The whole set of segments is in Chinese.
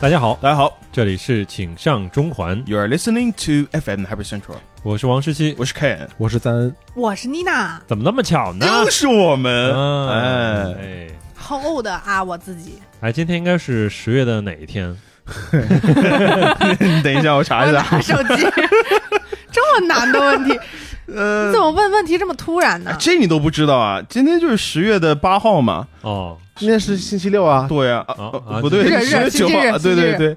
大家好，大家好这里是请上中环， ，You are listening to FM Happy Central，我是王十七。我是 Ken，我是赞恩，我是妮娜，怎么那么巧呢？又是我们，啊哎，哎好呕的啊，我自己。哎，今天应该是十月的哪一天？你等一下，我查我一啊 下，拿手 机，这么难的问题，呃你怎，么问问题这么突然哎呢？哎这你都不知道啊？今天就是十月的八号嘛，哦，今天是星期六啊，对啊，啊啊啊不对，是十月是九号今日，啊对今对日对，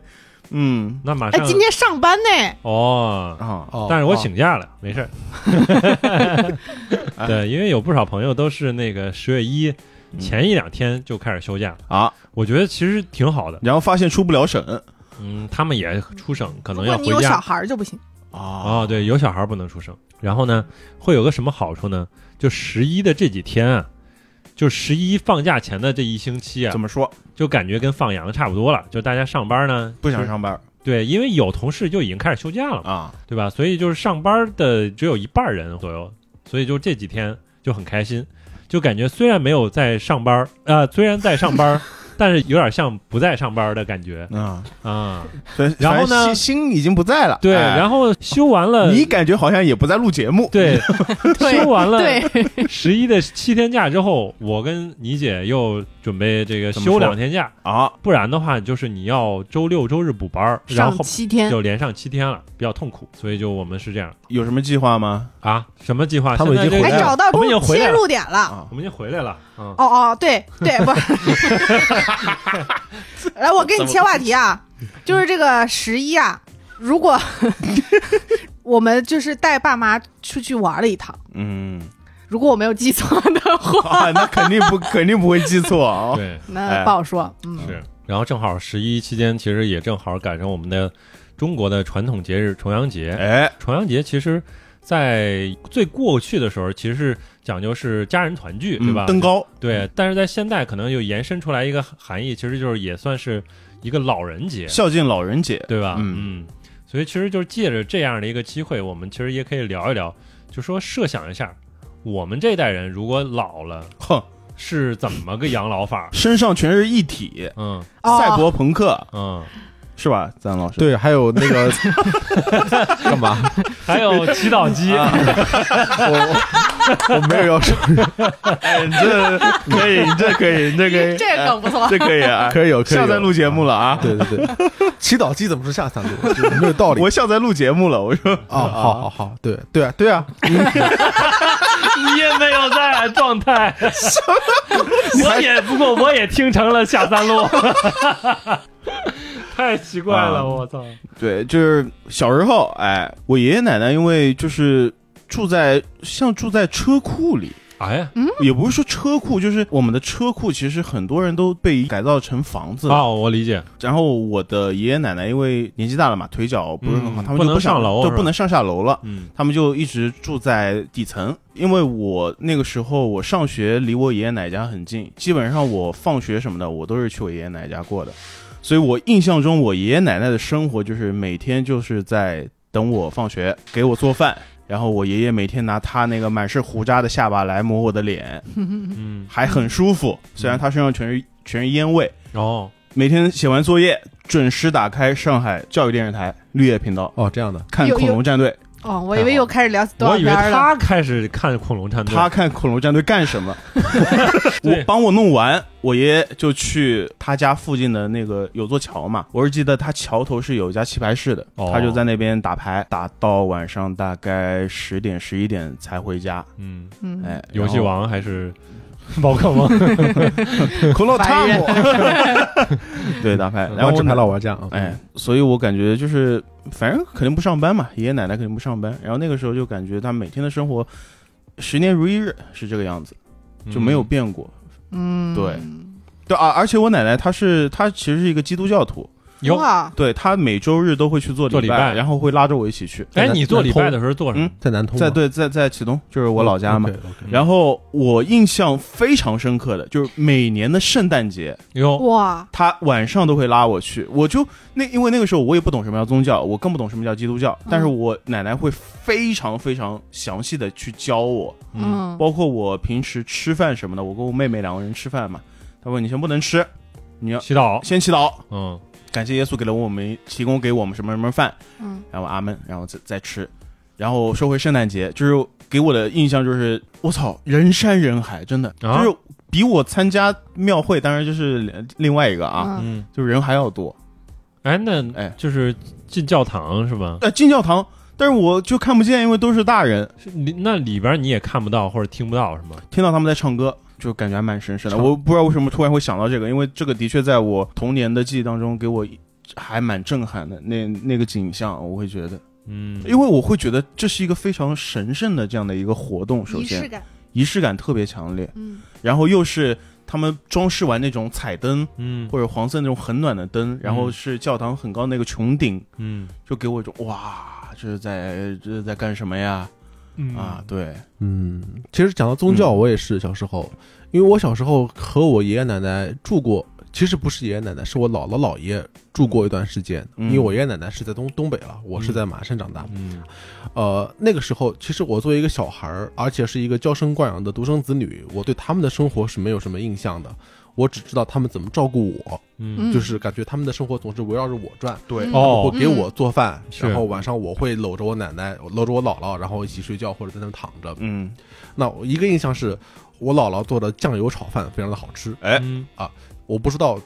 嗯那马哎上，今天上班呢，哦，啊，哦但是我请假了，没事儿。 对，因为有不少朋友都是那个十月一嗯前一两天就开始休假，啊，我觉得其实挺好的。然后发现出不了省嗯，他们也出省，可如能果要你回有小家。孩儿就不行。啊，哦，对，有小孩不能出省。然后呢，会有个什么好处呢？就十一的这几天啊，就十一放假前的这一星期啊怎，么说？就感觉跟放羊差不多了。就大家上班呢，不想就上班对，因为有同事就已经开始休假了嘛，啊，对吧？所以就是上班的只有一半人左右，所以就这几天就很开心，就感觉虽然没有在上班，呃，虽然在上 班，但是有点像不在上班的感觉啊，啊、所以然后呢反正心心已经不在了，对，哎然后休完了，你感觉好像也不在录节目， 对 休完了对， 十一的七天假之后，我跟倪姐又准备这个怎么说休两天假，啊，不然的话就是你要周六周日补班儿，然上后七天就连上七天了，比较痛苦，所以就我们是这样有什么计划吗？啊。什么计划？他们已经现在回这哎，来了找到我们已中经回切来了，入点了。啊我，们已经回来了。嗯，哦哦，对对， 不是，来，我给你切话题啊，就是这个十一啊，如果 我们就是带爸妈出去玩了一趟，嗯，如果我没有记错的话，啊，那肯定不 肯定不会记错啊，对，那不好说。嗯，是。然后正好十一期间，其实也正好赶上我们的中国的传统节日重阳节。哎，重阳节其实，在最过去的时候，其实是讲究是家人团聚，对吧？嗯登高，对，但是在现代可能又延伸出来一个含义，其实就是也算是一个老人节，孝敬老人节，对吧？嗯嗯，所以其实就是借着这样的一个机会，我们其实也可以聊一聊，就说设想一下，我们这一代人如果老了哼，？是怎么个养老法身上全是一体， 嗯哦赛博朋克嗯，是吧，赞老师？对，还有那个干嘛？还有祈祷机，我我我没有要说， 哎，你这可以，你这可以，你这可以，这个梗不哎错。这可以啊， 可以有，可以有下载录节目了啊！ 对对对， 祈祷机怎么是下三路？就是没有道 理我下载录节目了，我说啊！好好好，对对啊对啊， 你也没有在状态，我也不过我也听成了下三 路，太奇怪啊了，我操！对，就是小时候，哎，我爷爷奶奶因为就是住在像住在车库里，哎呀，也不是说车库，就是我们的车库，其实很多人都被改造成房子了。哦，我理解，然后我的爷爷奶奶因为年纪大了嘛，腿脚不是很好，嗯他们不就能想上楼就是吧不能上下楼了。嗯他们就一直住在底层，因为我那个时候我上学离我爷爷奶奶家很近，基本上我放学什么的我都是去我爷爷奶奶家过的，所以我印象中我爷爷奶奶的生活就是每天就是在等我放学，给我做饭，然后我爷爷每天拿他那个满是胡渣的下巴来抹我的脸，嗯，还很舒服，虽然他身上全是全是烟味。哦，每天写完作业准时打开上海教育电视台绿叶频道 哦这样的，看有恐龙战队，哦，我以为又开始聊多哎我少以为边了。他开始看恐龙战队，他看恐龙战队干什 么？我对帮我弄完，我爷爷就去他家附近的那个有座桥嘛，我是记得他桥头是有一家棋牌室的，哦他就在那边打牌，打到晚上大概十点十一点才回家。嗯，嗯，哎，游戏王还是宝可梦？然后恐龙烦人汤姆，对打牌，然 然后后我还老玩这样啊，哎，，所以我感觉就是，反正肯定不上班嘛，爷爷奶奶肯定不上班。然后那个时候就感觉他每天的生活，十年如一日是这个样子，就没嗯有变过。嗯，对对啊，而且我奶奶她是她其实是一个基督教徒，有。哇，对她每周日都会去做做礼拜然后会拉着我一起去。哎，你做礼拜的时候做什嗯么？嗯在南通在对在在启东，就是我老家嘛。 ，OK，OK 然后我印象非常深刻的就是每年的圣诞节，哟，哇，他晚上都会拉我去，我就那因为那个时候我也不懂什么叫宗教，我更不懂什么叫基督教，但是我奶奶会非常非常详细的去教我，嗯，嗯，包括我平时吃饭什么的，我跟我妹妹两个人吃饭嘛，她问你先不能吃，你要祈祷，先祈祷，嗯，感谢耶稣给了我们提供给我们什么什么饭，嗯，然后阿门，然后再再吃。然后说回圣诞节，就是给我的印象就是，我操，人山人海，真的、啊就是比我参加庙会，当然就是另另外一个啊，嗯，嗯，就是人还要多。哎，那哎就是进教堂是吧？呃，进教堂，但是我就看不见，因为都是大人，是里那里边你也看不到或者听不到是吗？听到他们在唱歌，就感觉还蛮神圣的。唱我不知道为什么突然会想到这个，因为这个的确在我童年的记忆当中给我还蛮震撼的。那那个景象，我会觉得，嗯，因为我会觉得这是一个非常神圣的这样的一个活动，首仪式先感，仪式感特别强烈，嗯，然后又是他们装饰完那种彩灯嗯或者黄色那种很暖的灯，然后嗯是教堂很高那个穹顶，嗯就给我一种哇，这是在这是在干什么呀？嗯啊，，对，嗯，其实讲到宗教，嗯我也是小时候，因为我小时候和我爷爷奶奶住过，其实不是爷爷奶奶，是我姥姥姥爷住过一段时间。嗯因为我爷爷奶奶是在东东北了，我是在马山长大。嗯呃，那个时候，其实我作为一个小孩儿，而且是一个娇生惯养的独生子女，我对他们的生活是没有什么印象的。我只知道他们怎么照顾我，嗯就是感觉他们的生活总是围绕着我转。对嗯哦会给我做饭，是然后晚上我会搂着我奶奶，搂着我姥姥，然后一起睡觉或者在那躺着。嗯，那我一个印象是我姥姥做的酱油炒饭非常的好吃。哎嗯我不知道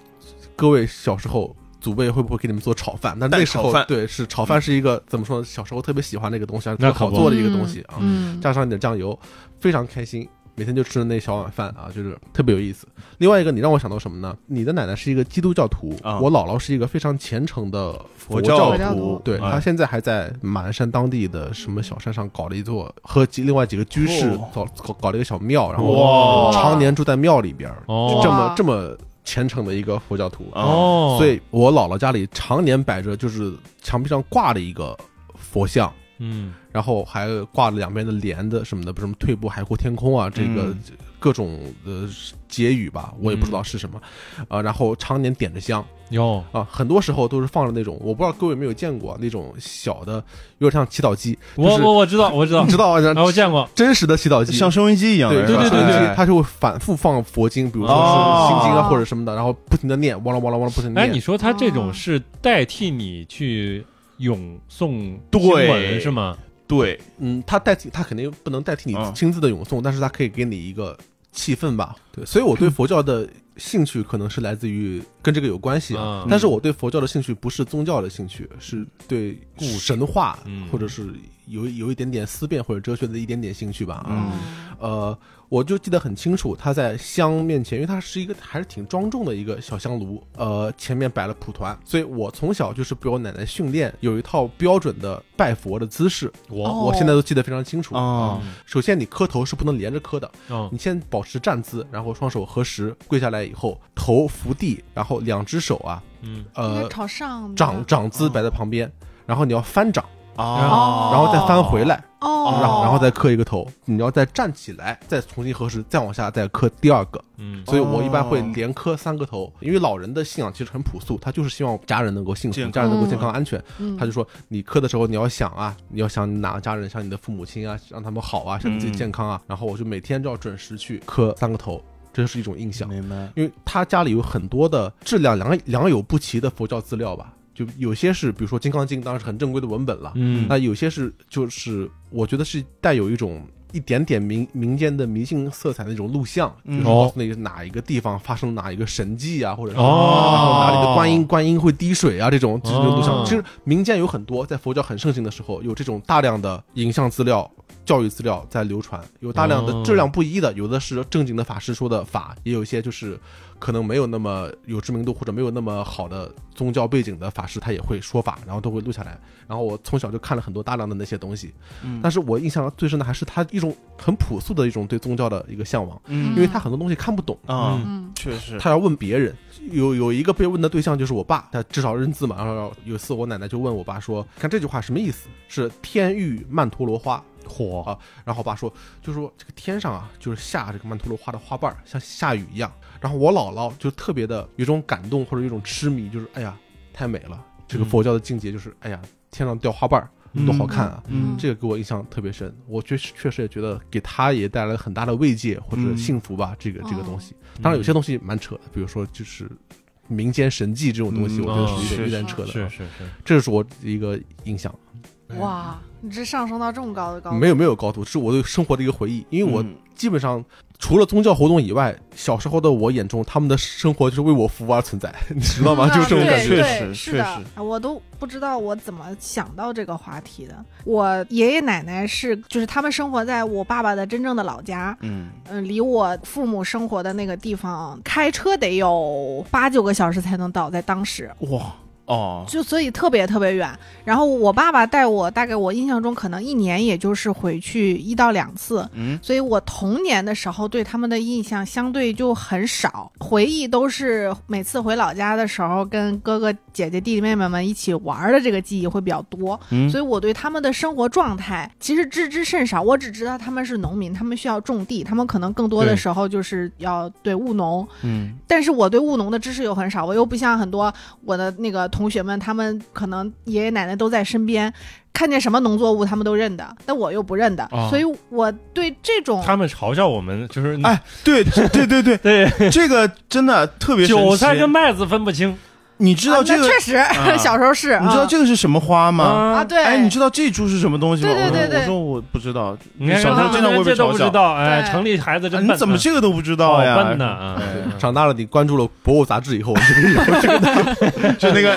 各位小时候祖辈会不会给你们做炒饭，但蛋那时炒候饭对是炒饭是一个怎么说呢？小时候特别喜欢那个东西，那特可好不做的一个东西啊，嗯，加上一点酱油，非常开心。每天就吃那小碗饭啊，就是特别有意思。另外一个，你让我想到什么呢？你的奶奶是一个基督教徒，啊我姥姥是一个非常虔诚的佛嗯教佛教徒徒，对哎他现在还在马鞍山当地的什么小山上搞了一座，和几另外几个居士哦搞搞搞了一个小庙，然后哇常年住在庙里边儿，哦这哇么这么虔诚的一个佛教徒。啊哦，所以我姥姥家里常年摆着，就是墙壁上挂了一个佛像，嗯然后还挂了两边的帘子什么的，什么退步海阔天空啊，这个嗯各种的结语吧，我也不知道是什么，啊，然后常年点着香。有啊，很多时候都是放着那种，我不知道各位有没有见过那种小的，有点像祈祷机，我就是我我知道我知道你，知道 啊？啊我见过，真实的祈祷机，像啊收音机一样对的，对对是对吧对，哎它是会反复放佛经，比如说哦是心经啊或者什么的，然后不停的念，哇啦哇啦哇啦不停的哎，你念。说他这种哦是代替你去咏诵对经文是吗？对，嗯，它代替它肯定不能代替你嗯亲自的咏诵，但是它可以给你一个气氛吧。对，所以我对佛教的兴趣可能是来自于跟这个有关系啊。啊，但是我对佛教的兴趣不是宗教的兴趣，是对神话嗯或者是有有一点点思辨或者哲学的一点点兴趣吧啊。嗯呃，我就记得很清楚，他在香面前，因为它是一个还是挺庄重的一个小香炉，呃，前面摆了蒲团，所以我从小就是被我奶奶训练有一套标准的拜佛的姿势，我哦嗯我现在都记得非常清楚。哦啊，首先，你磕头是不能连着磕的，嗯你先保持站姿，然后双手合十，跪下来以后，头伏地，然后两只手啊，嗯应该呃，朝哦上的掌掌姿哦摆在旁边，然后你要翻掌，嗯哦然后再翻回来，哦，然后然后再磕一个头，你要再站起来，再重新合十，再往下再磕第二个。嗯所以我一般会连磕三个头，因为老人的信仰其实很朴素，他就是希望家人能够幸健康福，家人能够健康安全。嗯他就说，你磕的时候你要想啊，你要想你哪个家人，像你的父母亲啊，让他们好啊，像你自己健康啊。然后我就每天都要准时去磕三个头，这就是一种印象。明白，因为他家里有很多的质量良良莠不齐的佛教资料吧，就有些是比如说《金刚经》，当然是很正规的文本了，嗯那有些是就是我觉得是带有一种一点点民民间的迷信色彩的那种录像，嗯就是告诉你哪一个地方发生哪一个神迹啊，或者是然后哦哪里的观音观音会滴水啊这种这种录像，哦其实民间有很多，在佛教很盛行的时候，有这种大量的影像资料。教育资料在流传，有大量的哦质量不一的，有的是正经的法师说的法，也有一些就是可能没有那么有知名度或者没有那么好的宗教背景的法师，他也会说法，然后都会录下来。然后我从小就看了很多大量的那些东西，嗯但是我印象最深的还是他一种很朴素的一种对宗教的一个向往，嗯因为他很多东西看不懂，啊，嗯确实，他要问别人。有有一个被问的对象就是我爸，他至少认字嘛。然后有一次我奶奶就问我爸说：“看这句话什么意思？是天欲曼陀罗花。火啊”然后我爸说：“就说这个天上啊，就是下这个曼陀罗花的花瓣儿，像下雨一样。”然后我姥姥就特别的有一种感动或者有一种痴迷，就是哎呀太美了。这个嗯佛教的境界就是哎呀天上掉花瓣儿多好看啊！嗯这个给我印象特别深，我确实确实也觉得给他也带来了很大的慰藉或者嗯幸福吧。这个这个哦嗯东西，当然有些东西蛮扯的，比如说就是民间神迹这种东西，嗯我觉得是有是点有点是扯的。是是是，这是我一个印象，嗯哇，你这上升到这么高的高度，没有没有高度，是我对生活的一个回忆。因为我嗯基本上除了宗教活动以外，小时候的我眼中，他们的生活就是为我服务而存在， 你知道 吗？啊就是这种感觉。对确对实是确的，我都不知道我怎么想到这个话题的。我爷爷奶奶是，就是他们生活在我爸爸的真正的老家，嗯，嗯，离我父母生活的那个地方开车得有八九个小时才能到，在当时哇哦，就所以特别特别远。然后我爸爸带我，大概我印象中可能一年也就是回去一到两次。嗯所以我童年的时候对他们的印象相对就很少，回忆都是每次回老家的时候跟哥哥姐姐弟弟妹妹们一起玩儿的这个记忆会比较多，嗯所以我对他们的生活状态其实知之甚少。我只知道他们是农民，他们需要种地，他们可能更多的对时候就是要对务农，嗯但是我对务农的知识又很少，我又不像很多我的那个同学们，他们可能爷爷奶奶都在身边，看见什么农作物他们都认得，但我又不认得，哦所以我对这种他们嘲笑我们就是哎，对对对对，对这个真的特别神奇韭菜跟麦子分不清，你知道啊那这个，确实、啊 小时候是，你知道嗯这个是什么花嗯吗？啊，对，哎，你知道这株是什么东西吗？对我说对对对我说我不知道，你看小时候经常会被这都嘲不知笑，道，哎，对城里孩子啊真笨，嗯你怎么这个都不知道呀？好笨呢？啊！哎长大了，你关注了《博物》杂志以后，我这个有这 个就那个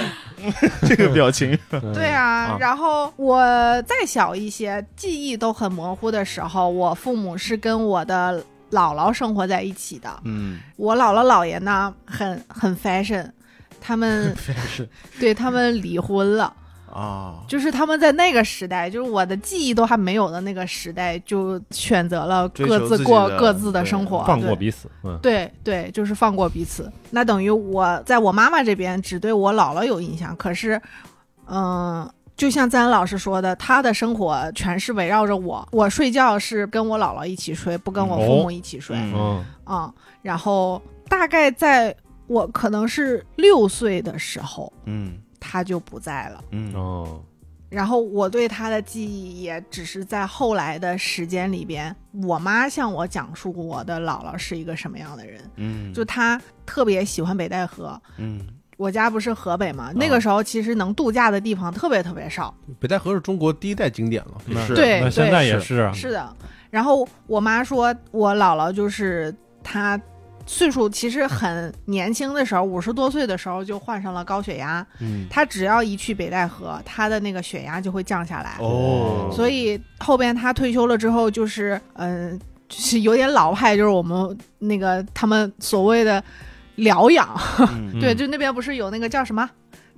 这个表情，对啊啊，然后我再小一些，记忆都很模糊的时候，我父母是跟我的姥姥生活在一起的，嗯，我姥姥姥爷呢，很很 fashion，他们对他们离婚了，啊，就是他们在那个时代，就是我的记忆都还没有的那个时代，就选择了追各求自自己过的各自的对生活，放对过彼此，嗯，对对，就是放过彼此。那等于我在我妈妈这边只对我姥姥有印象，可是，嗯、就像赞恩老师说的，她的生活全是围绕着我。我睡觉是跟我姥姥一起睡，不跟我父哦母一起睡。嗯嗯，啊、然后大概在我可能是六岁的时候，嗯他就不在了。嗯哦，然后我对他的记忆也只是在后来的时间里边，我妈向我讲述我的姥姥是一个什么样的人。嗯，就她特别喜欢北戴河，嗯我家不是河北啊嘛，那个时候其实能度假的地方特别特别少。北戴河是中国第一代景点了，那是对那现在也是嗯啊，是的，然后我妈说，我姥姥就是她岁数其实很年轻的时候，五十多岁的时候就患上了高血压。嗯她只要一去北戴河，她的那个血压就会降下来。哦，所以后边她退休了之后，就是嗯、就是有点老派，就是我们那个他们所谓的疗养。嗯嗯对，就那边不是有那个叫什么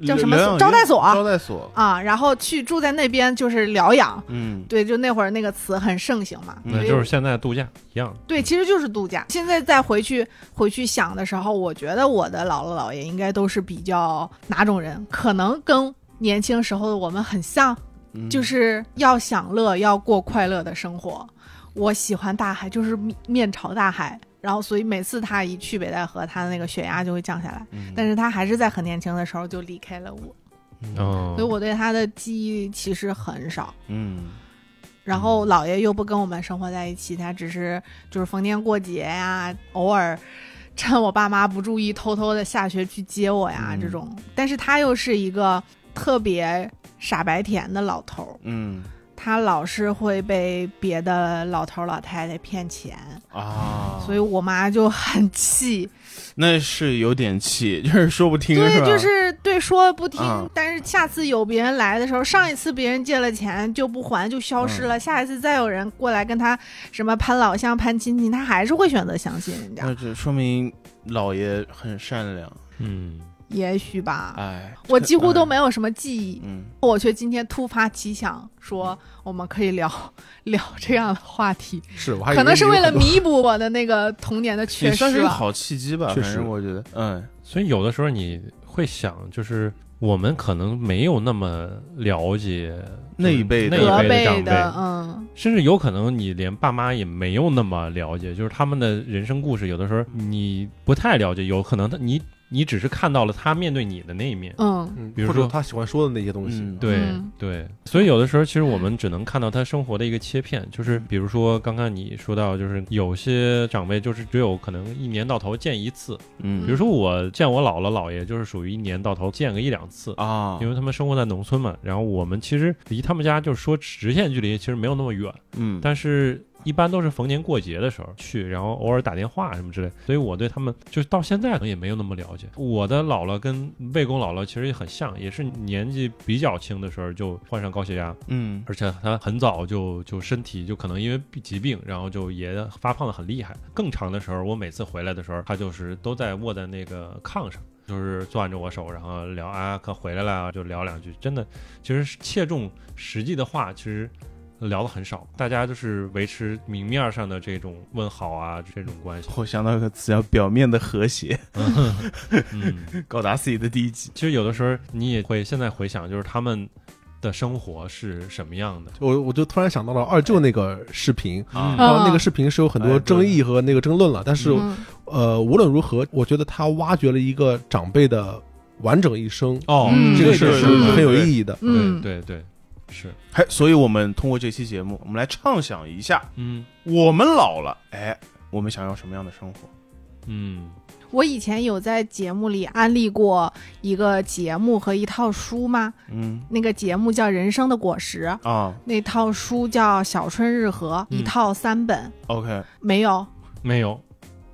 叫疗什么疗养所招待所招待所啊？然后去住在那边就是疗养。嗯对，就那会儿那个词很盛行嘛，嗯那所以就是现在度假一样，对，其实就是度假。现在再回去回去想的时候，我觉得我的姥姥姥爷应该都是比较哪种人，可能跟年轻时候的我们很像，嗯就是要享乐，要过快乐的生活。我喜欢大海，就是面面朝大海。然后，所以每次他一去北戴河，他的那个血压就会降下来。嗯但是他还是在很年轻的时候就离开了我，哦所以，我对他的记忆其实很少。嗯然后姥爷又不跟我们生活在一起，他只是就是逢年过节呀、偶尔趁我爸妈不注意，偷偷的下学去接我呀、嗯这种。但是他又是一个特别傻白甜的老头儿，嗯他老是会被别的老头儿老太太骗钱，啊，所以我妈就很气。那是有点气， 就是说不听对，吧？就是对说不听，嗯但是下次有别人来的时候，上一次别人借了钱就不还就消失了，下一次再有人过来跟他什么攀老乡、攀亲戚，他还是会选择相信人家，那这说明老爷很善良，嗯，也许吧。哎，啊我几乎都没有什么记忆，嗯，我却今天突发奇想说，我们可以聊 聊这样的话题，是我还以可能是为了你有很多弥补我的那个童年的缺也算失是个吧。好契机吧，确反实正我觉得，嗯所以有的时候你会想，就是我们可能没有那么了解那一辈的那一隔辈辈长的，辈，嗯，甚至有可能你连爸妈也没有那么了解，就是他们的人生故事，有的时候你不太了解，有可能他你你只是看到了他面对你的那一面。嗯，嗯，比如或者说他喜欢说的那些东西，嗯对、嗯对，所以有的时候其实我们只能看到他生活的一个切片，就是比如说刚刚你说到，就是有些长辈就是只有可能一年到头见一次，比嗯如说我见我姥姥姥爷就是属于一年到头见个一两次。啊因为他们生活在农村嘛，然后我们其实离他们家就是说直线距离其实没有那么远，嗯，但是一般都是逢年过节的时候去，然后偶尔打电话什么之类，所以我对他们就到现在可能也没有那么了解。我的姥姥跟魏公姥姥其实也很像，也是年纪比较轻的时候就患上高血压，嗯而且她很早就就身体就可能因为疾病，然后就也发胖的很厉害。更长的时候，我每次回来的时候，她就是都在卧在那个炕上。就是攥着我手，然后聊啊，可回来了，就聊两句。真的，其实切中实际的话，其实聊的很少，大家就是维持明面上的这种问好啊，这种关系。我想到一个词叫表面的和谐， 嗯，高达自己的第一集。其实有的时候你也会现在回想，就是他们的生活是什么样的。我我就突然想到了二舅那个视频。啊嗯然后那个视频是有很多争议和那个争论了，但是就嗯呃，无论如何，我觉得他挖掘了一个长辈的完整一生，哦，嗯这个对是对对很有意义的。嗯，对对对，是，还，所以我们通过这期节目，我们来畅想一下，嗯我们老了，哎，我们想要什么样的生活？嗯我以前有在节目里安利过一个节目和一套书吗？嗯那个节目叫《人生的果实》，啊那套书叫《小春日和》，嗯一套三本， ，OK，没有没有，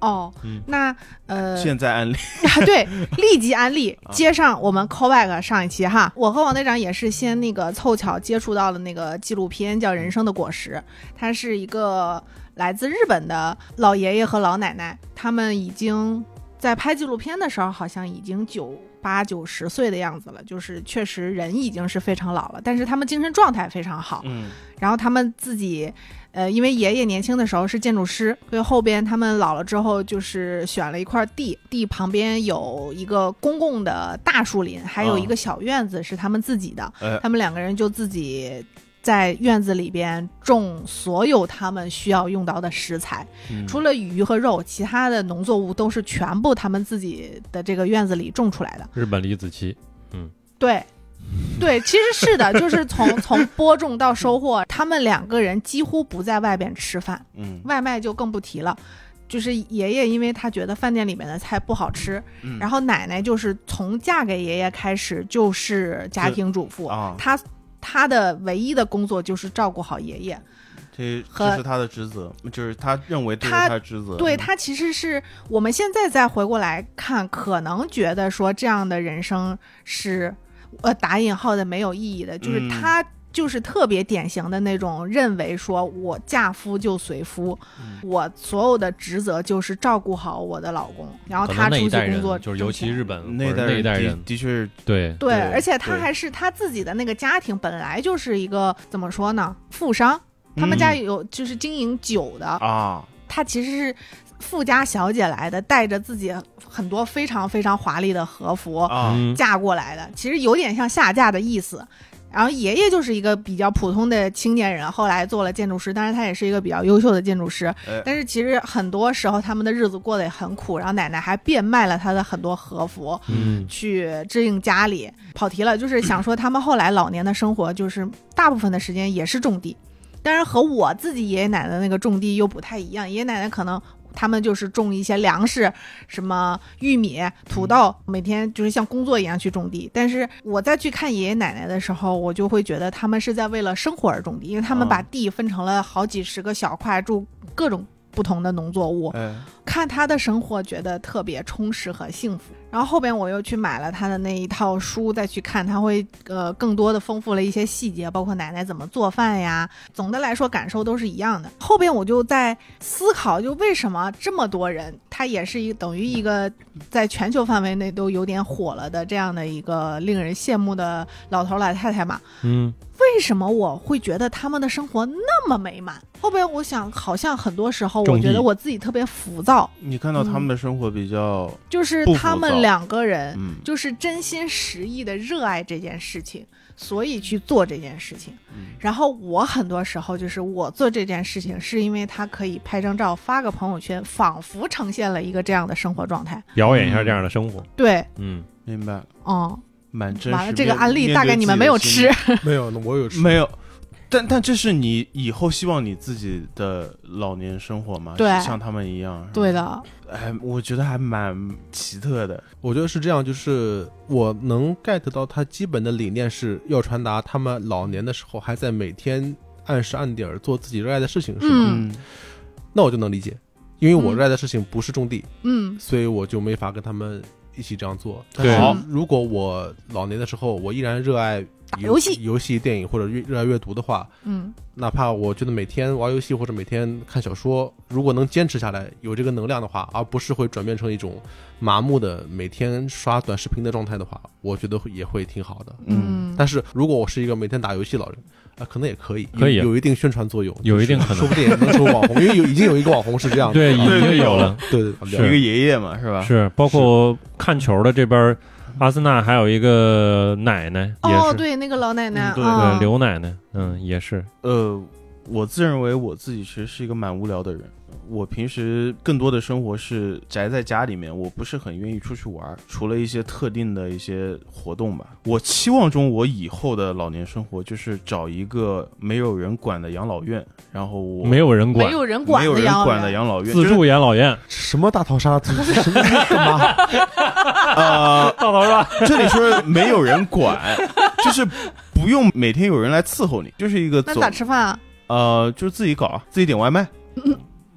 哦。嗯那呃，现在案例， 对，立即安利啊，接上我们 callback 上一期哈，我和王队长也是先那个凑巧接触到了那个纪录片叫《人生的果实》，它是一个来自日本的老爷爷和老奶奶，他们已经在拍纪录片的时候好像已经九。八九十岁的样子了，就是确实人已经是非常老了，但是他们精神状态非常好。嗯然后他们自己，呃，因为爷爷年轻的时候是建筑师，所以后边他们老了之后，就是选了一块地，地旁边有一个公共的大树林，还有一个小院子是他们自己的。哎他们两个人就自己在院子里边种所有他们需要用到的食材，嗯 除了鱼和肉，其他的农作物都是全部他们自己的这个院子里种出来的。日本李子柒，对，对，其实是的，就是从从播种到收获，他们两个人几乎不在外边吃饭，嗯外卖就更不提了。就是爷爷，因为他觉得饭店里面的菜不好吃，嗯，然后后奶奶就是从嫁给爷爷开始就是家就庭主妇，啊她她的唯一的工作就是照顾好爷爷。这和这是他的职责，就是他认为这是他他的职责，对嗯她其实是我们现在再回过来看，可能觉得说这样的人生是呃打引号的没有意义的，就是嗯她就是特别典型的那种认为说我嫁夫就随夫，嗯我所有的职责就是照顾好我的老公，然后可她能那出一去代工作人就是尤其挣钱日本那或者嗯那一代的人，的确是对，对，对而且她对还是她自己的那个家庭本来就是一个怎么说呢，富商，他们家嗯有就是经营酒的，啊，她其实是富家小姐来的，带着自己很多非常非常华丽的和服、啊，嗯嫁过来的，其实有点像下嫁的意思。然后爷爷就是一个比较普通的青年人，后来做了建筑师，当然他也是一个比较优秀的建筑师。哎但是其实很多时候他们的日子过得也很苦，然后奶奶还变卖了他的很多和服嗯去支应家里。跑题了，就是想说他们后来老年的生活，就是大部分的时间也是种地，但是和我自己爷爷奶奶的那个种地又不太一样。爷爷奶奶可能他们就是种一些粮食，什么玉米、土豆，每天就是像工作一样去种地。但是我再去看爷爷奶奶的时候，我就会觉得他们是在为了生活而种地，因为他们嗯把地分成了好几十个小块，种各种不同的农作物。哎，看他的生活，觉得特别充实和幸福。然后后边我又去买了他的那一套书，再去看，他会呃更多的丰富了一些细节，包括奶奶怎么做饭呀。总的来说，感受都是一样的。后边我就在思考，就为什么这么多人，他也是一等于一个在全球范围内都有点火了的这样的一个令人羡慕的老头老太太嘛。嗯为什么我会觉得他们的生活那么美满？后边我想，好像很多时候我中觉得意我自己特别浮躁，你看到他们的生活比较，就是不浮他躁们两个人嗯，就是真心实意的热爱这件事情，所以去做这件事情。嗯然后我很多时候就是我做这件事情，是因为他可以拍张照发个朋友圈，仿佛呈现了一个这样的生活状态。表演一下这样的生活。对，嗯，明白了，嗯，蛮真实。完了这个面案例大概你们没有吃，， 没有，那我有面对自己的心吃理没有。但但这是你以后希望你自己的老年生活吗？对是像他们一样。是吧对，的，哎，我觉得还蛮奇特的。我觉得是这样，就是我能 get 到他基本的理念是要传达他们老年的时候还在每天按时按点儿做自己热爱的事情，是吧？嗯，那我就能理解，因为我嗯热爱的事情不是种地，嗯，所以我就没法跟他们一起这样做。对但是好如果我老年的时候，我依然热爱打游戏游戏、电影或者阅热爱阅读的话，嗯，哪怕我觉得每天玩游戏或者每天看小说，如果能坚持下来，有这个能量的话，而不是会转变成一种麻木的每天刷短视频的状态的话，我觉得会也会挺好的。嗯嗯，但是如果我是一个每天打游戏老人，啊、可能也可以，可以有有一定宣传作用，有一定可 能说不。定也能成为网红，因为有已经有一个网红是这啊样的，对，已对经有了。对对一对，个爷爷嘛，是吧？是，包括看球的这边儿，阿森纳还有一个奶奶，也是，呃哦，对，那个老奶奶，嗯对啊对，刘奶奶，嗯，也是，呃，我自认为我自己其实是一个蛮无聊的人。我平时更多的生活是宅在家里面，我不是很愿意出去玩儿，除了一些特定的一些活动吧。我期望中我以后的老年生活就是找一个没有人管的养老院，然后我没有人管没，有人没管有的人养老管的院养老院，自就是助养老院， 什么大逃杀，这是什么干嘛？ 呃，到头了，这里说没有人管，就是不用每天有人来伺候你，就是一个那走咋吃饭啊？呃，就是自己搞啊，自己点外卖。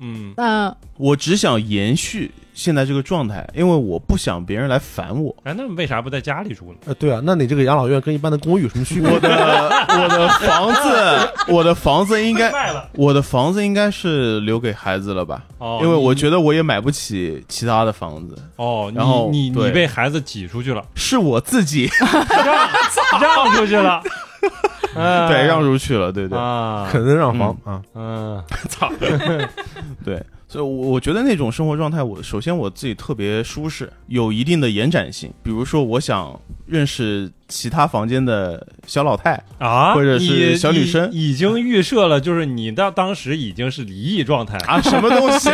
嗯，嗯，我只想延续现在这个状态，因为我不想别人来烦我。哎，那为啥不在家里住呢？呃，对啊，那你这个养老院跟一般的公寓有什么区别？我的我的房子，我的房子应该，卖了，我的房子应该是留给孩子了吧？哦，因为我你觉得我也买不起其他的房子，哦，然后你你对你被孩子挤出去了，是我自己让 让出去了，嗯 对让出去了，对对啊，肯恩让房、啊，嗯，对。所以，我我觉得那种生活状态，我首先我自己特别舒适，有一定的延展性。比如说，我想认识其他房间的小老太，啊，或者是你小女生你已经预设了，就是你到当时已经是离异状态，啊，什么东西？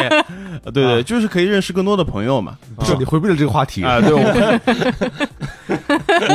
对对，就是可以认识更多的朋友嘛。不是你回避了这个话题，啊啊，对，我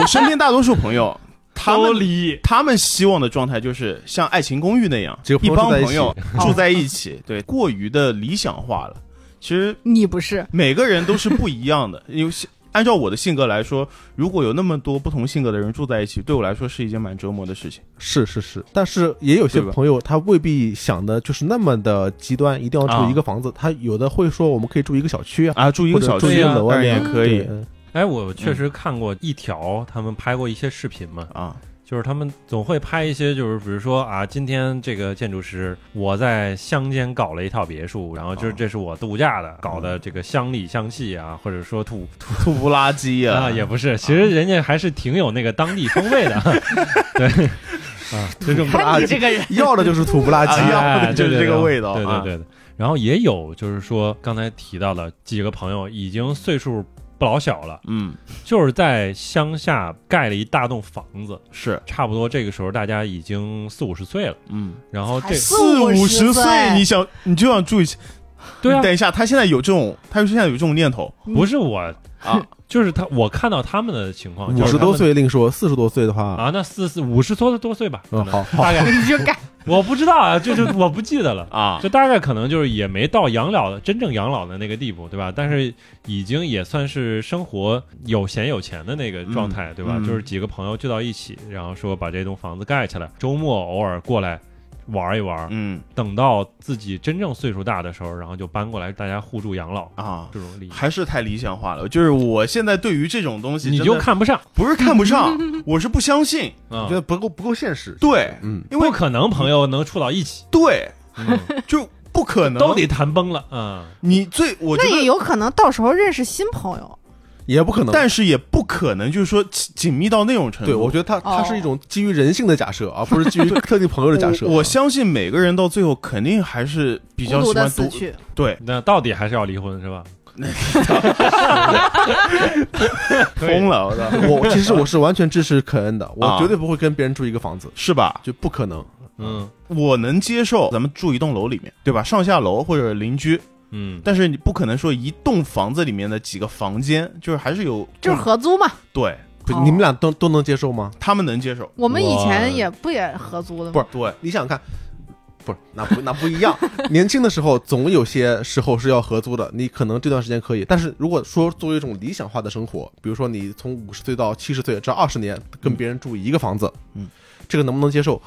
我身边大多数朋友，他都们离异，他们希望的状态就是像《爱情公寓》那样，这个一帮朋友朋友住在一起，对，过于的理想化了。其实你不是，每个人都是不一样的， 因为按照我的性格来说，如果有那么多不同性格的人住在一起，对我来说是一件蛮折磨的事情。是是是，但是也有些对吧朋友他未必想的就是那么的极端，一定要住一个房子，他有的会说我们可以住一个小区啊，啊，住一个或者小住一区个啊楼当啊然那也样可以对哎，我确实看过一条，他们拍过一些视频嘛，啊，就是他们总会拍一些，就是比如说啊，今天这个建筑师我在乡间搞了一套别墅，然后就是哦这是我度假的，搞的这个乡里乡气啊，或者说土吐不拉几啊啊，也不是，其实人家还是挺有那个当地风味的， 对啊，这种看你这个 人，要的就是土不拉几哎 啊，哎呀就是这个味道对对啊对对对。然后也有就是说刚才提到了几个朋友已经岁数不老小了，嗯，就是在乡下盖了一大栋房子，是，差不多这个时候大家已经四五十岁了。嗯，然后这才四五十岁，岁你想你就想住一起。对啊你，等一下，他现在有这种，他现在有这种念头不是我，啊，就是他，我看到他们的情况，五就十是他们多岁另说，四十多岁的话，啊，那四四五十多多岁吧，嗯，好好，大概你就干，我不知道啊，就是我不记得了。 啊，就大概可能就是也没到养老的真正养老的那个地步，对吧？但是已经也算是生活有闲有钱的那个状态，对吧？嗯就是几个朋友聚到一起，然后说把这栋房子盖起来，周末偶尔过来玩一玩。嗯等到自己真正岁数大的时候，然后就搬过来，大家互助养老啊，这种理念，还是太理想化了。就是我现在对于这种东西，你就看不上不是看 不上，我是不相信。啊我觉，得不够不够现实，对，嗯，因为不可能朋友能处到一起，对， 嗯、就不可能。都得谈崩了，嗯。你最，我觉那也得有可能到时候认识新朋友，也不可能。但是也不可能就是说紧紧密到那种程度。对，我觉得它它哦是一种基于人性的假设，而不是基于特定朋友的假设。啊我我相信每个人到最后肯定还是比较孤独喜的欢死独，去，对，那到底还是要离婚是 吧？疯了，我操， 我其实我是完全支持肯恩的，我啊绝对不会跟别人住一个房子，是吧？就不可能。嗯我能接受咱们住一栋楼里面，对吧？上下楼或者邻居，嗯，但是你不可能说一栋房子里面的几个房间，就是还是有就是合租嘛。对不，哦你们俩都都能接受吗？他们能接受，我们以哇前也不也合租的不吗？是对，你想想看，不是那不那不一样。 年轻的时候总有些时候是要合租的，你可能这段时间可以，但是如果说作为一种理想化的生活，比如说你从五十岁到七十岁这二十年跟别人住一个房子，嗯，这个能不能接受？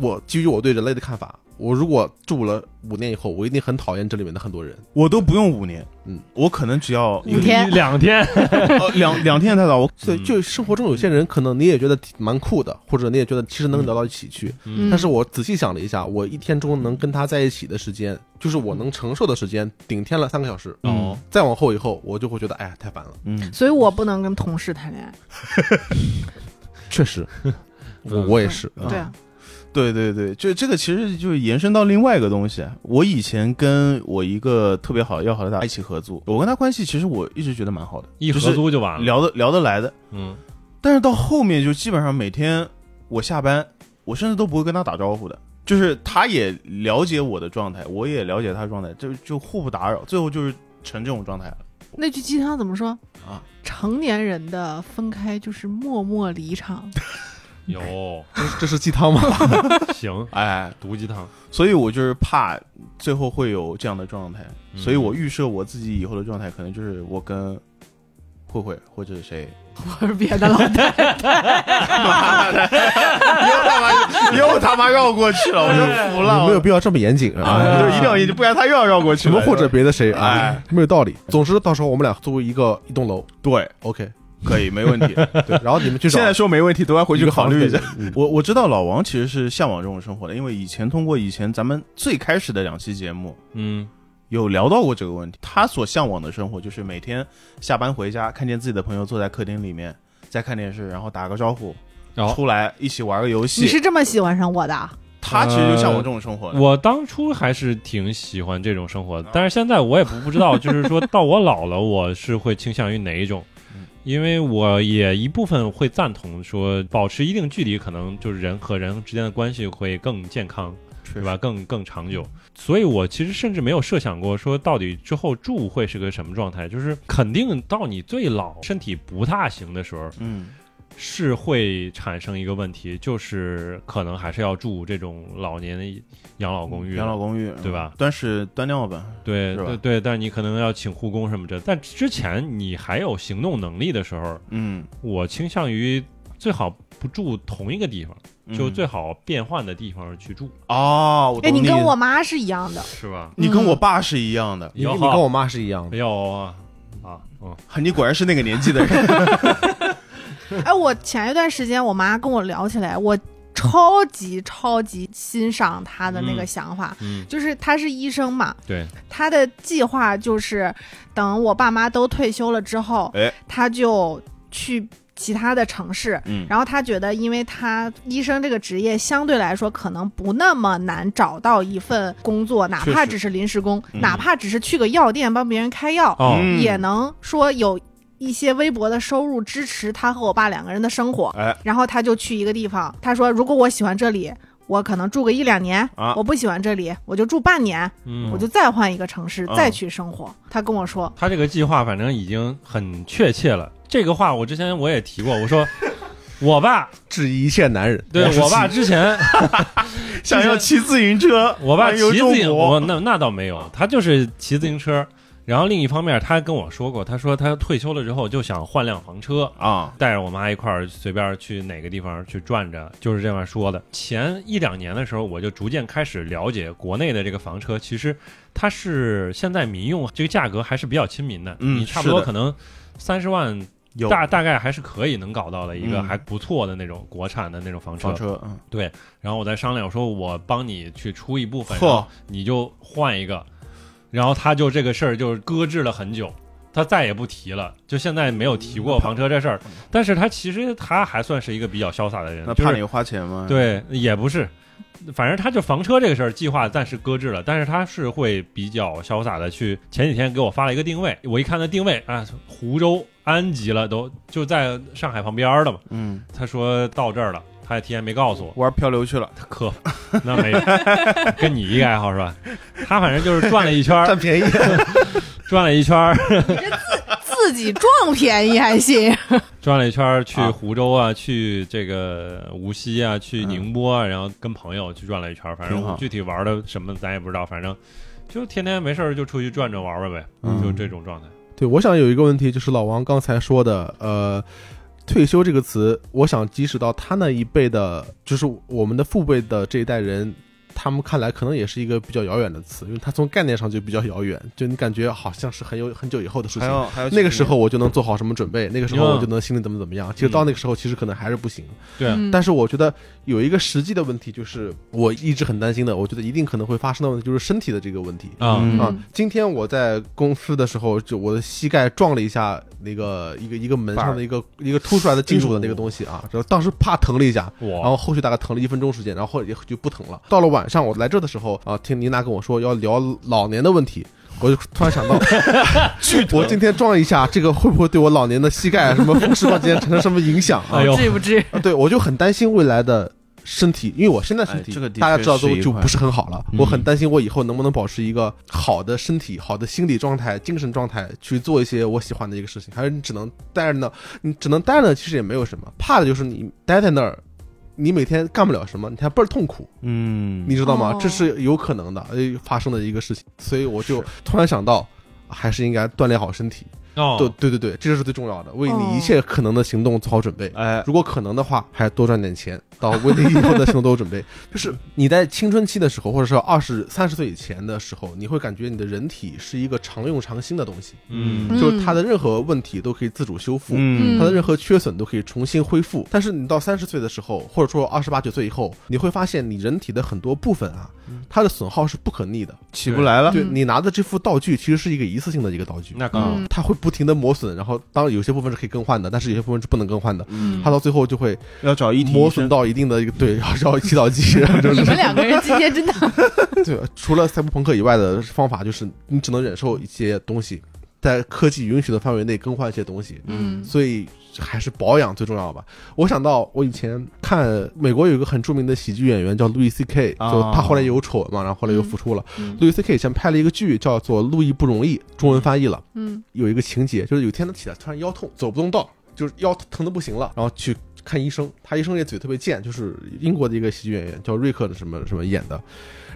我基于我对人类的看法，我如果住了五年以后，我一定很讨厌这里面的很多人。我都不用五年，嗯，我可能只要五天嗯一两天，呃两两天才到，我所以，就生活中有些人，可能你也觉得挺蛮酷的，或者你也觉得其实能聊到一起去。嗯但是我仔细想了一下，我一天中能跟他在一起的时间，就是我能承受的时间，顶天了三个小时。嗯，再往后以后，我就会觉得，哎呀，太烦了。嗯，所以我不能跟同事谈恋爱。确实， 我我也是。嗯对啊，啊，对对对，就这个其实就是延伸到另外一个东西。我以前跟我一个特别好要好的搭一起合租，我跟他关系其实我一直觉得蛮好的，一就是合租就完了。聊得聊得来的。嗯，但是到后面就基本上每天我下班，我甚至都不会跟他打招呼的，就是他也了解我的状态，我也了解他的状态，就就互不打扰，最后就是成这种状态了。那句鸡汤怎么说啊？成年人的分开就是默默离 场。有这是这是鸡汤吗？ 行，哎，毒鸡汤。所以我就是怕最后会有这样的状态，嗯所以我预设我自己以后的状态可能就是我跟慧慧或者谁，我是别的老太太， 又他妈又他妈绕过去了，我就服哎你了，没有必要这么严谨啊，啊！就一定要一定，不然他又要绕过去什了。么或者别的谁啊哎？没有道理。总之，到时候我们俩租一个一栋楼对， ，OK。可以没问 题。对，然后你们去找现在说没问题，等会儿回去考虑一下。。嗯我我知道老王其实是向往这种生活的，因为以前通过以前咱们最开始的两期节目嗯有聊到过这个问题。他所向往的生活就是每天下班回家，看见自己的朋友坐在客厅里面在看电视，然后打个招呼，然后出来一起玩个游你戏。是这么喜欢上我的啊？他其实就向往这种生活的。呃我当初还是挺喜欢这种生活的，但是现在我也不不知道，就是说到我老了，我是会倾向于哪一种嗯。因为我也一部分会赞同说，保持一定距离，可能就是人和人之间的关系会更健康，是对吧？？更更长久。所以我其实甚至没有设想过说到底之后住会是个什么状态，就是肯定到你最老身体不大行的时候，嗯，是会产生一个问题，就是可能还是要住这种老年的养老公寓，嗯养老公寓对吧？端屎端尿吧，对是吧对对，但是你可能要请护工什么的。但之前你还有行动能力的时候，嗯，我倾向于最好不住同一个地方，嗯就最好变换的地方去住，哦，我哎，懂你你跟我嗯妈是一 样的，是吧？你跟我爸是一样的，你要你跟我妈是一样的，要啊啊嗯你果然是那个年纪的人。哎，我前一段时间我妈跟我聊起来，我超级超级欣赏她的那个嗯想法，嗯，就是她是医生嘛，对，她的计划就是等我爸妈都退休了之后，哎她就去其他的城市。嗯然后她觉得，因为她医生这个职业相对来说可能不那么难找到一份工作，哪确怕实只是临时工，嗯哪怕只是去个药店帮别人开药，哦，嗯也能说有一些微薄的收入支持他和我爸两个人的生活。哎然后他就去一个地方，他说如果我喜欢这里。我可能住个一两年，啊我不喜欢这里，我就住半年，嗯我就再换一个城市、嗯再去生活。他跟我说， 他这个计划反正已经很确切了。这个话我之前我也提过，我说我爸质疑一切男人。对是我爸之前想要骑自行车，我爸环游骑中自行，国我那那倒没有，他就是骑自行车。然后另一方面，他跟我说过，他说他退休了之后就想换辆房车，啊，带着我妈一块儿随便去哪个地方去转着，就是这样说的。前一两年的时候，我就逐渐开始了解国内的这个房车，其实它是现在民用这个价格还是比较亲民的，嗯你差不多是的可能三十万有大大概还是可以能搞到的一个嗯还不错的那种国产的那种房车房。车，嗯，然后我再商量，我说我帮你去出一部分，嚯然后你就换一个。然后他就这个事儿就搁置了很久，他再也不提了，就现在没有提嗯过房车这事儿。但是他其实他还算是一个比较潇洒的人，那就怕是你花钱吗？，对，也不是，反正他就房车这个事儿计划暂时搁置了，但是他是会比较潇洒的去。前几天给我发了一个定位，我一看他定位啊，湖州、安吉了，都就在上海旁边儿的嘛。嗯，他说到这儿了，他也提前没告诉我，玩漂流去了，他磕，那没有， 跟你一个爱好是吧？他反正就是转了一圈儿，占便宜，转了一圈儿，自己撞便宜还行，转了一圈儿去啊湖州啊，去这个无锡啊，去嗯宁波啊，然后跟朋友去转了一圈儿。反正挺好我具体玩的什么咱也不知道，反正就天天没事儿就出去转转玩玩呗，嗯就这种状态。 对，我想有一个问题，就是老王刚才说的，呃，退休这个词，我想即使到他那一辈的，就是我们的父辈的这一代人，他们看来可能也是一个比较遥远的词，因为它从概念上就比较遥远，就你感觉好像是很有很久以后的事还情。有还有那个时候我就能做好什么准备，那个时候嗯我就能心里怎么怎么样。其实到那个时候，其实可能还是不行。对啊，嗯但是我觉得有一个实际的问题，就是我一直很担心的，我觉得一定可能会发生的问题，就是身体的这个问题。啊嗯啊，今天我在公司的时候，就我的膝盖撞了一下那个一个一个门上的一个一个凸出来的金属的那个东西啊，然后当时啪疼了一下，然哦我后后续大概疼了一分钟时间，然后后也就不疼了。到了晚上我来这的时候啊，听妮娜跟我说要聊老年的问题。我就突然想到， 我今天撞一下，这个会不会对我老年的膝盖什么风湿关节产生什么影响啊哎？呦， 至不至于。啊对，我就很担心未来的身体，因为我现在身体，哎这个的大家确知道是都一就块不是很好了，嗯我很担心我以后能不能保持一个好的身体、好的心理状态、精神状态去做一些我喜欢的一个事情，还是你只能待着那，你只能待着，其实也没有什么，怕的就是你待在那儿。你每天干不了什么，你还倍儿痛苦，嗯，你知道吗？哦这是有可能的，呃，发生的一个事情，所以我就是突然想到，还是应该锻炼好身体。对哦，对对对，这是最重要的，为哦你一切可能的行动做好准备。哎，如果可能的话，还是多赚点钱，到为你以后的行动都有准备。 就是你在青春期的时候，或者是二十三十岁以前的时候，你会感觉你的人体是一个常用常新的东西，嗯嗯就是它的任何问题都可以自主修复，嗯它的任何缺损都可以重新恢复。但是你到三十岁的时候，或者说二十八九岁以后，你会发现你人体的很多部分啊，它的损耗是不可逆的。起不来了，对嗯你拿的这副道具，其实是一个一次性的一个道具。那刚嗯嗯它会不停的磨损，然后当然有些部分是可以更换的，但是有些部分是不能更换的。嗯它到最后就会要找一体磨医损生到一定的一个对，然后然后祈祷机， 就你是们两个人今天真的，对。除了赛博朋克以外的方法，就是你只能忍受一些东西，在科技允许的范围内更换一些东西，嗯所以还是保养最重要吧。我想到我以前看美国有一个很著名的喜剧演员叫路易 C K，啊就他后来也有丑闻嘛，然后后来又复出了。嗯路易 C K 以前拍了一个剧叫做《路易不容易》，中文翻译了。嗯有一个情节，就是有一天他起来突然腰痛，走不动道，就是腰疼的不行了，然后去看医生。他医生也嘴特别贱，就是英国的一个喜剧演员叫瑞克的什么什么演的。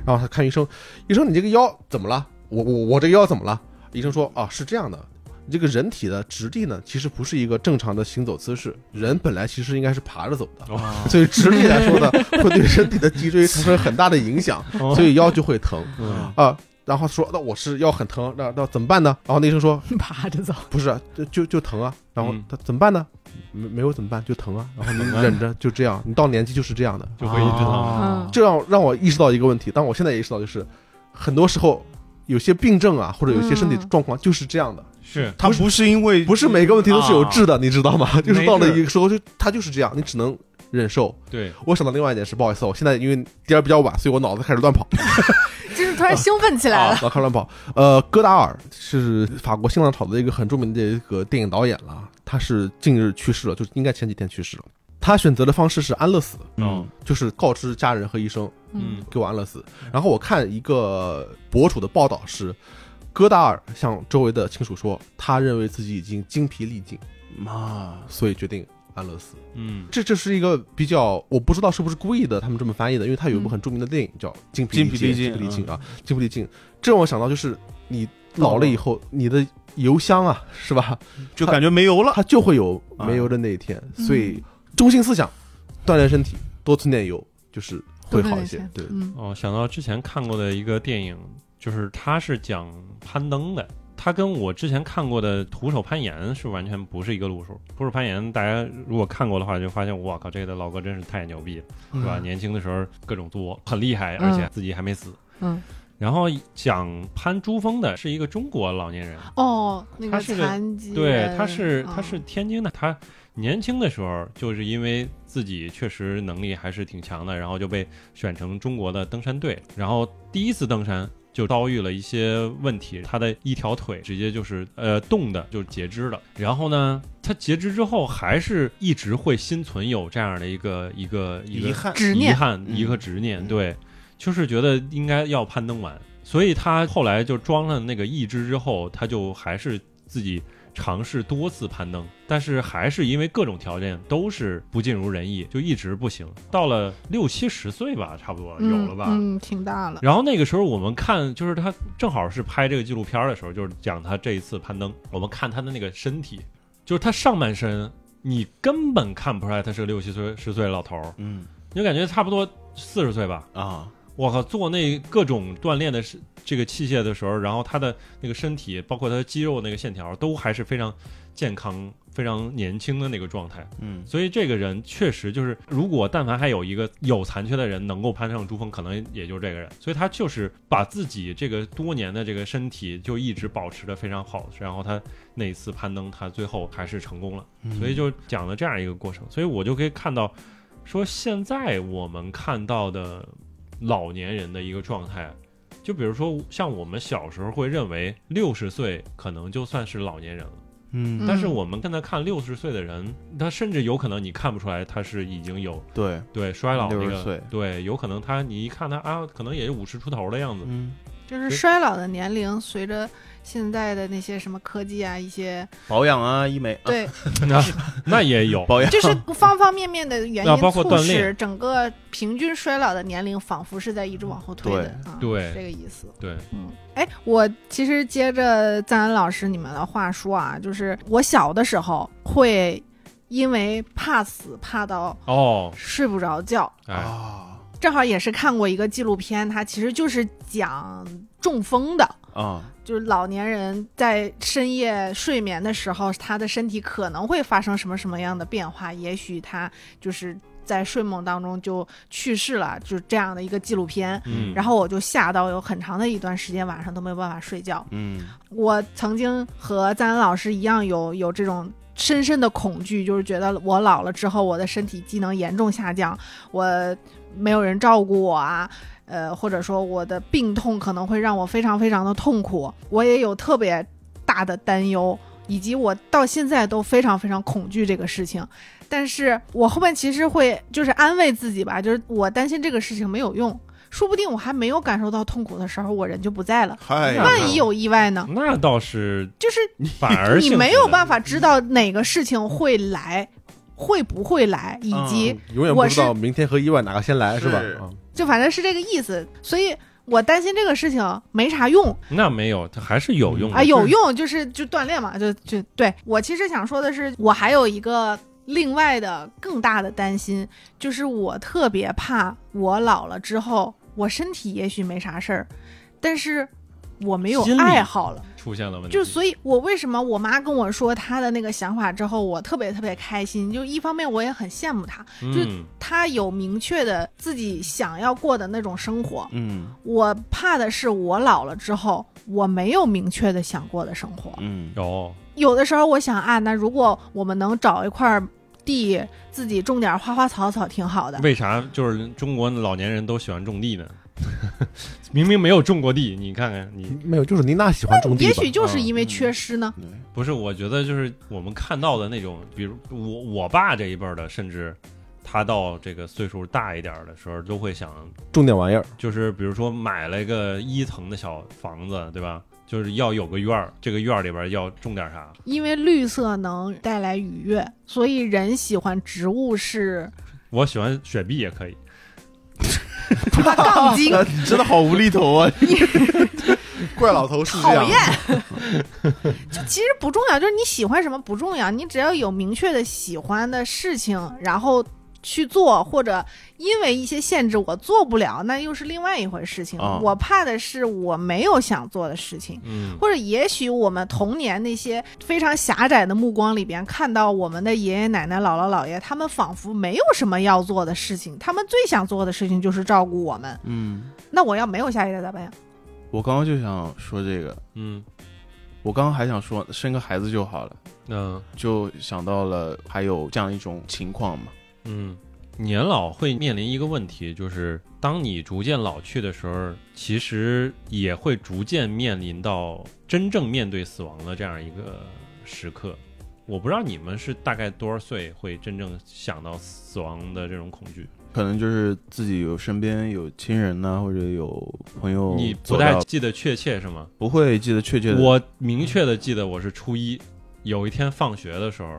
然后他看医生，医生你这个腰怎么了？我我我这个腰怎么了？医生说啊是这样的，你这个人体的直立呢，其实不是一个正常的行走姿势，人本来其实应该是爬着走的。哦所以直立来说呢，会对身体的脊椎产生很大的影响，哦所以腰就会疼嗯啊。然后说，那我是腰很疼，那那怎么办呢？然后那医生说，爬着走，不是啊，就就就疼啊。然后嗯他怎么办呢？没没有怎么办，就疼啊。然后你忍着，就这样。你到年纪就是这样的，就会一直疼。啊嗯这让让我意识到一个问题。但我现在也意识到，就是很多时候有些病症啊，或者有些身体嗯状况就是这样的，是，他不是因为不是每个问题都是有啊治的，你知道吗？就是没到了治一个时候，就它就是这样，你只能忍受。对，我想到另外一件事，不好意思，我现在因为第二比较晚，所以我脑子开始乱跑。真是突然兴奋起来了。老看乱跑。呃，戈达尔是法国新浪潮的一个很著名的一个电影导演了，他是近日去世了，就是应该前几天去世了。他选择的方式是安乐死，嗯就是告知家人和医生嗯给我安乐死。然后我看一个博主的报道是，戈达尔向周围的亲属说，他认为自己已经精疲力尽，啊，所以决定安乐死。嗯，这这是一个比较，我不知道是不是故意的，他们这么翻译的，因为它有一部很著名的电影叫《精疲精力疲尽》，力精疲尽力尽啊，精疲力尽。这让我想到就是你老了以后，你的油箱啊，是吧？就感觉没油了，它就会有啊没油的那一天，嗯所以中心思想，锻炼身体，多存点油，就是会好一些。对，嗯哦，想到之前看过的一个电影，就是它是讲攀登的，它跟我之前看过的徒手攀岩是完全不是一个路数。徒手攀岩，大家如果看过的话，就发现我靠，这个老哥嗯真是太牛逼了，是吧？年轻的时候各种作，很厉害，而且自己还没死。嗯然后讲攀珠峰的是一个中国老年人，哦，那他个是个残疾人，对，他是他嗯是天津的，他年轻的时候就是因为自己确实能力还是挺强的，然后就被选成中国的登山队，然后第一次登山。就遭遇了一些问题，他的一条腿直接就是呃冻的，就截肢了。然后呢，他截肢之后还是一直会心存有这样的一个一个一个遗憾，执遗念，憾，嗯一个执念，嗯对，就是觉得应该要攀登完，所以他后来就装了那个义肢之后，他就还是自己尝试多次攀登，但是还是因为各种条件都是不尽如人意，就一直不行。到了六七十岁吧，差不多有了吧。嗯，嗯挺大了。然后那个时候我们看，就是他正好是拍这个纪录片的时候，就是讲他这一次攀登，我们看他的那个身体，就是他上半身，你根本看不出来他是个六七岁十岁的老头儿，嗯你就感觉差不多四十岁吧。啊，我靠，做那各种锻炼的是这个器械的时候，然后他的那个身体，包括他的肌肉那个线条，都还是非常健康、非常年轻的那个状态。嗯所以这个人确实就是，如果但凡还有一个有残缺的人能够攀上珠峰，可能也就这个人。所以他就是把自己这个多年的这个身体就一直保持的非常好，然后他那一次攀登，他最后还是成功了。嗯所以就讲了这样一个过程，所以我就可以看到，说现在我们看到的老年人的一个状态，就比如说像我们小时候会认为六十岁可能就算是老年人了，嗯嗯但是我们现在看六十岁的人，他甚至有可能你看不出来他是已经有对，对衰老那60岁个，对，有可能他你一看他啊，可能也就五十出头的样子，嗯，就是对衰老的年龄，随着现在的那些什么科技啊，一些保养啊，医美啊对，那 那也 有， 保养就是方方面面的原啊因包括促锻使炼整个平均衰老的年龄仿佛是在一直往后推的啊，对是这个意思。对，嗯，哎，我其实接着赞恩老师你们的话说啊，就是我小的时候会因为怕死怕到哦，睡不着觉，哎，啊正好也是看过一个纪录片，它其实就是讲中风的。啊，就是老年人在深夜睡眠的时候，他的身体可能会发生什么什么样的变化？也许他就是在睡梦当中就去世了，就是这样的一个纪录片。嗯，然后我就吓到有很长的一段时间晚上都没有办法睡觉。嗯我曾经和赞恩老师一样有有这种深深的恐惧，就是觉得我老了之后，我的身体机能严重下降，我没有人照顾我啊，呃，或者说我的病痛可能会让我非常非常的痛苦，我也有特别大的担忧。以及我到现在都非常非常恐惧这个事情，但是我后面其实会就是安慰自己吧，就是我担心这个事情没有用，说不定我还没有感受到痛苦的时候，我人就不在了，嗨哎呀，那万一有意外呢？那倒是就是反而你幸没福有的嗯办法知道哪个事情会来，会不会来，以嗯及、永远哎我不知道是明天和意外哪个先来，是吧？是嗯就反正是这个意思。所以我担心这个事情没啥用那没有，它还是有用的。啊，有用就是就锻炼嘛，就就对我其实想说的是，我还有一个另外的更大的担心，就是我特别怕我老了之后，我身体也许没啥事儿，但是我没有心理爱好了。出现了问题，就所以，我为什么我妈跟我说她的那个想法之后，我特别特别开心。就一方面我也很羡慕她，就嗯她有明确的自己想要过的那种生活。嗯我怕的是我老了之后，我没有明确的想过的生活。嗯有有的时候我想啊，那如果我们能找一块地，自己种点花花草草，挺好的。为啥就是中国老年人都喜欢种地呢？ 明明没有种过地，你看看你没有，就是妮娜喜欢种地吧，哎也许就是嗯因为缺失呢。对，不是？我觉得就是我们看到的那种，比如我我爸这一辈儿的，甚至他到这个岁数大一点儿的时候，都会想，种点玩意儿，就是比如说买了一个一层的小房子，对吧？就是要有个院儿，这个院儿里边儿要种点啥？因为绿色能带来愉悦，所以人喜欢植物是我喜欢雪碧也可以，杠精。那啊真的好无厘头 啊！怪老头是讨厌， 就其实不重要，就是你喜欢什么不重要，你只要有明确的喜欢的事情，然后去做，或者因为一些限制我做不了，那又是另外一回事情。啊我怕的是我没有想做的事情。嗯，或者也许我们童年那些非常狭窄的目光里边，看到我们的爷爷奶奶、姥姥姥爷，他们仿佛没有什么要做的事情，他们最想做的事情就是照顾我们。嗯那我要没有下一代咋办呀？我刚刚就想说这个，嗯我刚刚还想说生个孩子就好了，嗯就想到了还有这样一种情况嘛。嗯，年老会面临一个问题，就是当你逐渐老去的时候，其实也会逐渐面临到真正面对死亡的这样一个时刻。我不知道你们是大概多少岁会真正想到死亡的这种恐惧？可能就是自己有身边有亲人呐、或者有朋友，你不太记得确切是吗？不会记得确切的。我明确的记得我是初一，有一天放学的时候，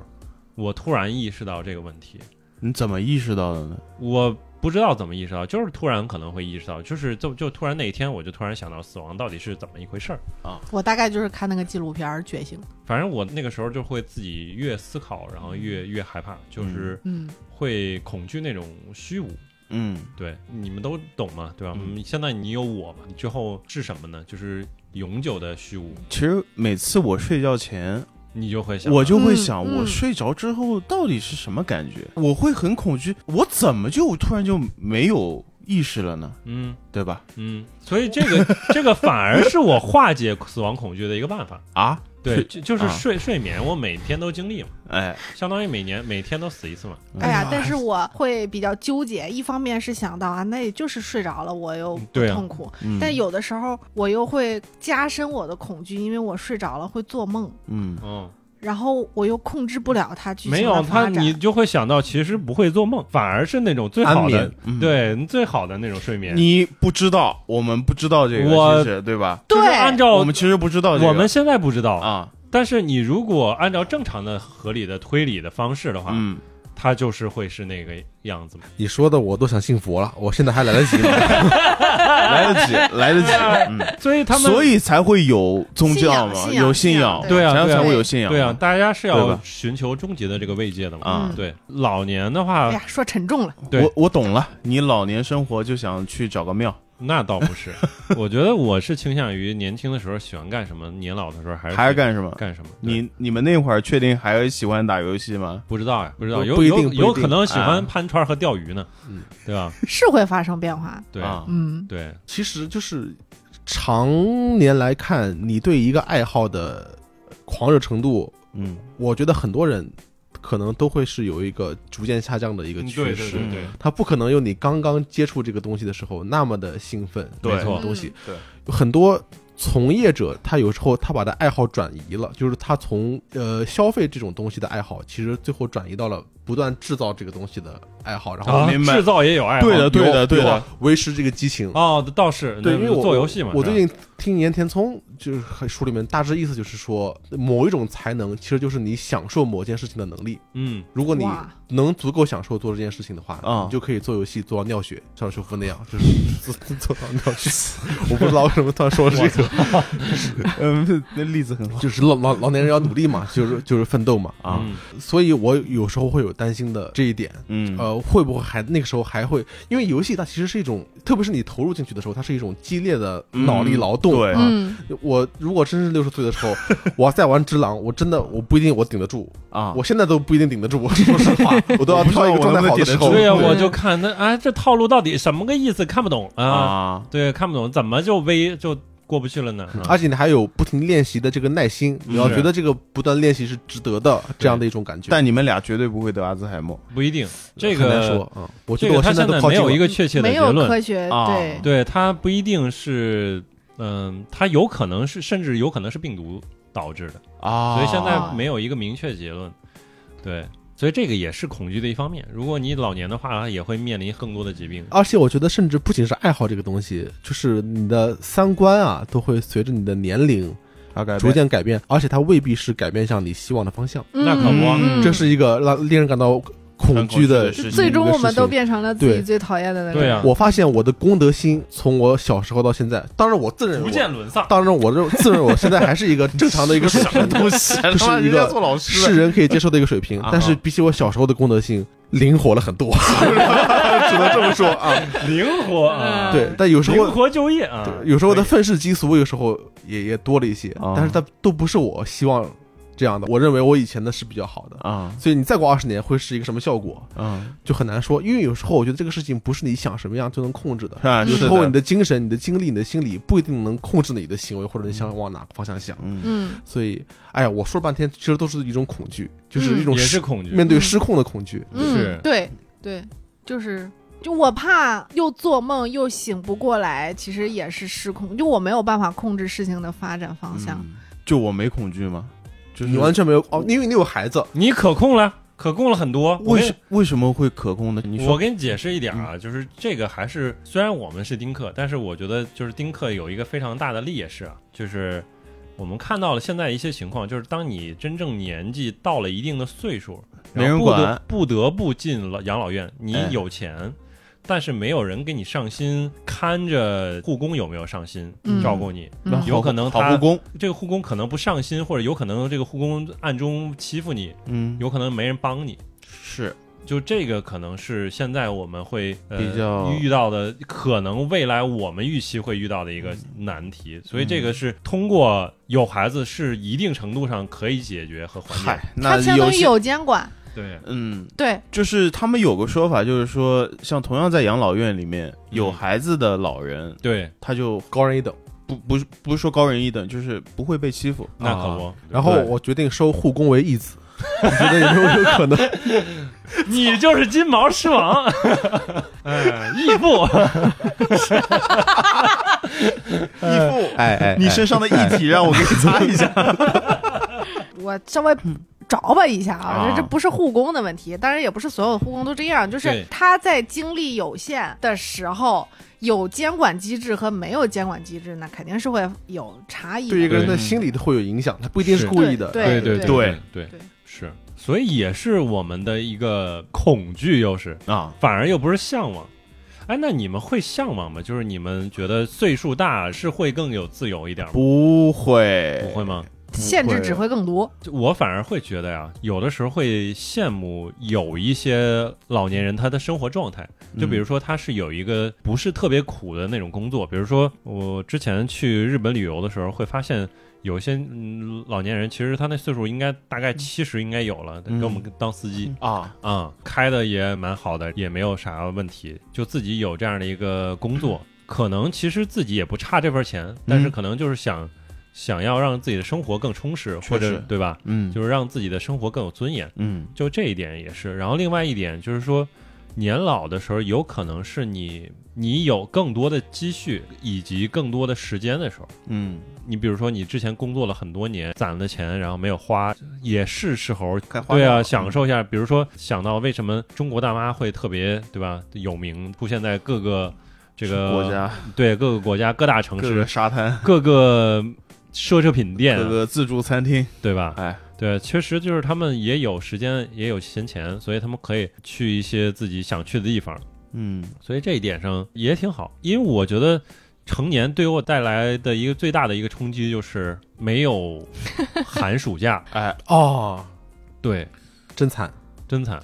我突然意识到这个问题。你怎么意识到的呢？我不知道怎么意识到，就是突然可能会意识到，就是就就突然那一天，我就突然想到死亡到底是怎么一回事儿。我大概就是看那个纪录片儿觉醒，反正我那个时候就会自己越思考，然后越越害怕，就是嗯，会恐惧那种虚无。嗯，对，你们都懂嘛，对吧？嗯嗯，现在你有我嘛，之后是什么呢？就是永久的虚无，其实每次我睡觉前，你就会想到，我就会想，嗯嗯我睡着之后到底是什么感觉？我会很恐惧，我怎么就突然就没有意识了呢？嗯对吧？嗯，所以这个 这个反而是我化解死亡恐惧的一个办法。啊，对，是就就是啊睡、睡眠，我每天都经历嘛，哎，相当于每年每天都死一次嘛。哎呀，但是我会比较纠结，一方面是想到啊，那也就是睡着了，我又嗯不对啊痛苦，嗯但有的时候我又会加深我的恐惧，因为我睡着了会做梦，嗯，嗯，然后我又控制不了它剧情没有的发他，展你就会想到其实不会做梦，反而是那种最好安的眠，嗯对最好的那种睡眠。你不知道，我们不知道这我个，其实对吧？就是按对，照我们其实不知道这个，我们现在不知道，啊，但是你如果按照正常的、合理的推理的方式的话，嗯，它就是会是那个样子嘛。你说的我都想信佛了，我现在还来得及吗？来得及， 来得及，嗯，所以他们， 所以才会有宗教嘛，信仰信仰有信仰，信仰对啊这样对啊才会有信仰，对啊，，大家是对要吧寻求终极的这个慰藉的嘛。啊嗯对，老年的话哎，呀，说沉重了，嗯对我我懂了，你老年生活就想去找个庙，那倒不 是。我觉得我是倾向于年轻的时候喜欢干什么，年老的时候还是还是干什么？干什么。对你你们那会儿确定还喜欢打游戏吗？不知道呀，不知道，不有不一定有不有一定可能喜欢啊攀串和钓鱼呢，嗯对吧？是会发生变化，对、啊，嗯，对，其实就是常年来看，你对一个爱好的狂热程度，嗯，我觉得很多人可能都会是有一个逐渐下降的一个嗯趋对势。对对它不可能有你刚刚接触这个东西的时候那么的兴奋，对没错东西。对，很多从业者他有时候他把他爱好转移了，就是他从呃消费这种东西的爱好，其实最后转移到了不断制造这个东西的爱好，然后啊，我明白制造也有爱好，对的对有的对有的，维持这个激情。哦，倒是对，那因为我做游戏嘛，我是吧最近听岩田聪就是很书里面大致意思就是说，某一种才能其实就是你享受某件事情的能力。嗯，如果你哇能足够享受做这件事情的话，啊你就可以做游戏做到尿血，像修复那样，就是做做到尿 血。我不知道为什么突然说这个， 嗯， 那例子很 好就是老老老年人要努力嘛，就是就是奋斗嘛。啊，嗯所以我有时候会有担心的这一点，嗯，呃，会不会还那个时候还会，因为游戏它其实是一种，特别是你投入进去的时候，它是一种激烈的脑力劳哎嗯动。对啊嗯，我如果真是六十岁的时候， 我要再玩《只狼》，我真的我不一定我顶得住，啊，我现在都不一定顶得住。说实话，我都要挑一个状态好的时候。我对呀，对我就看那哎，这套路到底什么个意思？看不懂啊，啊，对，看不懂，怎么就 V 就过不去了呢？啊而且你还有不停练习的这个耐心，嗯你要觉得这个不断练习是值得的，这样的一种感觉。但你们俩绝对不会得阿兹海默，不一定，这很难个说，嗯，我觉这得个我他在现都在靠没近有一了个确切的没结有论，科学，啊对，对，它不一定是，嗯，它有可能是，甚至有可能是病毒导致的。啊所以现哦在没有一个明确结论。对，所以这个也是恐惧的一方面。如果你老年的话，也会面临更多的疾病。而且我觉得，甚至不仅是爱好这个东西，就是你的三观啊，都会随着你的年龄大概逐渐改变，而且它未必是改变向你希望的方向。那可不啊嗯这是一个让令人感到恐惧的很恐惧的事情最终我们都变。变成了自己对最讨厌的那个对人，啊我发现我的公德心从我小时候到现在，当然我自认逐为渐我，沦 丧。当然我认自认为我现在还是一个正常的一个水 平，东西， 这是一个老是人可以接受的一个水平啊，但是比起我小时候的公德心，灵活了很多，只能这么说啊。灵活啊，对，但有时灵候。活就业啊，对有时候我的愤世嫉俗，有时候也也多了一些啊，但是它都不是我希望这这样的，我认为我以前的是比较好的。啊所以你再过二十年会是一个什么效果，啊，就很难说。因为有时候我觉得这个事情不是你想什么样就能控制的是，吧？有时是候的你的精神、你的精力、你的心理不一定能控制你的行为，或者你想往哪个方向想。嗯嗯所以，哎呀，我说半天，其实都是一种恐惧，就是嗯一种也失是恐惧面，对失控的恐惧。是嗯，对对，就是就我怕又做梦又醒不过来，其实也是失控，就我没有办法控制事情的发展方向。嗯就我没恐惧吗？就是你完全没有哦，因为你有孩子，你可控了，可控了很多。我为跟什为什么会可控呢？你我说嗯给你解释一点啊，就是这个还是虽然我们是丁克，但是我觉得就是丁克有一个非常大的劣势啊，就是我们看到了现在一些情况，就是当你真正年纪到了一定的岁数，没人然后不得管不得不进了养老院，你哎有钱。但是没有人给你上心看着护工有没有上心、嗯照顾你，嗯有可能好他不公，这个护工可能不上心，或者有可能这个护工暗中欺负你，嗯，有可能没人帮你，是就这个可能是现在我们会、呃、比较遇到的，可能未来我们预期会遇到的一个难题，所以这个是通过有孩子是一定程度上可以解决和缓解。嗨，那它相当于些有监管，对，嗯，对，就是他们有个说法，就是说，像同样在养老院里面有孩子的老人，对，他就高人一等。不不是不是说高人一等，就是不会被欺负。那可不。然后我决定收护工为义子， 你觉得有没有可能？你就是金毛狮王，哎，义父，义父，哎哎你身上的异体让我给你擦一下。我稍微找吧一下啊，啊这这不是护工的问题，当然也不是所有的护工都这样，就是对他在精力有限的时候，有监管机制和没有监管机制，那肯定是会有差异的。对一个人的心理会有影响，他不一定是是故意的。对对对对对对是，所以也是我们的一个恐惧优势。 啊，反而又不是向往。哎，那你们会向往吗？就是你们觉得岁数大是会更有自由一点吗？不会，不会吗？限制只会更多。就我反而会觉得呀，有的时候会羡慕有一些老年人他的生活状态，嗯就比如说他是有一个不是特别苦的那种工作，比如说我之前去日本旅游的时候会发现。有一些嗯老年人，其实他那岁数应该大概七十应该有了，嗯给我们当司机，啊，啊、开的也蛮好的，也没有啥问题，就自己有这样的一个工作，嗯可能其实自己也不差这份钱，但是可能就是想、想要让自己的生活更充实，实或者对吧，嗯就是让自己的生活更有尊严，嗯就这一点也是。然后另外一点就是说，年老的时候有可能是你你有更多的积蓄以及更多的时间的时候。嗯，你比如说，你之前工作了很多年，攒了钱，然后没有花，也是时候该花对掉啊，了享受一下。比如说，想到为什么中国大妈会特别对吧有名，出现在各个这个国家对各个国家各大城各个市沙滩，各个奢侈品店啊、各个自助餐厅，对吧？哎，对，确实就是他们也有时间，也有闲钱，所以他们可以去一些自己想去的地方。嗯所以这一点上也挺好，因为我觉得成年对我带来的一个最大的一个冲击就是没有 寒暑假，哦，对，真惨。真惨。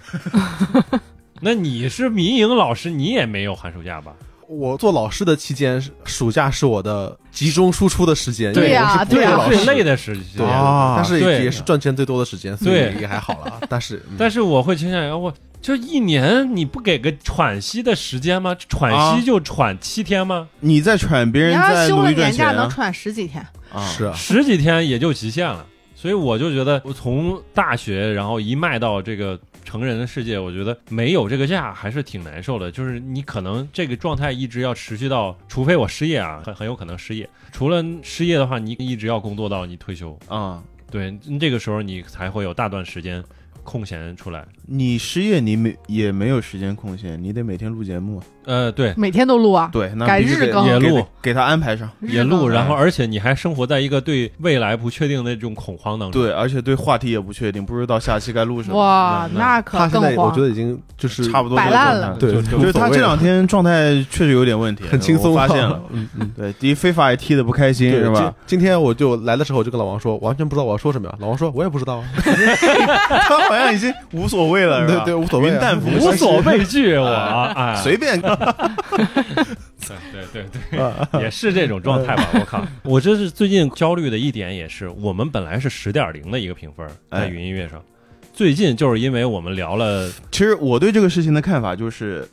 那你是民营老师，你也没有寒暑假吧？我做老师的期间，暑假是我的集中输出的时间，对因为呀我是不对累呀的啊老最师，累的时间对，啊但是对也也是赚钱最多的时间，所对以也还好了。但是，嗯但是是我会倾向于我。就一年，你不给个喘息的时间吗？喘啊息就喘七天吗？你在喘，别你人要在休努了力赚年钱假能啊喘十几天，啊，是啊十几天也就极限了。所以我就觉得，我从大学然后一迈到这个成人的世界，我觉得没有这个假还是挺难受的。就是你可能这个状态一直要持续到，除非我失业啊，很很有可能失业。除了失业的话，你一直要工作到你退休，啊。对，这个时候你才会有大段时间空闲出来。你失业，你没也没有时间空闲，你得每天录节目。啊呃，对，每天都录啊，对，那改必须日得更给也录给他安排上。也日更啊录，然后而且你还生活在一个对未来不确定的这种恐慌当中。对，而且对话题也不确定，不知道下期该录什么，哇，那那可他现更在我慌觉。得已经就是差不多摆这个烂状态了对，就就就是他无所谓这两天状态确实有点问题，很轻松，我发现 了。，嗯嗯。对，第一，非法也踢得不开心，对是吧？？今今天我就来的时候，我就跟老王说，完全不知道我要说什么呀。老王说，我也不知道啊。他好像已经无所谓 了，是吧？ 对对，无所谓啊，云淡风轻无所畏惧，我哎，随便。对对对，啊，嗯也是这种状态吧？我靠，我这是最近焦虑的一点，也是我们本来是十点零的一个评分哎在云音乐上，最近就是因为我们聊嗯了，其实我对这个事情的看法就是，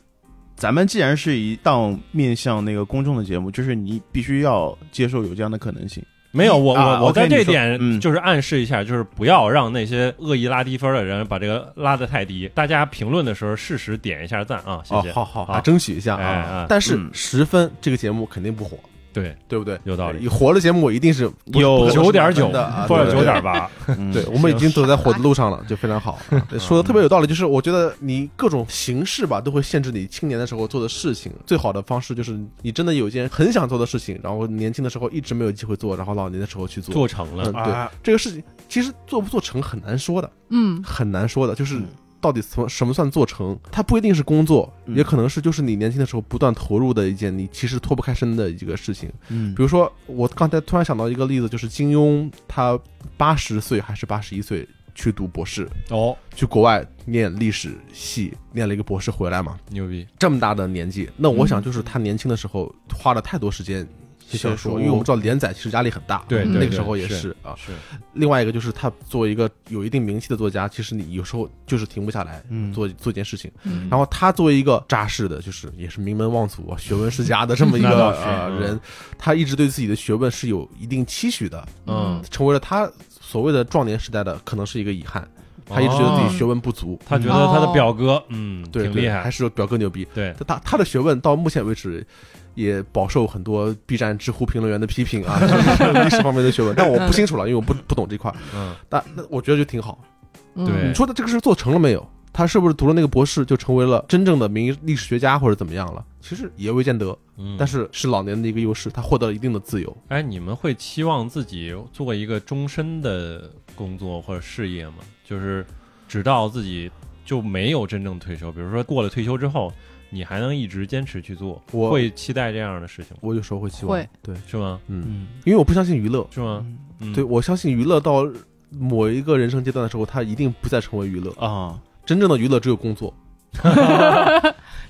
咱们既然是一档面向那个公众的节目，就是你必须要接受有这样的可能 性。没有我啊我我 OK，在这你说点嗯就是暗示一下，就是不要让那些恶意拉低分的人把这个拉得太低。大家评论的时候适时点一下赞啊，谢哦谢，。好好好啊，争取一下哎啊哎。但是嗯十分这个节目肯定不火，对，对不对？有道理你火的节目我一定是不有不可能九是点满九分的啊或者对九对点八，嗯对，我们已经走在火的路上了，就非常好，啊说的特别有道理。就是我觉得你各种形式吧，都会限制你青年的时候做的事情。最好的方式就是你真的有一件很想做的事情，然后年轻的时候一直没有机会做，然后老年的时候去做。做成嗯，了。啊对，这个事情其实做不做成很难说的，嗯，很难说的，就是。到底从什么算做成？它不一定是工作，嗯也可能是就是你年轻的时候不断投入的一件你其实脱不开身的一个事情。嗯比如说，我刚才突然想到一个例子，就是金庸，他八十岁还是八十一岁去读博士，哦，去国外念历史系，念了一个博士回来嘛，牛逼！这么大的年纪，那我想就是他年轻的时候花了太多时间写小写说，书因为我们知道连载其实压力很大，对对那对个时候也是是啊。是另外一个就是他作为一个有一定名气的作家，其实你有时候就是停不下来。嗯做做一件事情，嗯然后他作为一个扎实的，就是也是名门望族、啊 学问世家的这么一那个倒是呃嗯人，他一直对自己的学问是有一定期许的，嗯，成为了他所谓的壮年时代的可能是一个遗憾。他一直觉得自己学问不足，哦他觉得他的表哥，嗯，对挺对厉还害，是表嗯哥牛逼。对，他他他的学问到目前为止也饱受很多 B 站、知乎评论员的批评啊，就是历史方面的学问，但我不清楚了，因为我不不懂这块儿。嗯，但那我觉得就挺好。对嗯你说的这个事做成了没有？他是不是读了那个博士就成为了真正的名历史学家或者怎么样了？其实也未见得，嗯但是是老年的一个优势，他获得了一定的自由。哎，你们会期望自己做一个终身的工作或者事业吗？就是直到自己就没有真正退休，比如说过了退休之后，你还能一直坚持去做，我会期待这样的事情吗我有时候会希望会，对，是吗？嗯，嗯因为我不相信娱乐，是吗？嗯、对我相信娱乐到某一个人生阶段的时候，它一定不再成为娱乐，啊，真正的娱乐只有工 作，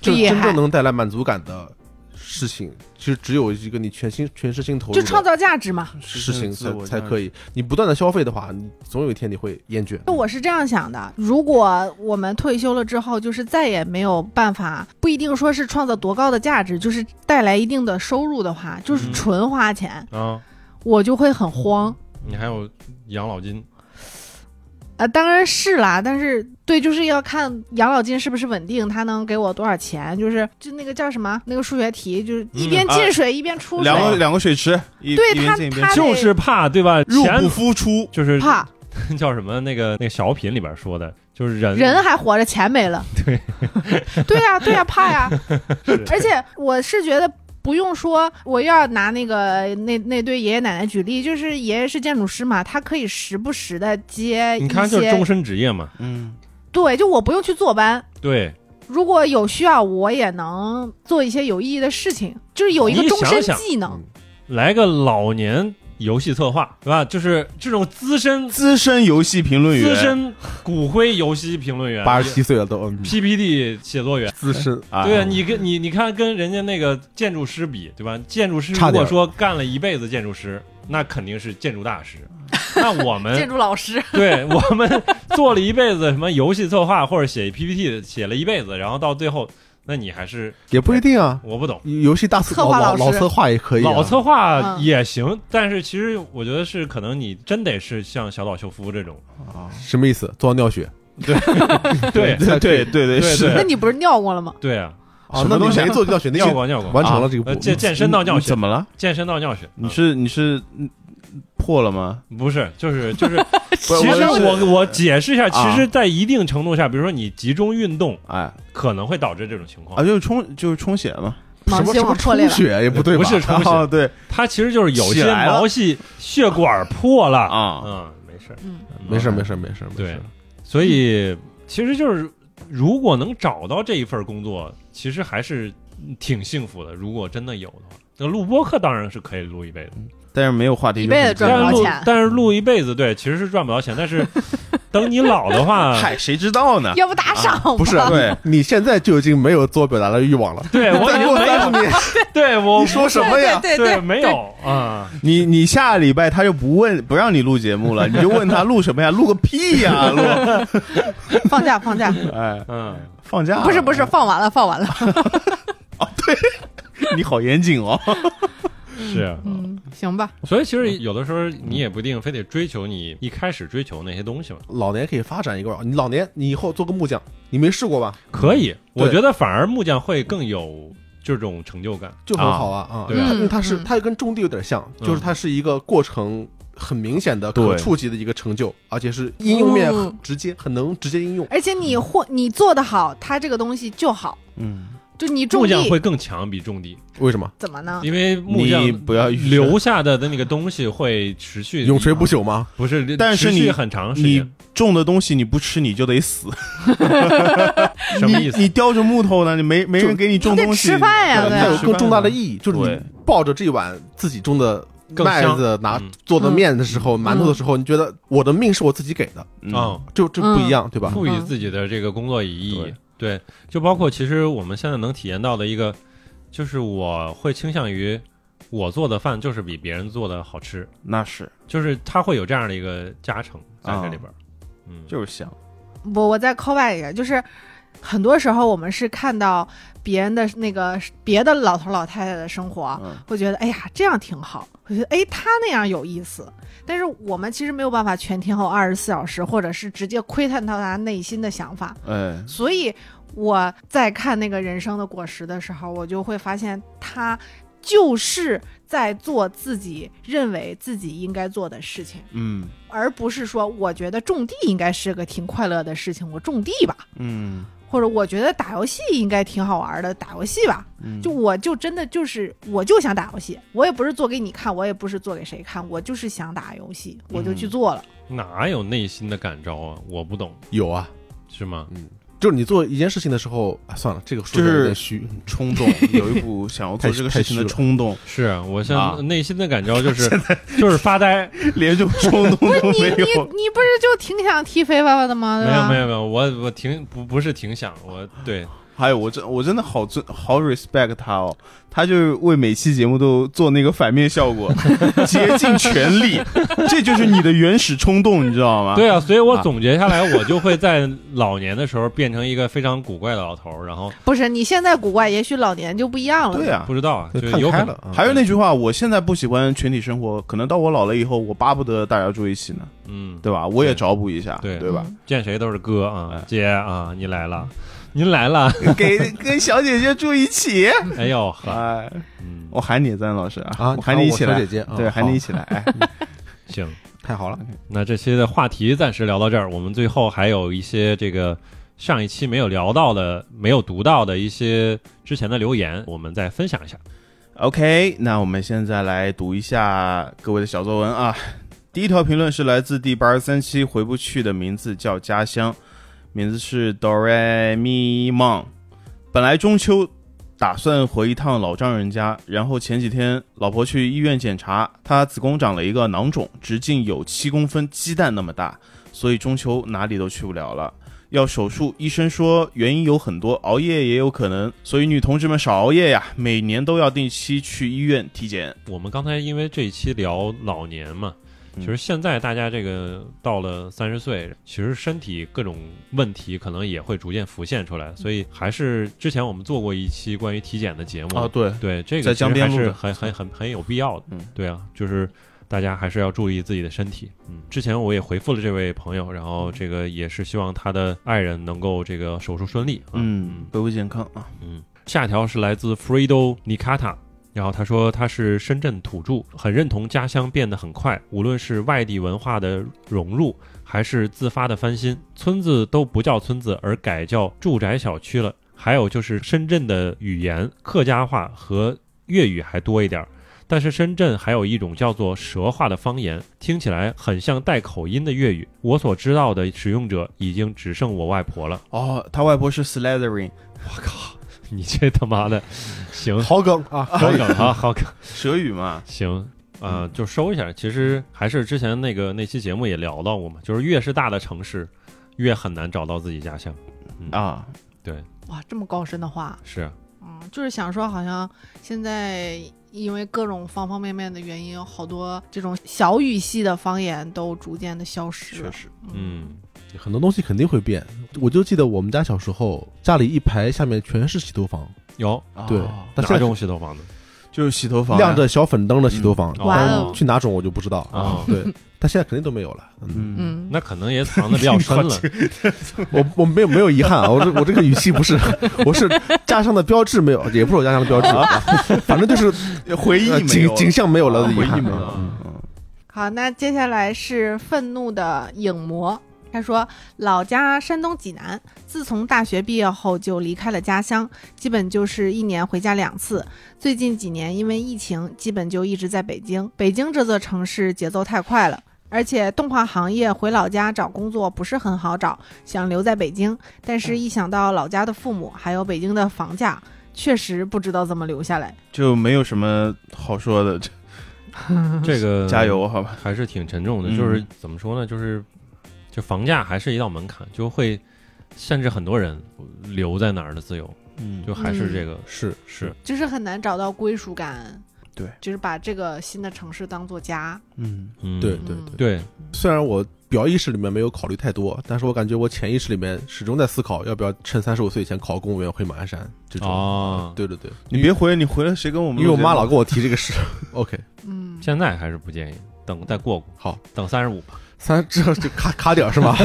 就是厉害真正能带来满足感的事情，其实只有一个你全心全身心投入就创的造价值嘛。事情自我才才价值可以。你不断的消费的话，你总有一天你会厌倦。我是这样想的，如果我们退休了之后，就是再也没有办法，不一定说是创造多高的价值，就是带来一定的收入的话，就是嗯纯花钱，啊，我就会很慌。你还有养老金，啊，当然是啦，但是对，就是要看养老金是不是稳定，它能给我多少钱，就是就那个叫什么那个数学题，就是一边嗯啊进水、一边出水两，个两个水池，一啊对一边他进一边他出得就是怕对吧？入钱不敷出，就是怕 叫什么那个那个小品里边说的，就是人人还活着，钱没了。对， 对呀、对呀、怕呀。而且我是觉得。不用说，我要拿那个那那对爷爷奶奶举例，就是爷爷是建筑师嘛，他可以时不时的接一你看就是些终，身职业嘛，嗯，对，就我不用去坐班，对，如果有需要，我也能做一些有意义的事情，就是有一个你终身想想技能。嗯来个老年游戏策划，对吧？就是这种资深资深游戏评论员，资深骨灰游戏评论员，八十七岁了都，嗯 PPT 写作员。资深啊，对啊，你跟你你看跟人家那个建筑师比，对吧？建筑师差如点果儿说干了一辈子建筑师，那肯定是建筑大 师。那我们筑老师，对我们做了一辈子什么游戏策划或者写 PPT 写了一辈子，然后到最后，那你还是也不一定啊。我不懂。游戏大策策划老老老师策划也可以啊，老策划嗯也行，但是其实我觉得是可能你真得是像小岛秀夫 这种，啊什么意思？做到尿血对对对对对对对，是 那你不是尿过了吗？对啊，啊什么那你东西啊没做尿血，那尿就过尿过，完成了这个步呃。健健身到尿你血怎，么了？健身到尿血，啊你是你是嗯破了吗？不是，就是就是， 不是其实我我我解释一下，其啊实，在一定程度上，比如说你集中运动，哎可能会导致这种情啊，况。就是充就是充血嘛，什毛么细什么孔破裂充了，血也不对吧？不是嗯充 血啊对它其实就是有起些来了毛细血管破了，啊，嗯，没事儿，嗯，没事儿没事儿没事儿没事对儿。，所以其实就是，如果能找到这一份工作，其实还是挺幸福的。如果真的有的话，那录播课当然是可以录一辈子，但是没有话题一就辈很子简赚但不是着录钱但是录一辈子，对，其实是赚不着钱，但是等你老的话，嗨，谁知道呢？要不打赏吧、啊不是，对，你现在就已经没有自我表达的欲望了。对我已再经过没三十有，年，对我你说什 么呀？哎对对对没有啊，你你下礼拜他就不问不让你录节目了，你就问他录什么呀？录个屁呀！录放假放假，哎，嗯，放假不是不是，放完了放完了。是，你好严谨哦。是。嗯，行吧，所以其实有的时候你也不一定非得追求你一开始追求那些东西嘛，老年可以发展一个，你老年你以后做个木匠，你没试过吧？可以，对我觉得反而木匠会更有这种成就感，就很好啊啊，对啊因为它是嗯嗯它跟种地有点像，嗯就是它是一个过程很明显的、对可触及的一个成就，而且是应用面嗯很直接，很能直接应用。而且你或你做的好，它这个东西就好，嗯，就你种木匠地会更强比种地，为什么？怎么呢？因为木你匠不要预设留下的的那个东西会持续永垂不朽吗？不是，但啊是持续你很长时你间，种的东西你不吃你就得 死，什么意思？你你叼着木头呢，你没没人给你种得东西，吃饭呀对对它有吃更饭重大的呢意义，就是你对抱着这碗自己种的更麦香子拿嗯做的面的时候，馒头的时候，你觉得我的命是我自己给的，嗯嗯，就这不一样，对吧？赋予自己的这个工作意义对。对，就包括其实我们现在能体验到的一个，就是我会倾向于我做的饭就是比别人做的好吃，那是就是它会有这样的一个加成在这里边儿。嗯，就是香，我我再 call back 一个，就是很多时候我们是看到别人的那个别的老头老太太的生活，嗯会觉得哎呀这样挺好，会觉得哎他那样有意思。但是我们其实没有办法全天候二十四小时，或者是直接窥探到他内心的想法。哎，所以我在看那个《人生的果实》的时候，我就会发现他就是在做自己认为自己应该做的事情，嗯而不是说我觉得种地应该是个挺快乐的事情，我种地吧。嗯或者我觉得打游戏应该挺好玩的，打游戏吧。嗯，就我就真的就是我就想打游戏，我也不是做给你看，我也不是做给谁看，我就是想打游戏，我就去嗯做 了。哪有内心的感召啊？我不懂，有啊，是吗？就是你做一件事情的时候，啊、算了，这个说的有点虚，冲 动，有一股想要做太这个事太情的虚了冲动，是我啊像内心的感召就是就是发呆，连这种冲动都 你没你有。你不是就挺想踢飞娃娃的吗？没对啊有吧？没有没有，我我挺不不是挺想我对还有，我真我真的好尊好 respect 他哦，他就是为每期节目都做那个反面效果，竭尽全 力，这就是你的原始冲动，你知道吗？对啊，所以我啊总结下来，我就会在老年的时候变成一个非常古怪的老头儿，然后不是你现在古怪，也许老年就不一样了。对啊不。知道啊，就就看有可开能了。啊。还有那句话，我现在不喜欢群体生活，可能到我老了以后，我巴不得大家住一起呢，嗯，对吧？我也对找补一下，对对吧？见谁都是哥哎啊，姐啊，你来了，您来了， 嗯 给跟小姐姐住一 起，哎呦呵，哎，嗯，我喊你，赞老师啊，啊，你喊喊你一我起小来姐，姐，啊对，喊你一好起来，哎，行， 太好了，那这期的话题暂时聊到这儿，我们最后还有一些这个上一期没有聊到的、没有读到的一些之前的留言，我们再分享一下。 OK，那我们现在来读一下各位的小作文啊。第一条评论是来自第八十三期，回不去的名字叫家乡，名字是哆来咪梦。本来中秋打算回一趟老丈人家，然后前几天老婆去医院检查，她子宫长了一个囊肿，直径有七公分，鸡蛋那么大，所以中秋哪里都去不了了。要手术，医生说原因有很多，熬夜也有可能，所以女同志们少熬夜呀，每年都要定期去医院体检。我们刚才因为这一期聊老年嘛，嗯其实现在大家这个到了三十岁，其实身体各种问题可能也会逐渐浮现出来，所以还是之前我们做过一期关于体检的节目哦啊，对，对，这个其在实江边还录是的很很很很有必要的。嗯对啊，就是大家还是要注意自己的身体。嗯，之前我也回复了这位朋友，然后这个也是希望他的爱人能够这个手术顺利。啊嗯，恢复健康啊，嗯，下一条是来自 Fredo Nikata，然后他说他是深圳土著，很认同家乡变得很快，无论是外地文化的融入，还是自发的翻新，村子都不叫村子，而改叫住宅小区了。还有就是深圳的语言客家话和粤语还多一点儿。但是深圳还有一种叫做舌化的方言，听起来很像带口音的粤语。我所知道的使用者已经只剩我外婆了。 哦，他外婆是 Slytherin 你这他妈的，行，好梗啊，好梗啊，好梗。蛇语嘛，行，呃，就收一下。其实还是之前那个那期节目也聊到过嘛，就是越是大的城市，越很难找到自己家乡。啊，哇，这么高深的话，是，啊嗯，就是想说，好像现在因为各种方方面面的原因，有好多这种小语系的方言都逐渐的消失确了。实，嗯，很多东西肯定会变。我就记得我们家小时候，家里一排下面全是洗头房，有对哦但哪是种洗头房的？就是洗头房呀亮着小粉灯的洗头房，嗯哇但哦是去哪种我就不知道哦啊对，但现在肯定都没有了。嗯，嗯，嗯，那可能也藏的比较深了。我我没有没有遗憾啊，我这我这个语气不是， 我是家乡的标志没有，也不是我家乡的标志，啊 反正就是 回忆呃没有景了哦景象没有了的遗回忆憾没有啊。了嗯，嗯好，那接下来是愤怒的影魔。他说，老家山东济南，自从大学毕业后就离开了家乡，基本就是一年回家两次。最近几年因为疫情，基本就一直在北京。北京这座城市节奏太快了，而且动画行业回老家找工作不是很好找，想留在北京，但是一想到老家的父母还有北京的房价，确实不知道怎么留下来。就没有什么好说的，这这个 加油，好吧，还是挺沉重的。嗯就是怎么说呢？就是就房价还是一道门槛，就会限制很多人留在哪儿的自由。嗯就还是这个是是就是很难找到归属感。对，就是把这个新的城市当做家。嗯，嗯对对嗯对。对，虽然我表意识里面没有考虑太多，但是我感觉我潜意识里面始终在思考，要不要趁三十五岁以前考公务员回马鞍山这种。哦，对对对，你别回，你回来谁跟我们因录节目？为我妈老跟我提这 个事。OK，嗯，现在还是不建议，等再过过，好，等三十五吧，三这就卡卡点 儿是吗？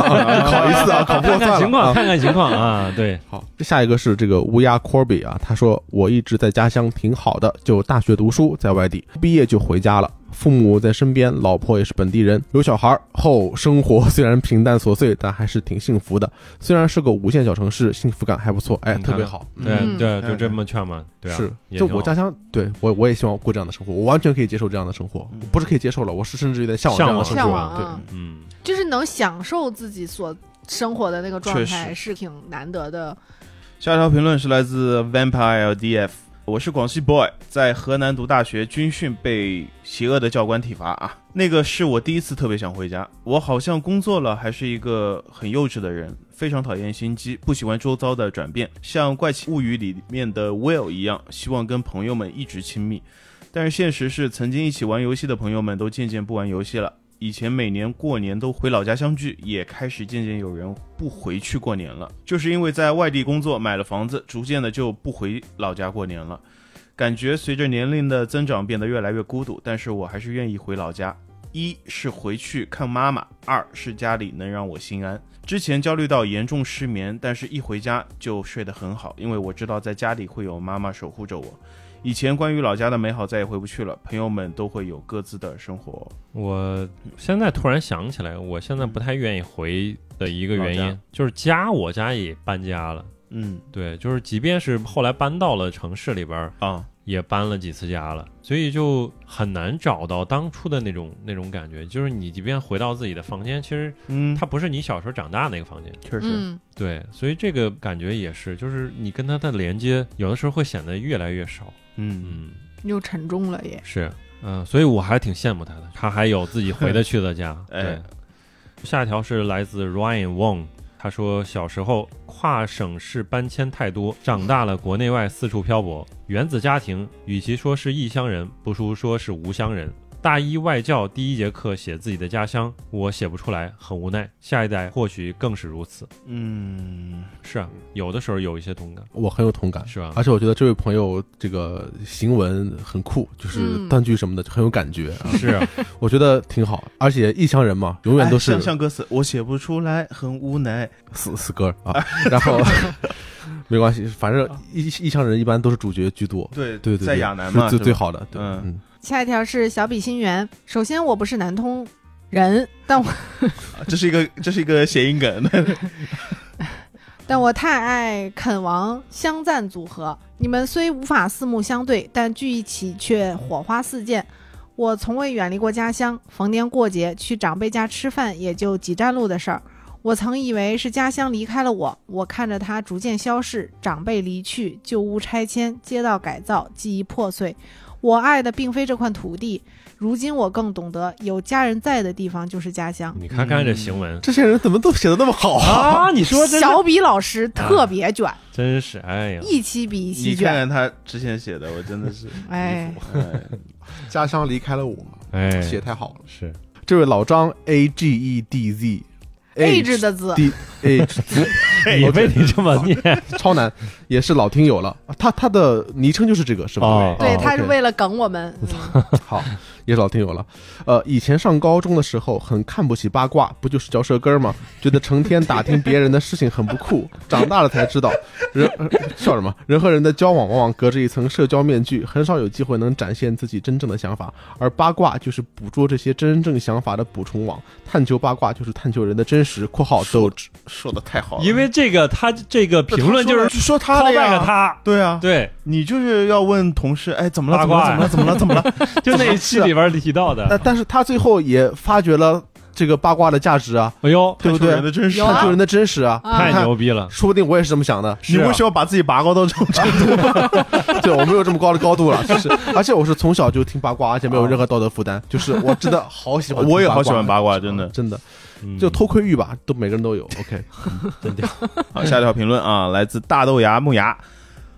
考一次啊，考不看过看算情了。况，啊看看情况啊。对，好，这下一个是这个乌鸦 Corby 啊，他说我一直在家乡挺好的，就大学读书在外地，毕业就回家了，父母在身边，老婆也是本地人，有小孩儿后，生活虽然平淡琐碎，但还是挺幸福的。虽然是个五线小城市，幸福感还不错，哎，你看特别好。嗯对嗯对，就这么劝嘛，对啊，是，也就挺我好家乡，对我我也希望过这样的生活，我完全可以接受这样的生活，嗯不是可以接受了，我是甚至有点向往这样的生向活。向往对啊，嗯，就是能享受自己所生活的那个状态，确是挺难得的。下一条评论是来自 Vampire LDF，我是广西 boy，在河南读大学，军训被邪恶的教官体罚啊，那个是我第一次特别想回家。我好像工作了，还是一个很幼稚的人，非常讨厌心机，不喜欢周遭的转变，像《怪奇物语》里面的 Will 一样，希望跟朋友们一直亲密。但是现实是，曾经一起玩游戏的朋友们都渐渐不玩游戏了。以前每年过年都回老家相聚，也开始渐渐有人不回去过年了，就是因为在外地工作，买了房子，逐渐的就不回老家过年了。感觉随着年龄的增长，变得越来越孤独，但是我还是愿意回老家。一是回去看妈妈，二是家里能让我心安。之前焦虑到严重失眠，但是一回家就睡得很好，因为我知道在家里会有妈妈守护着我。以前关于老家的美好再也回不去了，朋友们都会有各自的生活。我现在突然想起来，我现在不太愿意回的一个原老因家就是家，我家也搬家了。嗯对，就是即便是后来搬到了城市里边儿，啊，也搬了几次家了，所以就很难找到当初的那种那种感觉。就是你即便回到自己的房间，其实嗯，它不是你小时候长大那个房间。确嗯，对，所以这个感觉也是，就是你跟它的连接，有的时候会显得越来越少。嗯嗯，又沉重了耶。是，嗯、所以我还挺羡慕他的，他还有自己回得去的家。哎对，下一条是来自 Ryan Wong，他说小时候跨省市搬迁太多，长大了国内外四处漂泊，原子家庭与其说是异乡人，不如说是无乡人。大一外教第一节课写自己的家乡，我写不出来，很无奈。下一代或许更是如此。嗯，是啊，有的时候有一些同感，我很有同感，是吧？而且我觉得这位朋友这个行文很酷，就是嗯断句什么的就很有感觉啊，是啊，我觉得挺好。而且异乡人嘛，永远都是哎像像歌词，我写不出来，很无奈。死死歌儿啊， 然后没关系，反正异异乡人一般都是主角居多，对对对对，在亚南嘛，是最最好。好的，对，嗯嗯，下一条是小比心源。首先，我不是南通人，但我 这是一个这是一个谐音 梗。但我太爱肯王香赞组合，你们虽无法四目相对，但聚一起却火花四溅。我从未远离过家乡，逢年过节去长辈家吃饭也就几站路的事儿。我曾以为是家乡离开了我，我看着它逐渐消逝，长辈离去，旧屋拆迁，街道改造，记忆破碎。我爱的并非这块土地，如今我更懂得，有家人在的地方就是家乡。你看看这行文这些人怎么都写的那么好啊？啊，你说这小比老师特别卷，真是哎呀，一期比一你期看卷，看他之前写的，我真的是， 哎，哎家乡离开了我，哎，写太好了。是这位老张 A G E D Z。励志的字 D H 也被你这么念，超难，也是老听友了。啊他他的昵称就是这个，是吧？哦对，他是 OK 为了梗我们。嗯 好，也是老听友了。呃，以前上高中的时候很看不起八卦，不就是嚼舌根儿吗？觉得成天打听别人的事情很不酷。 长大了才知道，人、 呃笑什么？人和人的交往往往隔着一层社交面具，很少有机会能展现自己真正的想法。而八卦就是捕捉这些真正想法的补充网，探求八卦就是探求人的真实（括号斗志说的太好了。 因为这个他这个评论就是说他了 call 呀 back 他，对啊， 对，你就是要问同事，哎，怎么了？八怎么卦了？怎么了？ 怎么了？怎么了？就那一期里边提到的那，但是他最后也发掘了这个八卦的价值啊，哎呦，对不看出对人？的真实有啊探求人的真实啊，啊太牛逼 了，说不定我也是这么想的。你为什么把自己拔高到这种程度？ 对，我没有这么高的高度了，就是，而且我是从小就听八卦，而且没有任何道德负担，就是我真的好喜 欢，我也好喜欢，八卦，真的。真的嗯就偷窥欲吧，都每个人都有。OK， 好，下一条评论啊，来自大豆芽木芽，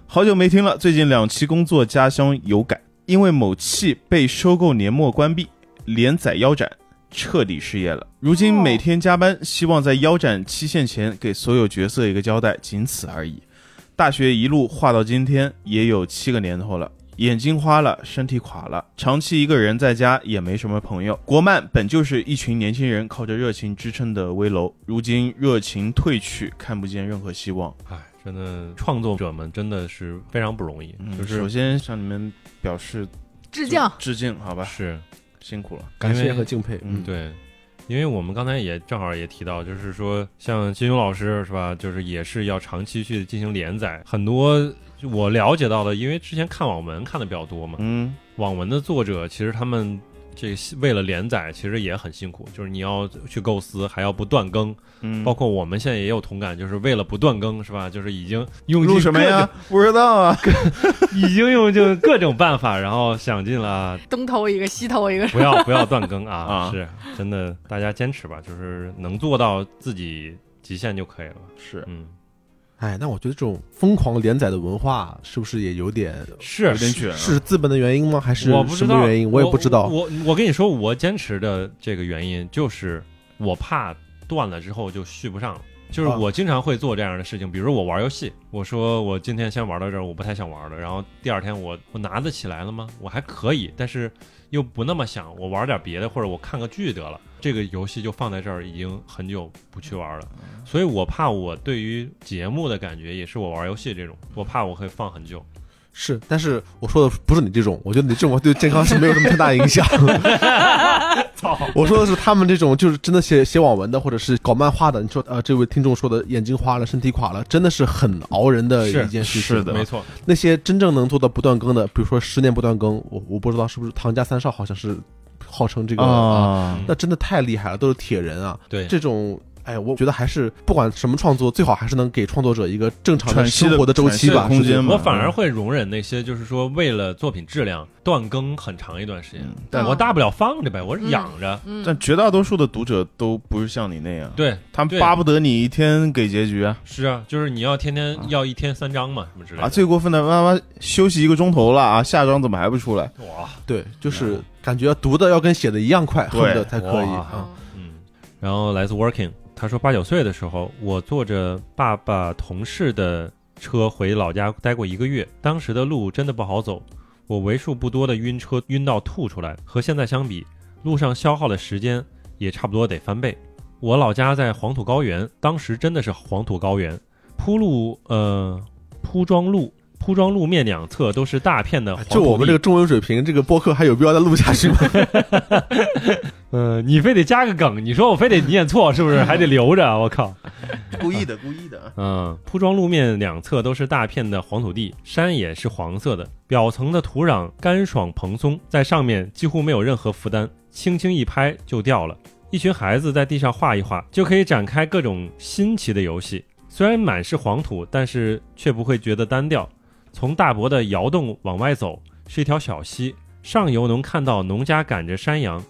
好久没听了，最近两期工作家乡有改，因为某企被收购年末关闭，连载腰斩。彻底失业了，如今哦每天加班，希望在腰斩期限前给所有角色一个交代，仅此而已。大学一路画到今天，也有七个年头了。眼睛花了，身体垮了，长期一个人在家也没什么朋友。国漫本就是一群年轻人靠着热情支撑的危楼，如今热情褪去，看不见任何希望。哎，真的创作者们真的是非常不容易，嗯，就首是先向你们 表示致敬，致敬，好吧，是辛苦了。 感因谢为和敬佩。嗯，，对，因为我们刚才也正好也提到，就是说像金庸老师是吧，就是也是要长期去进行连载，很多我了解到的，因为之前看网文看的比较多嘛，嗯，网文的作者其实他们。这个为了连载，其实也很辛苦，就是你要去构思，还要不断更，嗯，包括我们现在也有同感，就是为了不断更，是吧？就是已经用录尽什么各呀？不知道啊。种？已经用尽各种办法，然后想尽了东头一个，西头一个，不要不要断更啊！ 啊是真的，大家坚持吧，就是能做到自己极限就可以了。是嗯，哎，那我觉得这种疯狂连载的文化是不是也有点是有点卷啊是资本的原因吗？还是我不什知么道原因？我也不知道。我我跟你说，我坚持的这个原因就是我怕断了之后就续不上了。就是啊我经常会做这样的事情，比如我玩游戏，我说我今天先玩到这儿，我不太想玩了。然后第二天我我拿得起来了吗？我还可以，但是又不那么想，我玩点别的，或者我看个剧得了。这个游戏就放在这儿，已经很久不去玩了，嗯所以我怕我对于节目的感觉也是我玩游戏这种，我怕我会放很久。是，但是我说的不是你这种，我觉得你这种对健康是没有什么太大影 响。 我说的是他们这种，就是真的写写网文的，或者是搞漫画的。你说，呃，这位听众说的眼睛花了，身体垮了，真的是很熬人的是一件事情。啊是的没错，那些真正能做到不断更的，比如说十年不断更，我我不知道是不是唐家三少，好像是号称这个，啊嗯那真的太厉害了，都是铁人啊！嗯对，这种，哎，我觉得还是不管什么创作，最好还是能给创作者一个正常喘息的生活的周喘息期的吧。空是不是间嘛我反而会容忍那些，就是说为了作品质量断更很长一段时间嗯，但嗯我大不了放着呗，我养着。嗯，但绝大多数的读者都不是像你那样，对，他们对巴不得你一天给结局啊。是啊，就是你要天天要一天三章嘛，什么之类的。啊，最过分的，妈妈休息一个钟头了啊，下章怎么还不出来？哇，对，就是感觉读的要跟写的一样快，恨对不得才可以哇啊。嗯，然后来自 Working，他说八九岁的时候，我坐着爸爸同事的车回老家待过一个月，当时的路真的不好走，我为数不多的晕车晕到吐出来，和现在相比，路上消耗的时间也差不多得翻倍。我老家在黄土高原，当时真的是黄土高原，铺路 呃铺装路。铺装路面两侧都是大片的黄土地，哎就我们这个中文水平，这个播客还有必要再录下去吗？ 呃，你非得加个梗，你说我非得念错，是不 是？还得留着，我靠！故意的，故意的。嗯，铺装路面两侧都是大片的黄土地，山也是黄色的，表层的土壤干爽蓬松，在上面几乎没有任何负担，轻轻一拍就掉了。一群孩子在地上画一画，就可以展开各种新奇的游戏。虽然满是黄土，但是却不会觉得单调。从大伯的窑洞往外走，是一条小溪，上游能看到农家赶着山羊。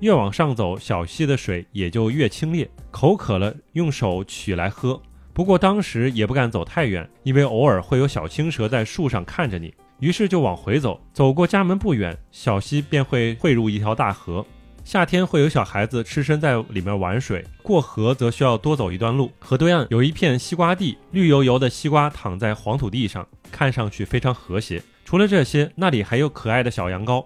越往上走，小溪的水也就越清冽。口渴了，用手取来喝。不过当时也不敢走太远，因为偶尔会有小青蛇在树上看着你。于是就往回走，走过家门不远，小溪便会汇入一条大河。夏天会有小孩子赤身在里面玩水，过河则需要多走一段路。河对岸有一片西瓜地，绿油油的西瓜躺在黄土地上，看上去非常和谐。除了这些，那里还有可爱的小羊羔，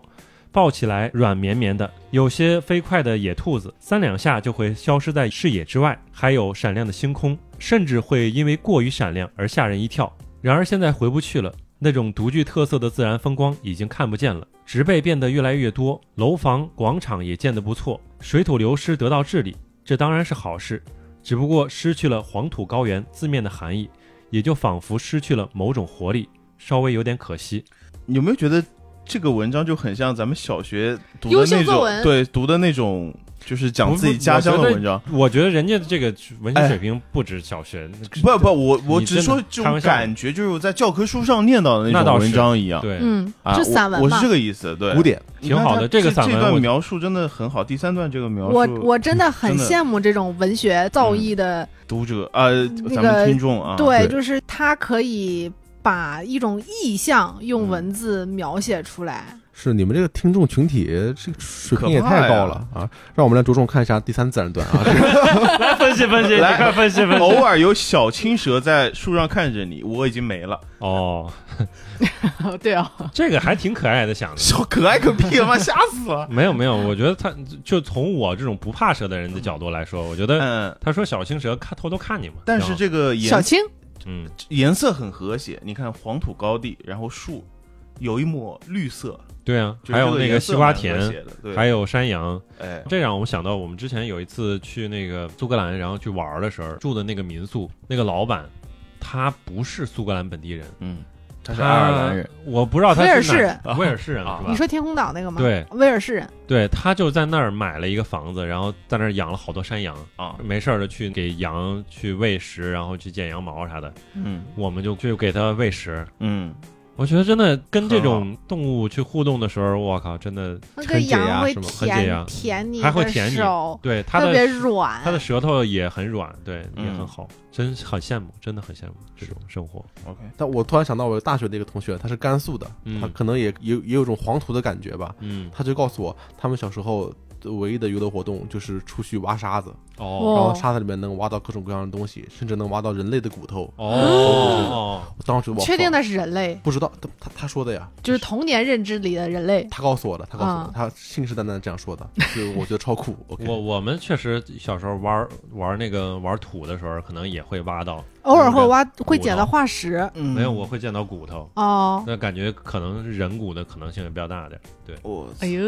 抱起来软绵绵的，有些飞快的野兔子，三两下就会消失在视野之外。还有闪亮的星空，甚至会因为过于闪亮而吓人一跳。然而现在回不去了，那种独具特色的自然风光已经看不见了。植被变得越来越多，楼房、广场也建得不错，水土流失得到治理，这当然是好事。只不过失去了黄土高原字面的含义，也就仿佛失去了某种活力，稍微有点可惜。有没有觉得这个文章就很像咱们小学读优的秀那作种文对读的那种，就是讲不自己不家我乡觉的得文章？我觉得人家的这个文哎学水平不止小学，不不，我我你只真的说开这种玩笑感觉，就是我在教科书上念到的那种倒是文章一样。对，嗯，啊，就散文我，我嘛是这。个意思，对，古典，你看挺好他的这个散文这段我描述真的很好。第三段这个描述，我我真的很真的羡慕这种文学造嗯诣的，读者呃，嗯那咱个们听众啊，对，对就是他可以把一种意象嗯用文字描写出来。是你们这个听众群体这个水平也可怕呀太高了啊！让我们来着重看一下第三自然段啊， 来分析分析，来快分析分析。偶尔有小青蛇在树上看着你，我已经没 了。 哦，对哦，这个还挺可爱的，啊想的。小可爱个屁，他妈吓死了。没有没有，我觉得他就从我这种不怕蛇的人的角度来说，我觉得嗯，他说小青蛇看偷偷看你嘛，但然是后这个小颜青，嗯，颜色很和谐，你看黄土高地，然后树有一抹绿色，对啊，就是还有这那颜个色西瓜蛮和田，谐的，对，还有山羊，哎，这让我们想到，我们之前有一次去那个苏格兰，然后去玩儿的时候住的那个民宿，那个老板他不是苏格兰本地人，嗯，他是爱尔兰人，他，我不知道他威尔是哪士威尔士哦人啊是吧？你说天空岛那个吗？，对威尔士人，对，他就在那儿买了一个房子，然后在那儿养了好多山羊，啊，没事儿的去给羊去喂食，然后去剪羊毛啥的，嗯我们就去给它喂食。嗯，我觉得真的跟这很好种动物去互动的时候，我靠，真的那个很解羊压会是吗很解压舔舔你还会的舔你手，对它特的别软。它的舌头也很软，对，也嗯很好，真很羡慕，真的很羡慕这种生活。 OK，但我突然想到我大学的一个同学，他是甘肃的，嗯他可能也也也有种黄土的感觉吧，嗯，他就告诉我，他们小时候唯一的娱乐活动就是出去挖沙子，哦哦然后沙子里面能挖到各种各样的东西，甚至能挖到人类的骨头。哦，我当时我确定那是人类，不知道，他他他说的呀，就是童年认知里的人类。他告诉我的，他告诉我的，嗯他信誓旦旦地这样说的， 就是我觉得超酷。OK，我我们确实小时候玩儿玩儿那个玩土的时候，可能也会挖到，偶尔那个会挖，会骨捡到头化石嗯没有我会见到骨头，哦。那感觉可能是人骨的可能性也比较大点。我哎呦，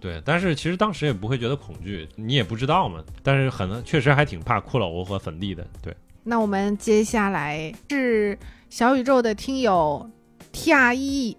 对，但是其实当时也不会觉得恐惧，你也不知道嘛。但是很确实还挺怕骷髅和粉地的。对，那我们接下来是小宇宙的听友 T R E。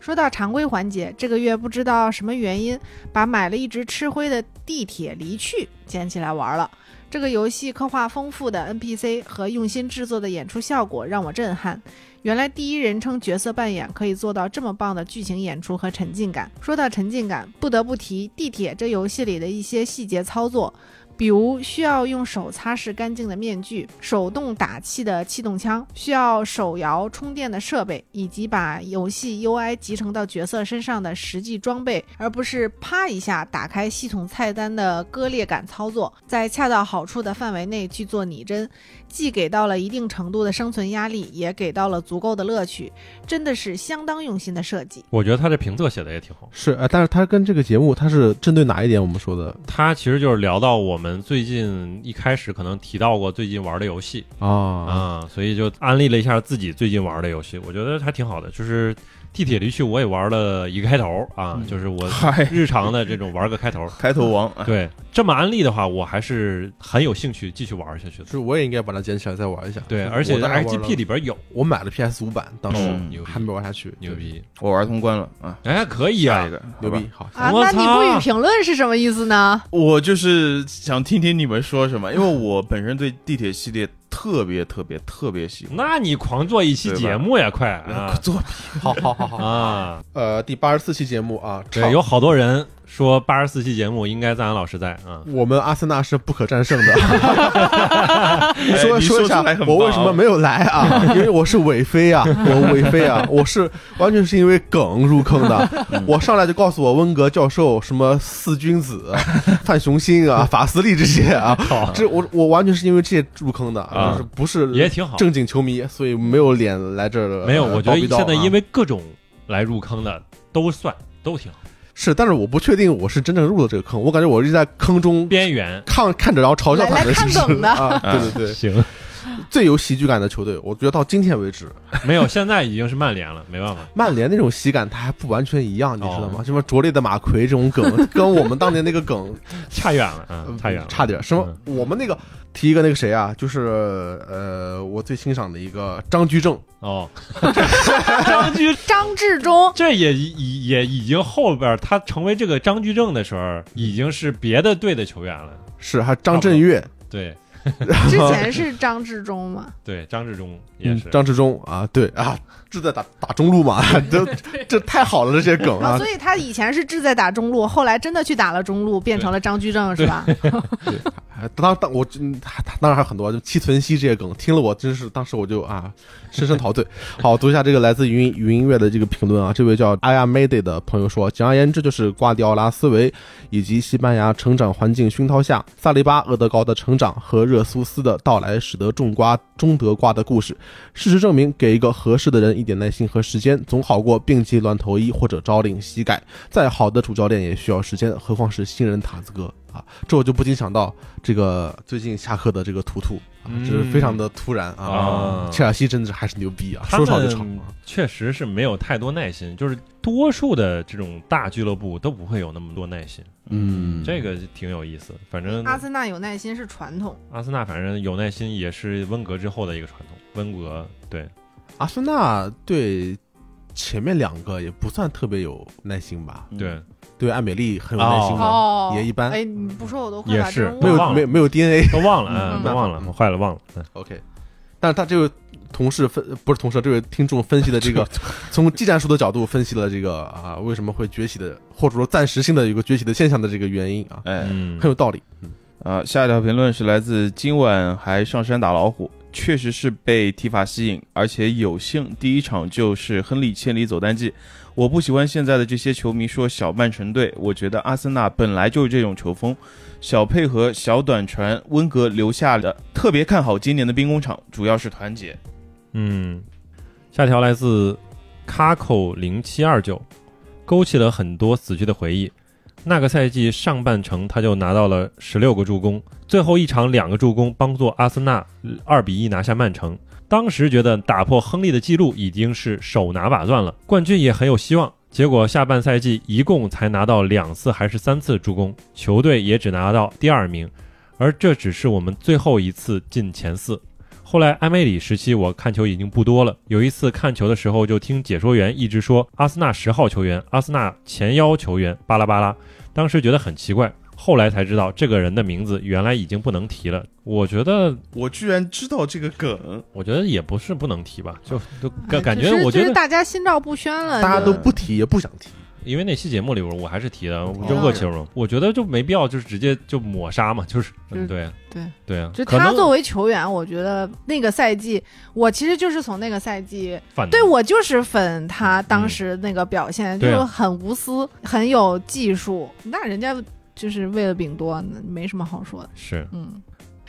说到常规环节，这个月不知道什么原因，把买了一直吃灰的地铁离去捡起来玩了。这个游戏刻画丰富的 NPC 和用心制作的演出效果让我震撼。原来第一人称角色扮演可以做到这么棒的剧情演出和沉浸感。说到沉浸感，不得不提地铁这游戏里的一些细节操作，比如需要用手擦拭干净的面具、手动打气的气动枪，需要手摇充电的设备，以及把游戏 UI 集成到角色身上的实际装备，而不是啪一下打开系统菜单的割裂感操作，在恰到好处的范围内去做拟真，既给到了一定程度的生存压力，也给到了足够的乐趣，真的是相当用心的设计。我觉得他这评测写的也挺好。是，哎，但是他跟这个节目他是针对哪一点我们说的他其实就是聊到我们最近一开始可能提到过最近玩的游戏啊？啊、所以就安利了一下自己最近玩的游戏，我觉得还挺好的。就是地铁离去我也玩了一个开头啊，嗯就是我嗨，日常的这种玩个开 头。开头王，哎对，这么安利的话，我还是很有兴趣继续玩下去的就。是我也应该把它捡起来再玩一下。对， 我而且当时玩了 IGP 里边有，我买了 PS 五版，当时嗯牛还逼没玩下去，牛逼，我玩通关了啊，哎，可以下啊一，个牛。好逼吧！好，啊，我那你不操予评论是什么意思呢？我就是想听听你们说什么，因为我本身对地铁系列特别特别特别喜欢。那你狂做一期对吧节目呀，快 啊做好好好好，啊！呃，第八十四期节目啊，对，唱有好多人说八十四期节目应该赞恩老师在啊。我们阿森纳是不可 战胜的。说哎你说一下出来很，棒我为什么没有来啊？ 因为我是伪飞啊，我伪飞啊，我是完全是因为梗入坑的。嗯我上来就告诉我温格教授什么四君子、 范雄心啊、法斯利这些啊，这我我完全是因为这些入坑的，啊就是不是也挺好正经球迷，所以没有脸来这儿没有，我觉叨得逼叨啊现在因为各种来入坑的都算都挺好，是，但是我不确定我是真正入了这个坑，我感觉我是在坑中边缘看看着，然后嘲笑他来来们，是看不是梗的啊？对对对，行， 最有喜剧感的球队，我觉得到今天为止，没有，现在已经是曼联了，没办 法。曼联那种喜感它还不完全一样，你知道吗哦？什么拙劣的马奎这种 梗，跟我们当年那个梗差远了，嗯，差远了，差点儿。什么？我们那个提一个那个谁啊，就是呃，我最欣赏的一个张居正， 哦。张居，张志忠这也已也已经后边儿他成为这个张居正的时候，已经是别的队的球员了。是还有张震岳，嗯对 之前是张志忠嘛？对，张志忠也是。嗯张志忠啊，对啊，志在打打中路 嘛，这这太好了，这些梗然后 啊所，以他以前是志在打中路，后来真的去打了中路，变成了张居正，是吧？还当当我嗯他他当然还有很多，就七存希这些梗，听了我真是当时我就啊深深陶醉。好，我读一下这个来自云云音乐的这个评论啊，这位叫 i a m a d e 的朋友说，简而言之就是瓜迪奥拉、斯维以及西班牙成长环境熏陶下，萨利巴、厄德高的成长和热苏斯的到来，使得种瓜终得瓜的故事。事实证明，给一个合适的人一点耐心和时间，总好过病急乱投医或者朝令夕改。再好的主教练也需要时间，何况是新人塔子哥啊！这我就不禁想到这个最近下课的这个图图啊，嗯这是非常的突然啊啊！切尔西真的是还是牛逼啊，他说长就长们啊！确实是没有太多耐心，就是多数的这种大俱乐部都不会有那么多耐心，嗯，这个挺有意思。反正阿森纳有耐心是传统，阿森纳，反正有耐心也是温格之后的一个传统。温格嗯对阿森纳对前面两个也不算特别有耐心吧？嗯对，对艾美丽很有耐心吗？哦也一般哎，你不说我都快把也是这种没都忘 有了没有没有 DNA。都忘了，嗯嗯，都忘了，坏了忘了。嗯 OK，但是他这位同事分不是同事，啊这位听众分析的这 个，从技战术的角度分析了这个啊为什么会崛起的，或者说暂时性的有个崛起的现象的这个原因啊，哎，嗯很有道理。啊、下一条评论是来自今晚还上山打老虎，确实是被踢法吸引，而且有幸第一场就是亨利千里走单季。我不喜欢现在的这些球迷说小曼城队，我觉得阿森纳本来就是这种球风，小配合、小短传，温格留下的。特别看好今年的兵工厂，主要是团结。嗯，下条来自 Caco 零七二九，勾起了很多死去的回忆。那个赛季上半程，他就拿到了十六个助攻，最后一场两个助攻，帮助阿森纳二比一拿下曼城。当时觉得打破亨利的记录已经是手拿把攥了，冠军也很有希望。结果下半赛季一共才拿到两次还是三次助攻，球队也只拿到第二名，而这只是我们最后一次进前四。后来埃梅里时期，我看球已经不多了。有一次看球的时候，就听解说员一直说阿森纳十号球员、阿森纳前腰球员巴拉巴拉，当时觉得很奇怪。后来才知道这个人的名字原来已经不能提了。我觉得，我居然知道这个梗，我觉得也不是不能提吧，就就哎感感觉只，是我觉就是得，大家心照不宣了，大家都不提也不想提，因为那期节目里边我还是提的，我就恶球荣，我觉得就没必要就是直接就抹杀嘛，就是就是嗯，对啊对对啊，就可他能作为球员，我觉得那个赛季，我其实就是从那个赛季，反对我就是粉他嗯当时那个表现，就对啊是很无私，很有技术。那人家就是为了饼多，那没什么好说的。是嗯，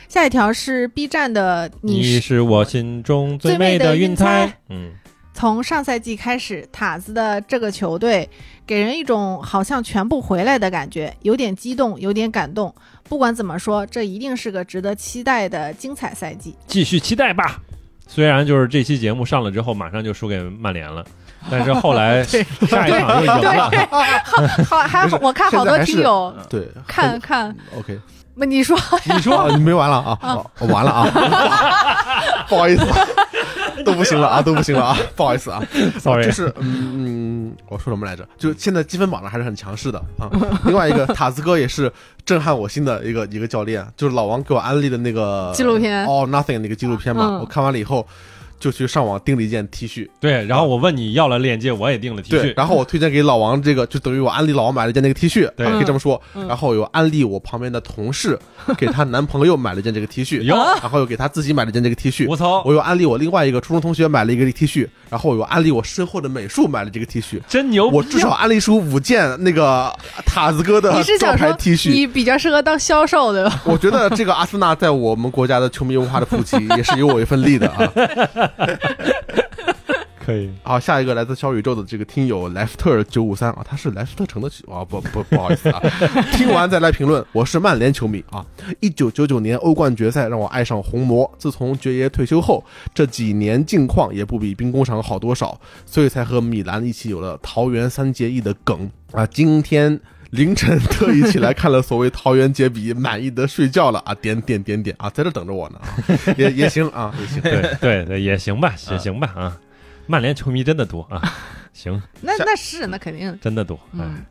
下一条是 B 站的，你你是是我心中最最美美的的云云彩彩，嗯从上赛季开始，塔子的这个球队给人一种好像全部回来的感觉，有点激动，有点感动。不管怎么说，这一定是个值得期待的精彩赛季。继续期待吧。虽然就是这期节目上了之后，马上就输给曼联 了，但是后来下一场又啊赢了。对，好，还好，我看好多听友对，看看，很 OK。不你说 你说啊你没完了啊？哦我完了啊？不好意思，都不行了啊，都不行了啊，不好意思啊， ，sorry，就是嗯嗯，我说什么来着？就现在积分榜上还是很强势的啊。另外一个塔斯哥也是震撼我心的一个一个教练，就是老王给我安利的那个纪录片 All Nothing 那个纪录片嘛，嗯我看完了以后。就去上网订了一件 T 恤，对。然后我问你要了链接，我也订了 T 对，恤，然后我推荐给老王这个，就等于我安利老王买了一件那个 T 恤，对可以这么说。嗯然后有安利我旁边的同事给她男朋友买了一件这个 T 恤，哟然后又给她自己买了一件这个 T 恤，我操，我又安利我另外一个初中同学买了一个 T 恤，然后我又安利我身后的美术买了这个 T 恤，真牛逼！我至少安利出五件那个塔子哥的你是想招牌说 T 恤。你比较适合当销售对吧？我觉得这个阿森纳在我们国家的球迷文化 的普及也是有我一份力的啊。可以，好，下一个来自小宇宙的这个听友莱福特九五三啊，他是莱福特城的球啊，不不不好意思啊。听完再来评论，我是曼联球迷啊。一九九九年欧冠决赛让我爱上红魔，自从爵爷退休后，这几年近况也不比兵工厂好多少，所以才和米兰一起有了桃园三结义的梗啊。今天。凌晨 特意起来看了所谓桃园结比，满意的睡觉了啊！点点点点啊，在这等着我呢，啊，也也行啊，也行。对对对，也行吧，也行嗯吧啊！曼联球迷真的多 啊，行，那下那是那肯定，真的多，哎嗯，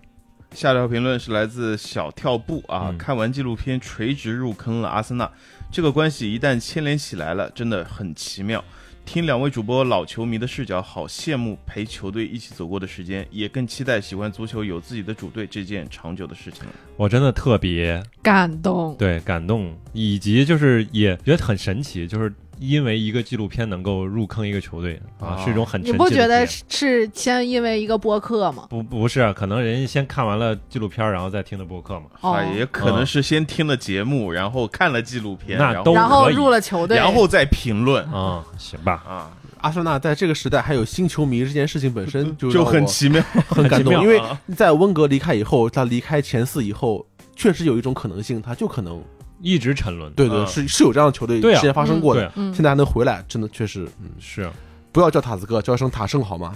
下条评论是来自小跳步啊，嗯看完纪录片垂直入坑了阿森纳，这个关系一旦牵连起来了，真的很奇妙。听两位主播老球迷的视角，好羡慕陪球队一起走过的时间，也更期待喜欢足球有自己的主队这件长久的事情了。我真的特别感动，对感动，以及就是也觉得很神奇，就是因为一个纪录片能够入坑一个球队啊，哦啊是一种很神你奇的不觉得体验是是先因为一个播客吗？不不是啊？可能人家先看完了纪录片，然后再听的播客嘛。哦啊，也可能是先听了节目，然后看了纪录片，那然都后然后可以入了球队，然后再评论啊、行吧，啊，阿森纳在这个时代还有新球迷这件事情本身就就让很我奇妙。很感奇动，妙因为啊在温格离开以后，他离开前四以后，确实有一种可能性，他就可能一直沉沦。对对、嗯是是有这样的球队嗯对啊之前发生过的，对，嗯现在还能回来，真的确实，嗯，是不要叫塔斯克，叫一声塔圣好吗？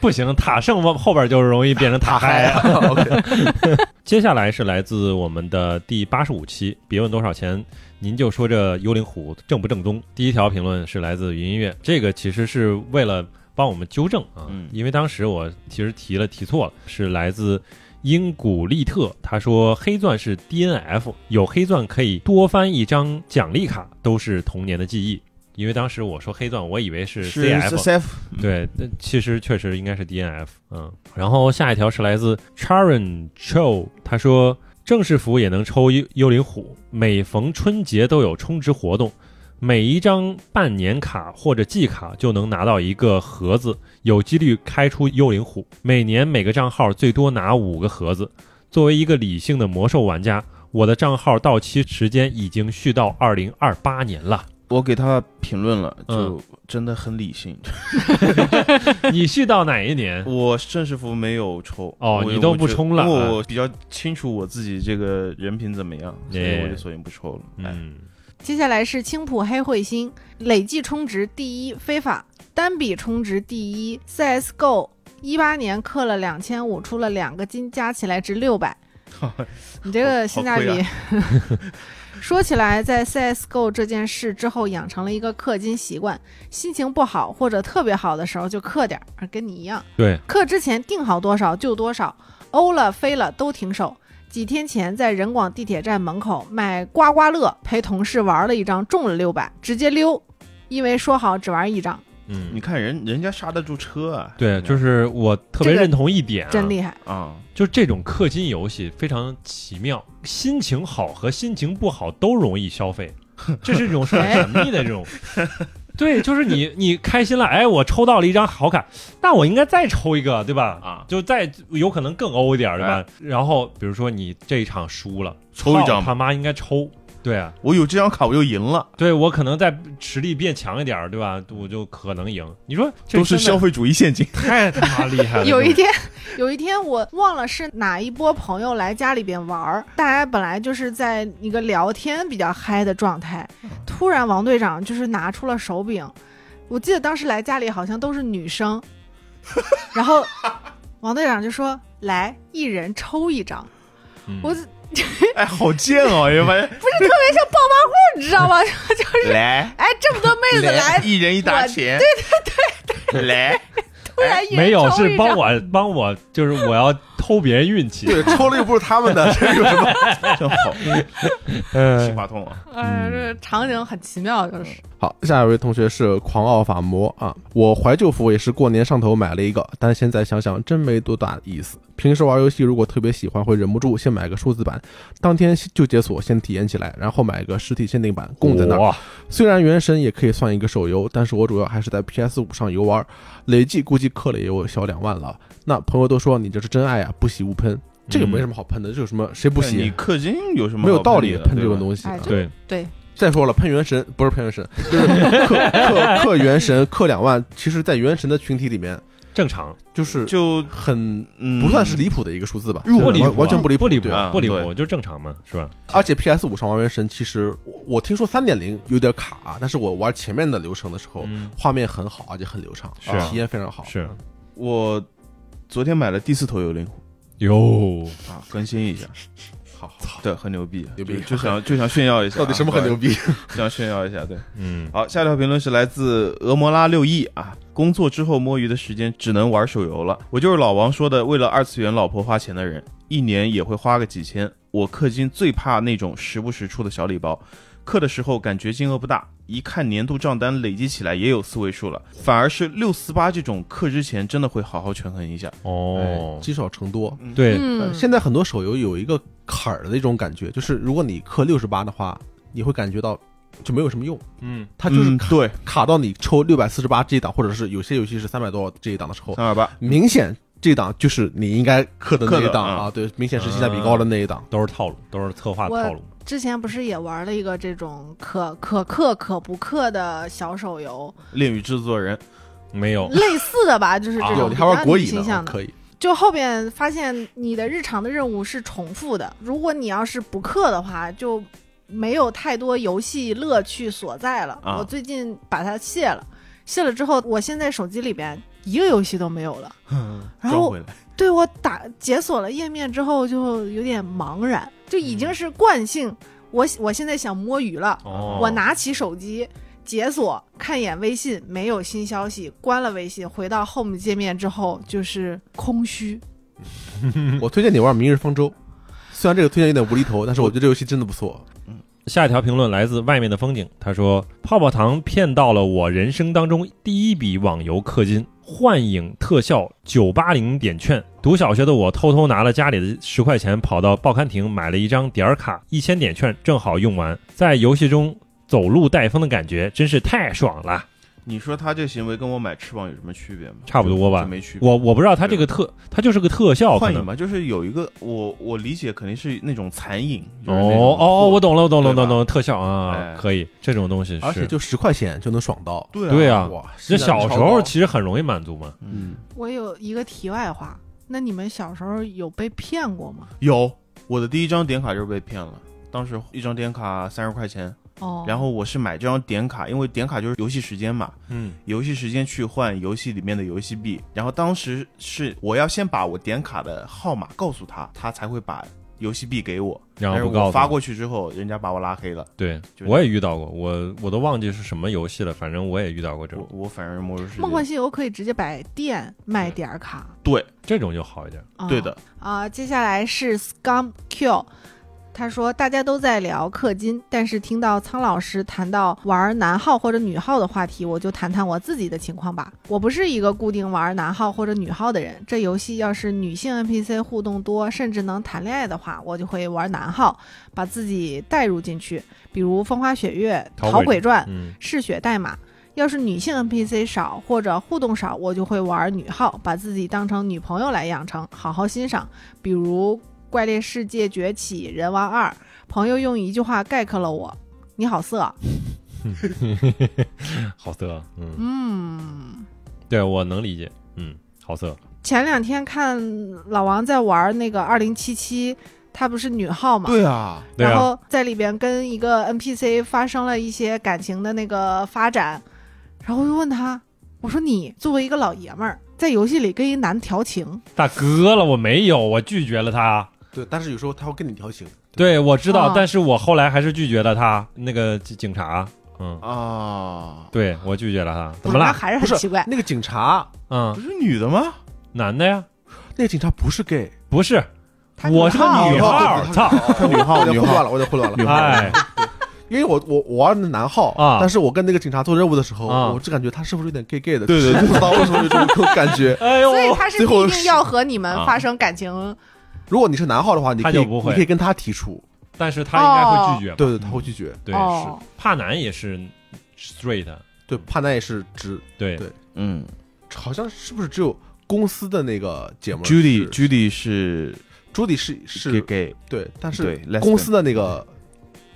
不行，塔圣后后边就容易变成塔嗨。啊 ，OK，接下来是来自我们的第八十五期，别问多少钱，您就说这幽灵虎正不正宗。第一条评论是来自云音乐，这个其实是为了帮我们纠正啊，嗯因为当时我其实提了提错了，是来自。英古利特他说：“黑钻是 DNF，有黑钻可以多翻一张奖励卡，都是童年的记忆。因为当时我说黑钻，我以为是啊 CF， CF 对，那其实确实应该是 DNF，嗯。然后下一条是来自 Charon Cho，他说正式服也能抽幽幽灵虎，每逢春节都有充值活动，每一张半年卡或者季卡就能拿到一个盒子，有几率开出幽灵虎，每年每个账号最多拿五个盒子。作为一个理性的魔兽玩家，我的账号到期时间已经续到二零二八年了。我给他评论了，嗯就真的很理性。 你续到哪一年？我正式服没有抽哦我你都不我觉冲了因啊为我比较清楚我自己这个人品怎么样，所以哎我就索性不抽了。哎，嗯，接下来是青浦黑彗星，累计充值第一，非法单笔充值第一，CSGO 一八年氪了两千五，出了两个金，加起来值六百。你这个性价比，好亏啊 说起来，在 CSGO 这件事之后，养成了一个氪金习惯，心情不好或者特别好的时候就氪点儿，跟你一样。对，氪之前定好多少就多少，欧了飞了都停手。几天前在人广地铁站门口买刮刮乐，陪同事玩了一张，中了六百，直接溜，因为说好只玩一张，嗯你，看人人家刹得住车啊，对，就是我特别这个认同一点、啊，真厉害。啊，就是这种氪金游戏非常奇妙，心情好和心情不好都容易消 费，这是一种很神秘的这种。哎 对，就是你你开心了，哎，我抽到了一张好卡，那我应该再抽一个，对吧？啊就再有可能更欧一点儿，对哎吧？然后比如说你这一场输了，抽一张操他妈应该抽，对啊，我有这张卡我就赢了，对我可能在实力变强一点儿，对吧？我就可能赢。你说这都真是的消费主义陷阱。太他妈厉害了， 有一这种天，有一天我忘了是哪一波朋友来家里边玩儿，大家本来就是在一个聊天比较嗨的状态，突然王队长就是拿出了手柄，我记得当时来家里好像都是女 生，然后王队长就说来一人抽一张，嗯我 哎，好贱哦！哎呀妈呀， 你知 道吗？就是来，哎，这么多妹子来，一人一沓钱，对对对，来，突然 眼没有瞅是一帮张我帮我，就是我要偷别人运 气。 对，抽了又不是他 们的，这有什么？真好，嗯气话筒啊！哎，这场景很奇妙，就是好，下一位同学是狂傲法魔啊，我怀旧服也是过年上头买了一个，但现在想想真没多大意思。平时玩游戏如果特别喜欢，会忍不住先买个数字版，当天就解锁先体验起来，然后买个实体限定版供在那儿。哇虽然原神也可以算一个手游，但是我主要还是在 PS 五上游玩，累计估计氪了也有小两万了。那朋友都说你这是真爱啊，不喜勿喷，这个没什么好喷的，这有什么谁不那你喜？啊氪金有什么没有好道喷理的喷对这种吧东西啊。哎这嗯对，对，再说了，喷原神不是喷原神， 就是氪氪氪原神氪两万，其实在原神的群体里面正常，就是就很嗯不算是离谱的一个数字吧，入不我离完谱啊，完全不离不离谱对啊不离对谱，就正常嘛，是吧？而且 PS 五上玩原神，其实我我听说三点零有点卡，但是我玩前面的流程的时候，嗯，画面很好，而且很流畅，是啊体验非常好。是我昨天买了第四头幽灵湖哟，啊，更新一下，好，好， 对，很牛逼，牛逼就就想就想炫耀一下啊， 到底什么很牛逼？逼？ 想炫耀一下，对。嗯，好，下条评论是来自俄摩拉六亿啊。工作之后摸鱼的时间只能玩手游了。我就是老王说的，为了二次元老婆花钱的人，一年也会花个几千。我氪金最怕那种时不时出的小礼包，氪的时候感觉金额不大，一看年度账单累积起来也有四位数了。反而是六四八这种氪之前真的会好好权衡一下。哦哎，积少成多。对，呃嗯，现在很多手游有一个坎儿的那种感觉，就是如果你氪六十八的话，你会感觉到就没有什么用，嗯，它就是嗯对卡到你抽六百四十八这一档，或者是有些游戏是三百多这一档的时候，三二八，明显这一档就是你应该氪的那一档嗯氪的啊，对，明显是性价比高的那一档。都是套路，都是策划我套路。之前不是也玩了一个这种可可氪可不氪的小手游，恋与制作人，没有，类似的吧，就是这哦啊有种你比还较玩国女乙性呢，哦向的。可以。就后边发现你的日常的任务是重复的，如果你要是不氪的话，就没有太多游戏乐趣所在了。啊我最近把它卸了，卸了之后，我现在手机里边一个游戏都没有了。然后装回来。对我打解锁了页面之后，就有点茫然，就已嗯经是惯性。我我现在想摸鱼了，哦，我拿起手机解锁，看一眼微信，没有新消息，关了微信，回到 home 界面之后就是空虚。嗯我推荐你玩《明日方舟》，虽然这个推荐有点无厘头，但是我觉得这游戏真的不错。下一条评论来自外面的风景，他说：“泡泡糖骗到了我人生当中第一笔网游氪金，幻影特效九八零点券。读小学的我偷偷拿了家里的十块钱，跑到报刊亭买了一张点儿卡，一千点券正好用完，在游戏中走路带风的感觉真是太爽了。你说他这行为跟我买翅膀有什么区别吗？差不多吧就没区别。我我不知道它这个特，它就是个特效，可幻能影嘛，就是有一个我我理解肯定是那种残影。就哦是那种哦哦，我懂了，我懂了，我懂对吧了懂了，特效啊哎，可以，这种东西而且是。”就十块钱就能爽到，对对啊哇！这性价比小时超高候其实很容易满足嘛，嗯，我有一个题外话，那你们小时候有被骗过吗？有我的第一张点卡就是被骗了。当时一张点卡三十块钱，哦，然后我是买这张点卡，因为点卡就是游戏时间嘛，嗯，游戏时间去换游戏里面的游戏币。然后当时是我要先把我点卡的号码告诉他，他才会把游戏币给我。然但后是不告我诉发你过去之后，人家把我拉黑了。对，就我也遇到过，我我都忘记是什么游戏了，反正我也遇到过这我种，我反正魔兽世梦幻界，西游可以直接摆店卖点儿卡。对这种就好一点。啊对的，啊、接下来是 Scum Q，他说大家都在聊氪金，但是听到苍老师谈到玩男号或者女号的话题，我就谈谈我自己的情况吧。我不是一个固定玩男号或者女号的人，这游戏要是女性 NPC 互动多，甚至能谈恋爱的话，我就会玩男号，把自己带入进去，比如《风花雪月》逃《鬼逃鬼传》嗯，嗜血代码。要是女性 NPC 少或者互动少，我就会玩女号，把自己当成女朋友来养成，好好欣赏。比如《怪猎世界崛起》《人王二》，朋友用一句话 get 了我：“你好色。好色啊，”嗯，嗯，对我能理解，嗯，好色，前两天看老王在玩那个二零七七，他不是女号嘛，对啊，对然啊，后在里边跟一个 NPC 发生了一些感情的那个发展，然后我就问他，我说你作为一个老爷们儿，在游戏里跟一男调情，大哥了，我没有，我拒绝了他，对，但是有时候他会跟你调情，对，我知道，哦但是我后来还是拒绝了他那个警警察，嗯，啊，对我拒绝了他，怎不么是那啦？还是不很是奇怪。那个警察，嗯不，是女的吗？男的呀，那个警察不是 gay，啊不是，他我是个哦靠女号，操，啊女号，我女就混乱号，了，我就混乱 了。哎，因为我我我玩的男号啊但是我跟那个警察做任务的时候，啊。我就感觉他是不是有点 gay gay 的？对对对不知道为什么有这种感觉 哎呦所，以他是 最后必定要和你们啊发生感情，如果你是男号的话，你他可以就不会你可以跟他提出，但是他应该会拒绝啊吧，对嗯对，他会拒绝。对，哦是帕南也是 straight，对，帕南也是只对对嗯好像是不是只有公司的那个节目，Judy Judy 是朱迪是 gay 是 gay 对，但是对，lesbian 公司的那个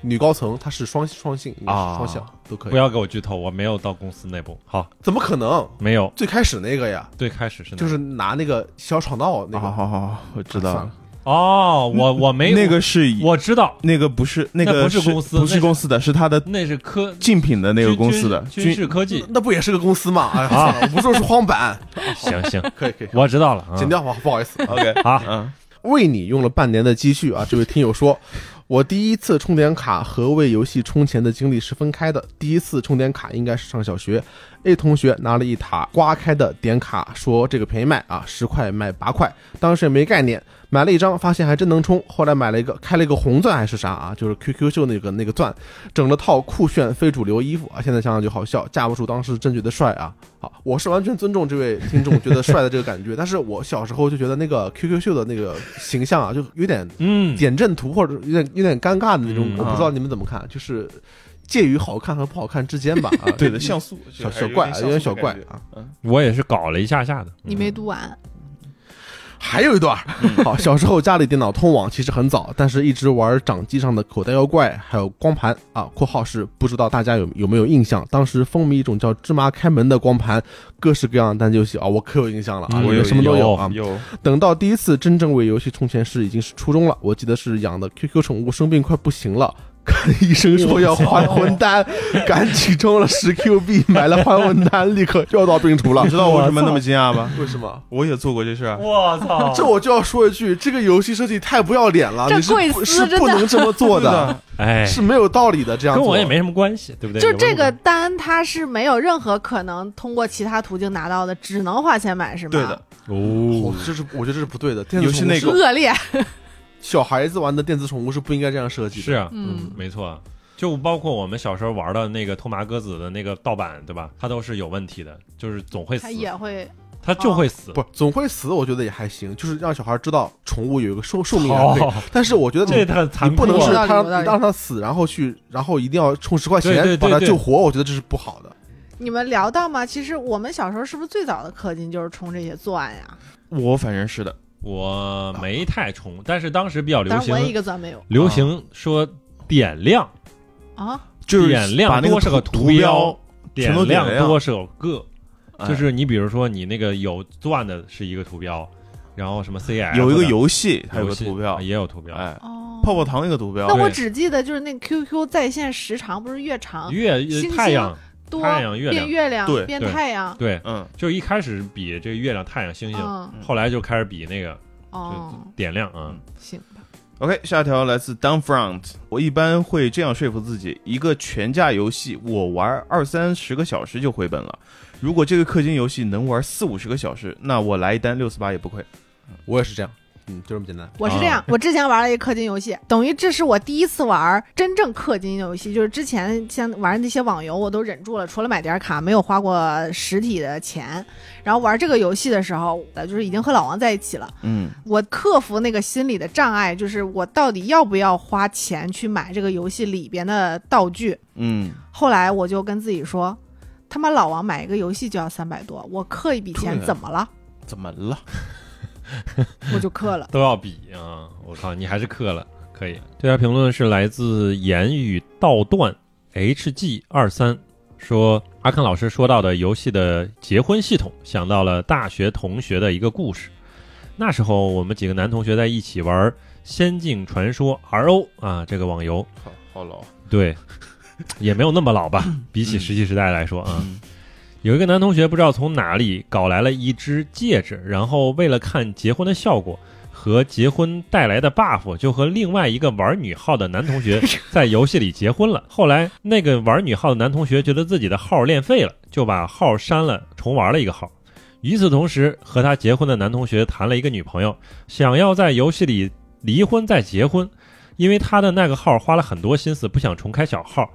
女高层她是双双性应该是啊双向都可不以，要给我剧透，我没有到公司内部，好，怎么可能？没有，最开始那个呀，最开始是那个就是拿那个小吵闹那好哦个，啊好好好，我知道算啊了了，哦，我我没那个是我知道，那个不是那那个不是公司不那是是公司的，是他的那是科竞品的那个公司的军军军事科技那，那不也是个公司吗？哎呀，啊算了，我不说是荒版，行行，可以可以， 嗯我知道了，啊剪掉吧，不好意 思。 OK，好嗯，，为你用了半年的积蓄啊，这位听友说，我第一次充点卡和为游戏充钱的经历是分开的。第一次充点卡应该是上小学，A 同学拿了一沓刮开的点卡，说这个便宜卖啊，十块卖八块，当时也没概念，买了一张，发现还真能充。后来买了一个，开了一个红钻还是啥啊，就是 QQ 秀那个那个钻，整了套酷炫非主流衣服啊，现在想想就好笑，架不住当时真觉得帅啊。好，我是完全尊重这位听众觉得帅的这个感觉，但是我小时候就觉得那个 QQ 秀的那个形象啊，就有点嗯，点阵图或者有点有点尴尬的那种，嗯我不知道你们怎么看，就是介于好看和不好看之间吧。啊对的，像素小小怪啊，有点小怪，啊。我也是搞了一下下的，嗯你没读完，还有一段儿，好，小时候家里电脑通网其实很早，但是一直玩掌机上的口袋妖怪，还有光盘啊（括号是不知道大家有有没有印象？当时风靡一种叫“芝麻开门”的光盘，各式各样的单机游戏啊，我可有印象了啊，嗯里我面有什么都有啊。有等到第一次真正为游戏充钱时，已经是初中了。我记得是养的 QQ 宠物生病快不行了，看医生说要还魂丹，赶紧充了十 Q 币，买了还魂丹，立刻药到病除了你。知道我为什么那么惊讶吗？为什么？ 我也做过这事儿，啊我操这我就要说一句，这个游戏设计太不要脸了，这你是贵不司是真的不能这么 做的，哎，是没有道理的。这样跟做我也没什么关系，对不对？就有这个问题，单它是没有任何可能通过其他途径拿到的，只能花钱买是吗？对的，，我哦，这是我觉得这是不对的。电子尤其宠物那是个恶劣，小孩子玩的电子宠物是不应该这样设计的。是啊，嗯，没错。就包括我们小时候玩的那个偷麻鸽子的那个盗版，对吧？它都是有问题的，就是总会死它，也会它就会死。不总会死，我觉得也还行，就是让小孩知道宠物有一个寿寿命安慰。哦，但是我觉得这你太啊你残酷不能了是有道理他有道理让他死，然后去，然后一定要充十块对钱对对把他对救活，我觉得这是不好的。你们聊到吗？其实我们小时候是不是最早的氪金就是充这些钻呀？我反正是的，我没太冲，但是当时比较流但是我也一行，个钻没有流行说点亮，啊。就是点亮把那多是个图图标标，全点都点亮多是有个，哎就是你比如说你那个有钻的是一个图标，然后什么 CF 有一个的游戏，它有个哎游戏图标啊，也有图标，哎，哦，泡泡糖那个图标那，我对只记得就是那 QQ 在线时长不是越长月呃星星太阳多嗯太阳月亮变月亮对变对太阳，对，嗯，就一开始比这个月亮、太阳、星星，嗯后来就开始比那个哦就，点亮嗯啊，行吧， OK，下一条来自 Down Front。我一般会这样说服自己：一个全价游戏，我玩二三十个小时就回本了。如果这个氪金游戏能玩四五十个小时，那我来一单六四八也不亏。我也是这样，嗯，就这么简单。我是这样，我之前玩了一个氪金游戏，等于这是我第一次玩真正氪金游戏，就是之前像玩那些网游我都忍住了，除了买点卡没有花过实体的钱。然后玩这个游戏的时候，呃就是已经和老王在一起了，嗯，我克服那个心理的障碍，就是我到底要不要花钱去买这个游戏里边的道具。嗯，后来我就跟自己说，他妈老王买一个游戏就要三百多，我氪一笔钱对啊怎么了？怎么了？我就氪了。都要比啊！我靠，你还是氪了，可以。这条评论是来自言语道断 HG 二三，说阿康老师说到的游戏的结婚系统，想到了大学同学的一个故事。那时候我们几个男同学在一起玩《仙境传说 RO》啊，这个网游，好好老，对，也没有那么老吧，比起石器时代来说啊。嗯有一个男同学不知道从哪里搞来了一只戒指，然后为了看结婚的效果，和结婚带来的 buff，就和另外一个玩女号的男同学在游戏里结婚了。后来那个玩女号的男同学觉得自己的号练废了，就把号删了，重玩了一个号。与此同时，和他结婚的男同学谈了一个女朋友，想要在游戏里离婚再结婚，因为他的那个号花了很多心思，不想重开小号。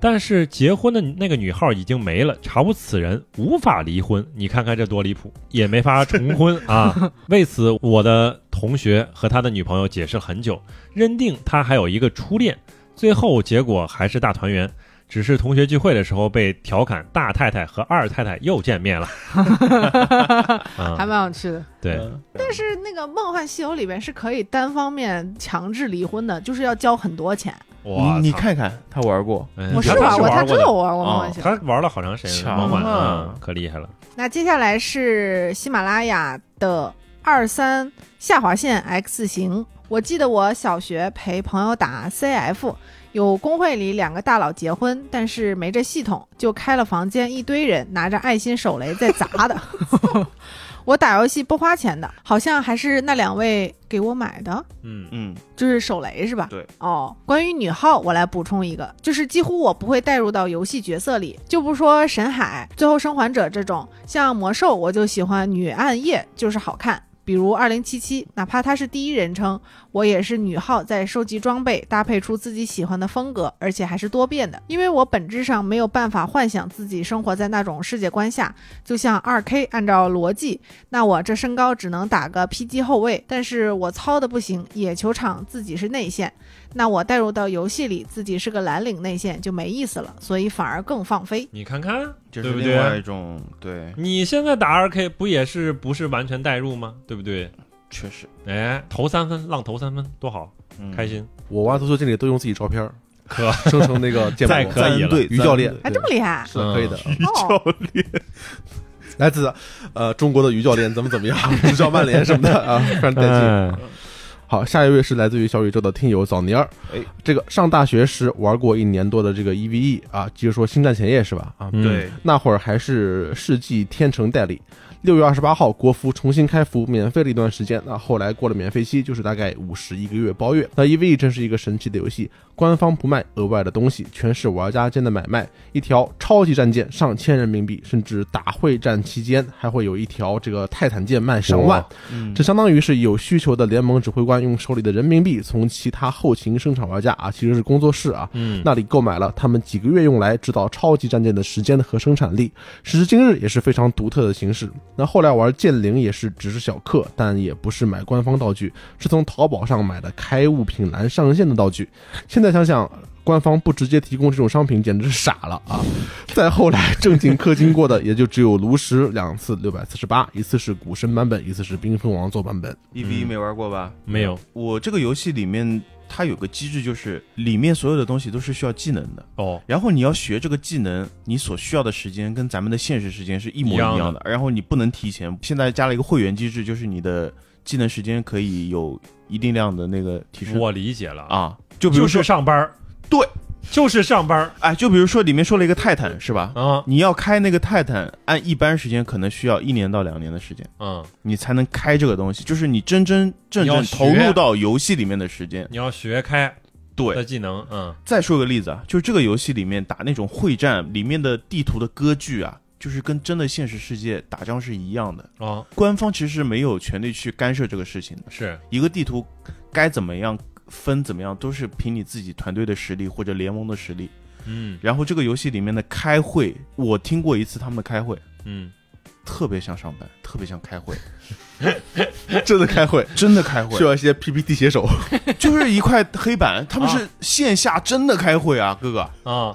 但是结婚的那个女号已经没了，查无此人，无法离婚。你看看这多离谱，也没法重婚啊！为此，我的同学和他的女朋友解释了很久，认定他还有一个初恋。最后结果还是大团圆，只是同学聚会的时候被调侃大太太和二太太又见面了。还啊，蛮有趣的。对，但是那个《梦幻西游》里边是可以单方面强制离婚的，就是要交很多钱。哇，你你操，看看他玩过，哎我他是他玩是过，他玩真的有玩过《梦幻西游》他玩了好长时间，强梦幻啊嗯可厉害了。那接下来是喜马拉雅的二三下划线 X 型。我记得我小学陪朋友打 CF，有公会里两个大佬结婚，但是没这系统，就开了房间，一堆人拿着爱心手雷在砸的。我打游戏不花钱的，好像还是那两位给我买的。嗯，嗯，就是手雷是吧？对。哦，关于女号，我来补充一个，就是几乎我不会带入到游戏角色里，就不说神海、最后生还者这种，像魔兽我就喜欢女暗夜，就是好看。比如二零七七，哪怕它是第一人称，我也是女号在收集装备，搭配出自己喜欢的风格，而且还是多变的。因为我本质上没有办法幻想自己生活在那种世界观下，就像二 K 按照逻辑那我这身高只能打个 PG 后卫，但是我糙的不行，野球场自己是内线，那我带入到游戏里自己是个蓝领内线就没意思了，所以反而更放飞。你看看，这对是不另外对？一种对，你现在打二 K 不也是不是完全代入吗？对不对？确实哎，投三分，浪投三分，多好，开。嗯心！我玩足球经理都用自己照片儿可 生成 那个键再盘可以了嗯三对于教练，哎，对这么厉 害！哦是的可以的，于教练，来自呃中国的于教练怎么怎么 样，执教曼联什么的啊，非常带哎劲。嗯好，下一位是来自于小宇宙的听友早年儿，哎，这个上大学时玩过一年多的这个 EVE 啊，就是说《星战前夜》是吧？啊，嗯 对，那会儿还是世纪天成代理。六月二十八号，国服重新开服，免费了一段时间。那后来过了免费期，就是大概五十一个月包月。那 EVE 真是一个神奇的游戏，官方不卖额外的东西，全是玩家间的买卖。一条超级战舰上千人民币，甚至打会战期间还会有一条这个泰坦舰卖上万哇，嗯这相当于是有需求的联盟指挥官用手里的人民币从其他后勤生产玩家啊，其实是工作室啊。嗯，那里购买了他们几个月用来制造超级战舰的时间和生产力，时至今日也是非常独特的形式。那后来玩剑灵也是只是小氪，但也不是买官方道具，是从淘宝上买的开物品栏上线的道具。现在想想，官方不直接提供这种商品，简直是傻了啊！再后来正经氪金过的，也就只有炉石两次六百四十八，一次是股神版本，一次是冰封王座版本。 EV 没玩过吧？没有我这个游戏里面，它有个机制，就是里面所有的东西都是需要技能的。哦，然后你要学这个技能，你所需要的时间跟咱们的现实时间是一模一一样样的。然后你不能提前。现在加了一个会员机制，就是你的技能时间可以有一定量的那个提升哦我理解了，啊。就比就如说是，上班儿，对，就是上班儿哎，就比如说里面说了一个泰坦是吧？啊，你要开那个泰坦，按一般时间可能需要一年到两年的时间，嗯，你才能开这个东西。就是你真真正你要正学投入到游戏里面的时间。你要学开对的，技能，嗯，再说个例子啊，就是这个游戏里面打那种会战，里面的地图的割据啊，就是跟真的现实世界打仗是一样的。哦，官方其实是没有权利去干涉这个事情的。是，一个地图该怎么样分怎么样，都是凭你自己团队的实力或者联盟的实力。嗯然后这个游戏里面的开会，我听过一次他们的开会，嗯，特别像上班，特别像开会，真的开会真的开需会，要一些 PPT 写手，就是一块黑板，他们是线下真的开会啊，哥哥。啊，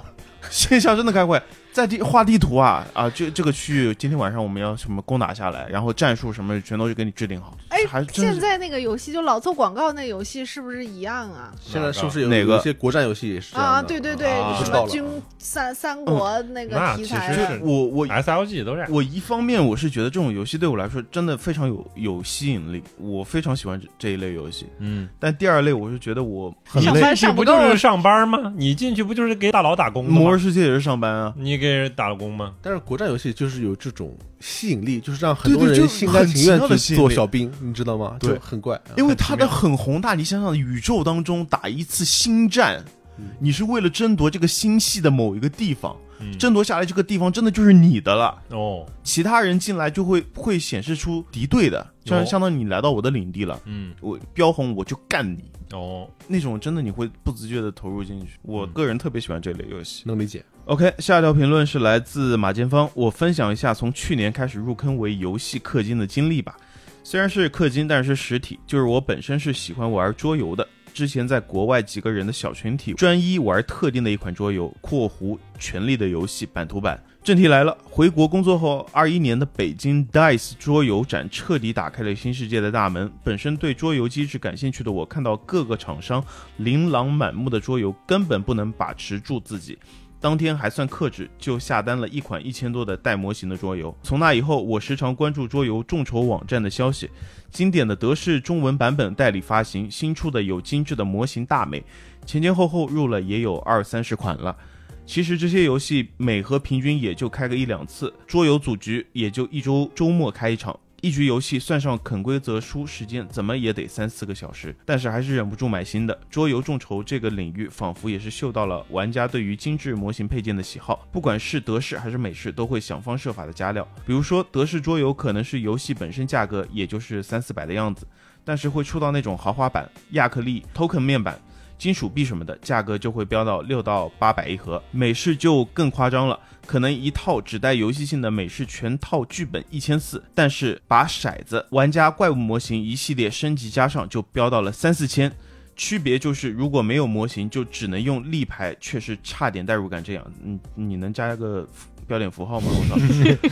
哎线下真的开会，在地画地图啊啊，这这个区域今天晚上我们要什么攻打下来，然后战术什么全都是给你制定好。哎还真是现在那个游戏就老做广告，那游戏是不是一样啊？现在是不是有哪个有一些国战游戏也是这样的啊，对对对，啊什知道么了军三三国那个那题其材啊实的，是我我 SLG 都这样，我一方面我是觉得这种游戏对我来说真的非常有有吸引力，我非常喜欢这这一类游戏。嗯，但第二类我是觉得我很你上累，班进去上不不就够啊是上班吗？你进去不就是给大佬打工的嗯魔吗兽？世界也是上班啊，你给人打工吗？但是国战游戏就是有这种吸引力，就是让很对多对就人心甘很情奇愿妙的吸去引做力小兵，你知道吗？对就很怪，因为很奇它的妙很宏大，你想想宇宙当中打一次星战嗯，你是为了争夺这个星系的某一个地方，嗯，争夺下来这个地方真的就是你的了。哦，其他人进来就会会显示出敌对的，有就相当于你来到我的领地了，嗯，我标红我就干你，哦，那种真的你会不自觉的投入进去。我个人特别喜欢这类游戏。能 理解。 OK，下一条评论是来自马建芳，我分享一下从去年开始入坑为游戏氪金的经历吧。虽然是氪金，但是实体，就是我本身是喜欢玩桌游的。之前在国外几个人的小群体专一玩特定的一款桌游（括弧权力的游戏版图版）。正题来了，回国工作后，二一年的北京 DICE 桌游展彻底打开了新世界的大门。本身对桌游机制感兴趣的我，看到各个厂商琳琅满目的桌游，根本不能把持住自己。当天还算克制，就下单了一款一千多的带模型的桌游。从那以后，我时常关注桌游众筹网站的消息。经典的德式中文版本代理发行，新出的有精致的模型大美，前前后后入了也有二三十款了。其实这些游戏每盒平均也就开个一两次，桌游组局也就一周周末开一场。一局游戏算上啃规则书时间，怎么也得三四个小时，但是还是忍不住买新的。桌游众筹这个领域，仿佛也是嗅到了玩家对于精致模型配件的喜好，不管是德式还是美式，都会想方设法的加料。比如说德式桌游可能是游戏本身价格也就是三四百的样子，但是会出到那种豪华版、亚克力、token 面板。金属币什么的，价格就会飙到六到八百一盒。美式就更夸张了，可能一套只带游戏性的美式全套剧本一千四，但是把骰子、玩家、怪物模型一系列升级加上，就飙到了三四千。区别就是，如果没有模型，就只能用立牌，确实差点代入感。这样，你你能加一个标点符号吗？我操！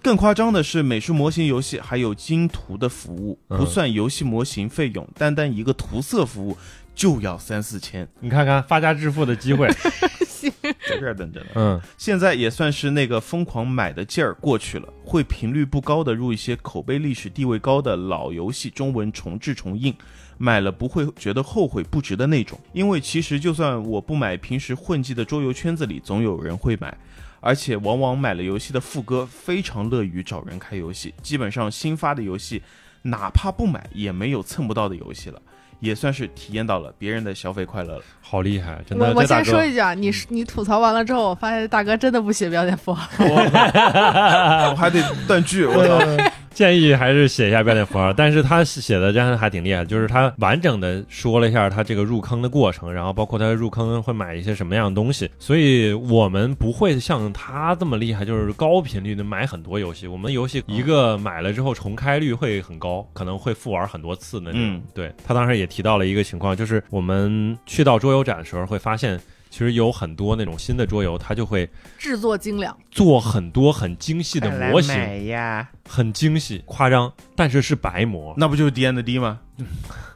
更夸张的是，美术模型游戏还有精图的服务，嗯不算游戏模型费用，单单一个涂色服务就要三四千，你看看发家致富的机会，在这儿等着呢。 嗯，现在也算是那个疯狂买的劲儿过去了，会频率不高的入一些口碑历史地位高的老游戏，中文重制重印，买了不会觉得后悔不值的那种。因为其实就算我不买，平时混迹的桌游圈子里总有人会买。而且往往买了游戏的副歌非常乐于找人开游戏，基本上新发的游戏，哪怕不买也没有蹭不到的游戏了，也算是体验到了别人的消费快乐了。好厉害，真我的。我这大先哥说一句啊，你你吐槽完了之后，我发现大哥真的不写标点符号， 我还得断句，我操！建议还是写一下标点符号，但是他写的真的还挺厉害，就是他完整的说了一下他这个入坑的过程，然后包括他入坑会买一些什么样的东西，所以我们不会像他这么厉害，就是高频率的买很多游戏。我们游戏一个买了之后重开率会很高，可能会复玩很多次的那种。嗯对他当时也提到了一个情况，就是我们去到桌游展的时候会发现，其实有很多那种新的桌游，它就会制作精良。做很多很精细的模型。呀，很精细、夸张，但是是白膜。那不就是 D N 的 D 吗？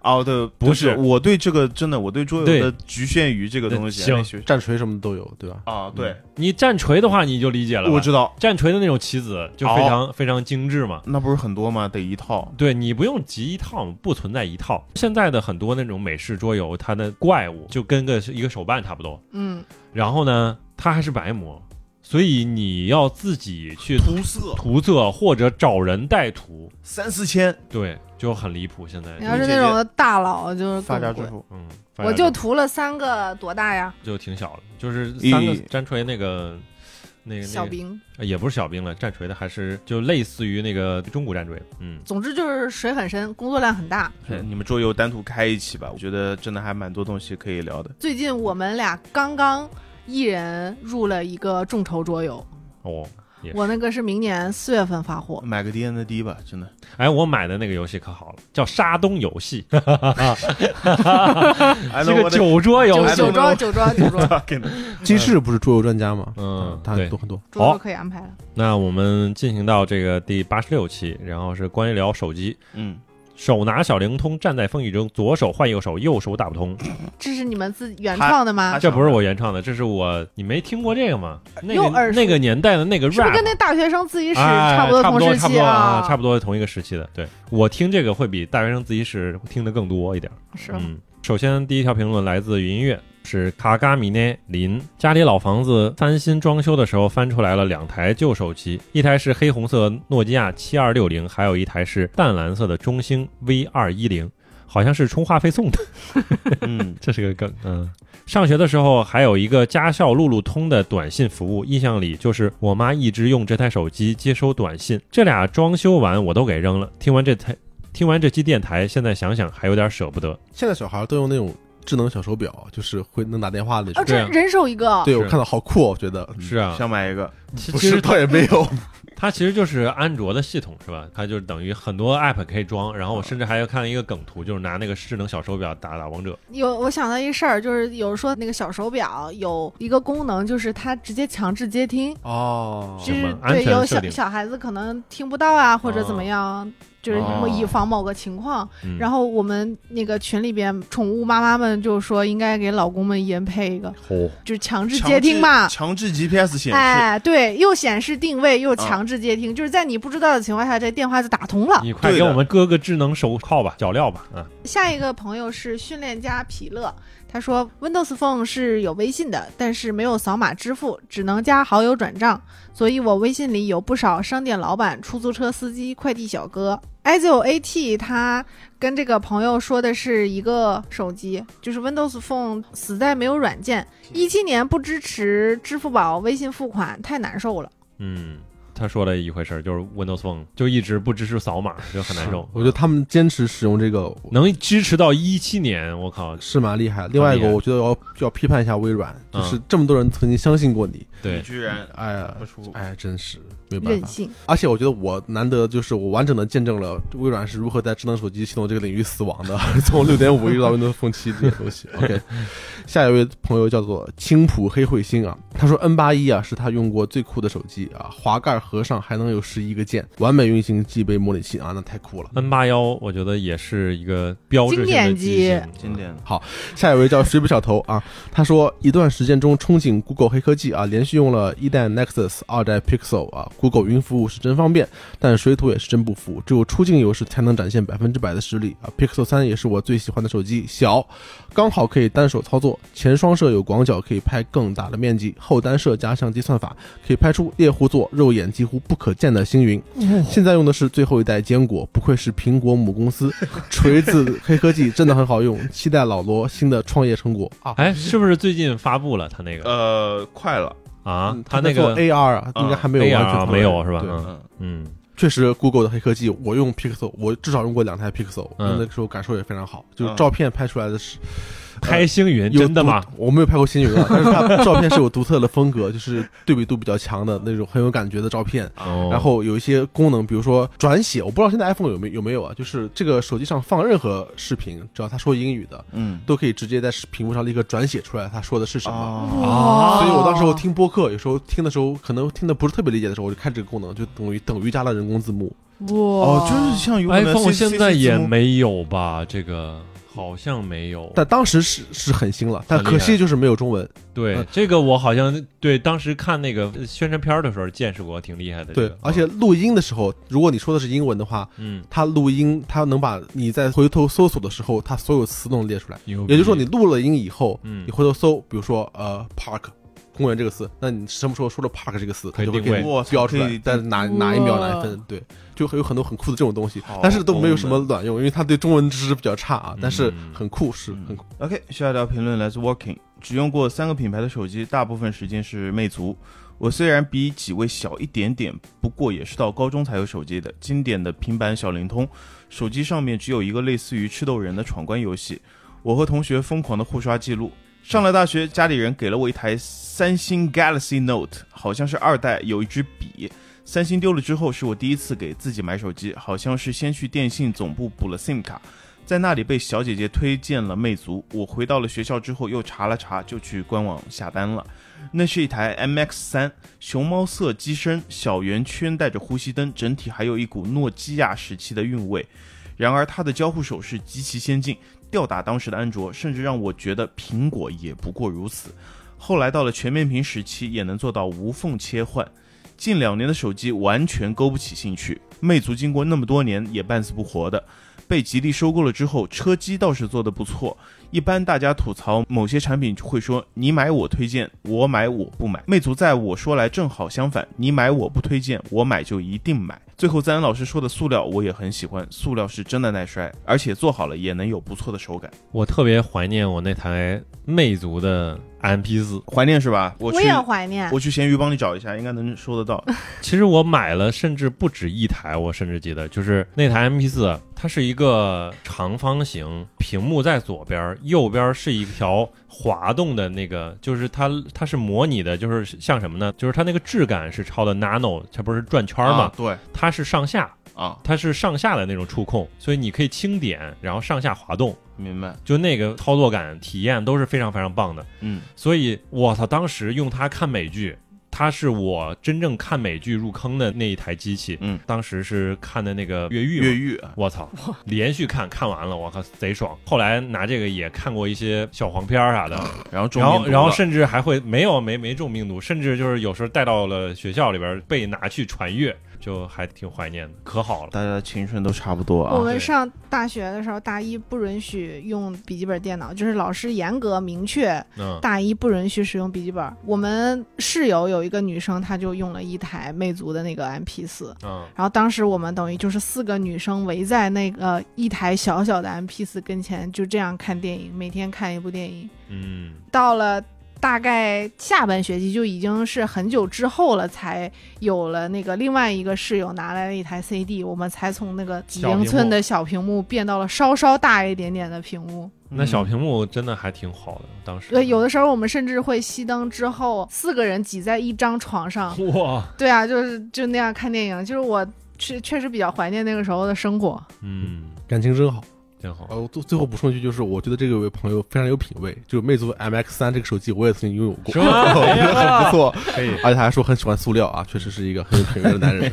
哦，对，不是我对这个真的，我对桌游对呃的局限于这个东西。行那学战锤什么都有，对吧？啊，对，你战锤的话，你就理解了吧。我知道，战锤的那种棋子就非常、非常精致嘛。那不是很多吗？得一套。对你不用集一套，不存在一套。现在的很多那种美式桌游，它的怪物就跟个一个手办差不多，嗯，然后呢，它还是白膜，所以你要自己去涂色涂色或者找人代涂，三四千，对，就很离谱。现在你就，要是那种大佬，就是发家更致贵。富。嗯，反嗯我正就涂了三个，多大呀？就挺小的，就是三个一战锤那个那个那个小兵。呃也不是小兵了，战锤的还是就类似于那个中古战锤，嗯，总之就是水很深，工作量很大。是你们桌游单独开一期吧，我觉得真的还蛮多东西可以聊的。最近我们俩刚刚一人入了一个众筹桌游，哦，也是我那个是明年四月份发货，买个 D N 的 D 吧，真的。哎，我买的那个游戏可好了，叫沙东游 戏，哎嗯是个 酒酒桌游九戏，九桌九桌九桌 机制不是桌游专家吗？嗯，他对很多。很多。桌游可以安排了。那我们进行到这个第八十六期，然后是关于聊手机， 嗯，手拿小灵通站在风雨中，左手换右手，右手打不通。这是你们自己原创的吗他？这不是我原创的，这是我你没听过这个吗？那又耳个熟那个年代的那个是不 rap 是跟那大学生自习室哎差不多同时差不期多啊，差不不多同一个时期的。对我听这个会比大学生自习室听的更多一点。嗯多是吧？嗯，首先第一条评论来自云音乐，是卡嘎米内林家里老房子翻新装修的时候翻出来了两台旧手机，一台是黑红色诺基亚七二六零，还有一台是淡蓝色的中兴 V 二一零，好像是充话费送的，嗯，这是个梗。嗯，上学的时候还有一个家校路路通的短信服务，印象里就是我妈一直用这台手机接收短信。这俩装修完我都给扔了。听完这台，听完这期电台，现在想想还有点舍不得。现在小孩都用那种智能小手表，就是会能打电话那哦，种。这这样人手一个，对，我是看到好酷、哦，我觉得嗯是啊，想买一个，其不其实是倒也没 有，它其实就是安卓的系统是吧？它就是等于很多 app 可以装，然后我甚至还要看一个梗图，就是拿那个智能小手表打打王者，有我想到一事儿，就是有说那个小手表有一个功能，就是它直接强制接听，哦就什么是安对全有设小定小孩子可能听不到啊，或者怎么哦样，就是哦以防某个情况。嗯、然后我们那个群里边宠物妈妈们就说，应该给老公们一人配一个，哦，就是强制强接听嘛。强制 GPS 显示，哎，对，又显示定位，又强制接听，就是在你不知道的情况下，这电话就打通了。你快对给的我们割个智能手铐吧，脚镣吧，啊，下一个朋友是训练家皮乐，他说 Windows Phone 是有微信的，但是没有扫码支付，只能加好友转账，所以我微信里有不少商店老板、出租车司机、快递小哥。i 九 AT 他跟这个朋友说的是一个手机，就是 Windows Phone 死在没有软件，一七年不支持支付宝、微信付款，太难受了。嗯。他说了一回事儿，就是 Windows Phone 就一直不支持扫码，就很难受。我觉得他们坚持使用这个能支持到一七年，我靠！是蛮厉害的。另外一很厉个，害我觉得要就要批判一下微软，嗯就是这么多人曾经相信过你，你对，居然哎呀不出，哎呀，真是没有办任法。性，而且我觉得我难得就是我完整的见证了微软是如何在智能手机系统这个领域死亡的， 从六点五一直到 Windows Phone 七这些东西。OK，下一位朋友叫做青浦黑彗星啊，他说 N 八一啊是他用过最酷的手机啊，滑盖合上还能有十一个键，完美运行机杯模拟器啊，那太酷了。 N 八幺，我觉得也是一个标志性经典的嗯机机型，经典的 下一位叫水笔小头啊，他说一段时间中憧憬 Google 黑科技啊，连续用了一代 Nexus、二代 Pixel 啊，Google 云服务是真方便，但水土也是真不服，只有出境游时才能展现百分之百的实力啊。Pixel 三也是我最喜欢的手机，小，刚好可以单手操作，前双摄有广角可以拍更大的面积，后单摄加相机算法可以拍出猎户座肉眼几乎不可见的星云。现在用的是最后一代坚果，不愧是苹果母公司，锤子黑科技真的很好用，期待老罗新的创业成果啊！哎，是不是最近发布了他那个呃，快了，啊 嗯？他在那做个 AR 啊，嗯应该还没有完全 AR 讨论没有是吧？对嗯嗯，嗯，确实，Google 的黑科技，我用 Pixel，我至少用过两台 Pixel，嗯用的时候感受也非常好，就是嗯照片拍出来的是拍星云呃有真的独吗？？我没有拍过星云啊，但是它照片是有独特的风格，就是对比度比较强的那种很有感觉的照片。哦然后有一些功能，比如说转写，我不知道现在 iPhone 有没有有没有啊？就是这个手机上放任何视频，只要他说英语的，嗯，都可以直接在视屏幕上立刻转写出来他说的是什么。啊，哦所以我当时候听播客，有时候听的时候可能听的不是特别理解的时候，我就看这个功能，就等于等于加了人工字幕。哇，哦，就是像有 iPhone 现在也没有吧？这个好像没有。但当时是是很新了，但很厉可害惜就是没有中文。对嗯这个，我好像对当时看那个宣传片的时候见识过，挺厉害的。这对个，而且录音的时候，如果你说的是英文的话，嗯，它录音它能把你在回头搜索的时候，它所有词都能列出来。也也就是说，你录了音以后，嗯你回头搜，比如说呃 park 公园这个词，那你什么时候说了 park 这个词，可它以就会定给位你哇标出可以来，在哪哪一秒哇哪一分，对，就会有很多很酷的这种东西好，但是都没有什么我们卵用，因为它对中文知识比较差啊，但是嗯很酷，是嗯很酷。 OK，下一条评论来自 Walking，只用过三个品牌的手机，大部分时间是魅族。我虽然比几位小一点点，不过也是到高中才有手机的，经典的平板小灵通，手机上面只有一个类似于吃豆人的闯关游戏，我和同学疯狂的互刷记录。上了大学，家里人给了我一台三星 Galaxy Note，好像是二代，有一支笔。三星丢了之后，是我第一次给自己买手机，好像是先去电信总部补了 SIM 卡，在那里被小姐姐推荐了魅族。我回到了学校之后又查了查，就去官网下单了。那是一台 MX 三，熊猫色机身，小圆圈带着呼吸灯，整体还有一股诺基亚时期的韵味。然而它的交互手势极其先进，吊打当时的安卓，甚至让我觉得苹果也不过如此。后来到了全面屏时期，也能做到无缝切换。近两年的手机完全勾不起兴趣，魅族经过那么多年也半死不活的。被吉利收购了之后，车机倒是做得不错，一般大家吐槽某些产品会说你买我推荐，我买我不买。魅族在我说来正好相反，你买我不推荐，我买就一定买。最后赞恩老师说的塑料我也很喜欢，塑料是真的耐摔，而且做好了也能有不错的手感。我特别怀念我那台魅族的 MP 四。怀念是吧？我去我也怀念。我去闲鱼帮你找一下，应该能搜得到。其实我买了，甚至不止一台，我甚至记得就是那台 MP 四，啊它是一个长方形，屏幕在左边，右边是一条滑动的那个，就是它它是模拟的，就是像什么呢？就是它那个质感是超的 Nano，它不是转圈嘛、啊对它是上下，啊，它是上下的那种触控，所以你可以轻点，然后上下滑动，明白。就那个操作感体验都是非常非常棒的。嗯，所以我操，当时用它看美剧，它是我真正看美剧入坑的那一台机器。嗯，当时是看的那个越狱嘛。越狱啊，我操！连续看看完了，我靠，贼爽。后来拿这个也看过一些小黄片儿啥的，然后中然后毒然后了甚至还会没有没没中病毒，甚至就是有时候带到了学校里边儿被拿去传阅，就还挺怀念的，可好了。大家的青春都差不多我啊。们对上大学的时候，大一不允许用笔记本电脑，就是老师严格明确，嗯，大一不允许使用笔记本。我们室友有一个女生，她就用了一台魅族的那个 MP 四，嗯，然后当时我们等于就是四个女生围在那个呃一台小小的 MP 四跟前，就这样看电影，每天看一部电影。嗯，到了大概下半学期，就已经是很久之后了，才有了那个另外一个室友拿来了一台 CD，我们才从那个几英寸的小屏幕变到了稍稍大一点点的屏幕。那小屏幕真的还挺好的，当时。对，有的时候我们甚至会熄灯之后，四个人挤在一张床上，哇，对啊，就是就那样看电影。就是我确确实比较怀念那个时候的生活。嗯，感情真好。真好。呃，我最最后补充一句，就是我觉得这个位朋友非常有品味，就是魅族 MX 三这个手机我也曾经拥有过，是吗我觉得 很不错，可以。而且还说很喜欢塑料啊，确实是一个很有品味的男人。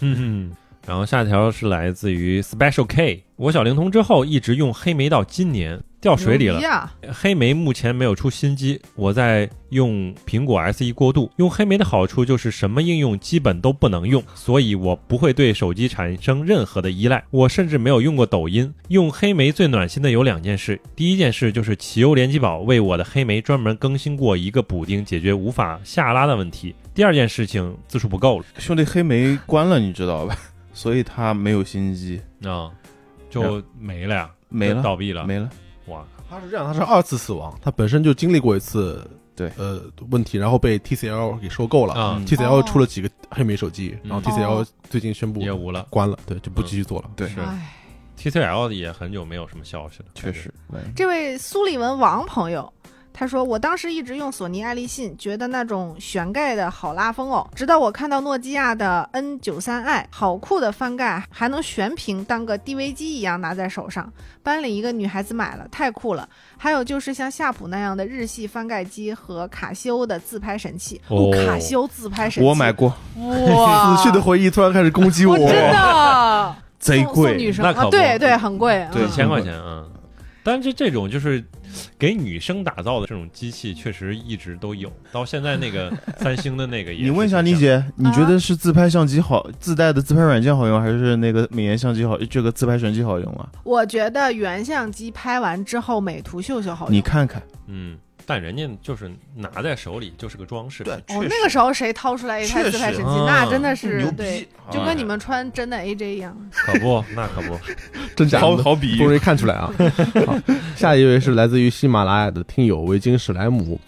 嗯，然后下一条是来自于 Special K，我小灵通之后一直用黑莓到今年掉水里了牛逼。啊！黑莓目前没有出新机，我在用苹果 SE 过渡。用黑莓的好处就是什么应用基本都不能用，所以我不会对手机产生任何的依赖。我甚至没有用过抖音。用黑莓最暖心的有两件事，第一件事就是奇优联机宝为我的黑莓专门更新过一个补丁，解决无法下拉的问题。第二件事情字数不够了兄弟黑莓关了，你知道吧？所以他没有新机，啊、就没了呀，没就了，倒闭了，没了。哇，他是这样，他是二次死亡，他本身就经历过一次对呃问题，然后被 TCL 给收购了。啊、嗯 TCL 哦出了几个黑莓手机，嗯然后 TCL 哦最近宣布业务了。关了，对，嗯就不继续做了。对，是哎， TCL 也很久没有什么消息了，确实。来这位苏利文王朋友。他说：“我当时一直用索尼爱立信，觉得那种悬盖的好拉风哦。直到我看到诺基亚的 N 9 3 i，好酷的翻盖，还能悬屏当个 DV 机一样拿在手上。班里一个女孩子买了，太酷了。还有就是像夏普那样的日系翻盖机和卡西欧的自拍神器。哦卡西欧自拍神器，我 买过，哇，死去的回忆突然开始攻击我我，真的贼送送女贵。生那可啊，不对对，很贵，对一嗯千块钱啊。但是这种就是给女生打造的这种机器，确实一直都有。到现在那 个三星的那个也是，你问一下李姐，你觉得是自拍相机好，自带的自拍软件好用，还是那个美颜相机好，这个自拍神器好用啊？我觉得原相机拍完之后美图秀秀好用。你看看，嗯，但人家就是拿在手里就是个装饰品。哦，那个时候谁掏出来一台自拍神器，确实那真的是牛对逼，，就跟你们穿真的 AJ 一样。可不，那可 不。真假的好好比不喻容易看出来啊。好，下一位是来自于喜马拉雅的听友维京史莱姆，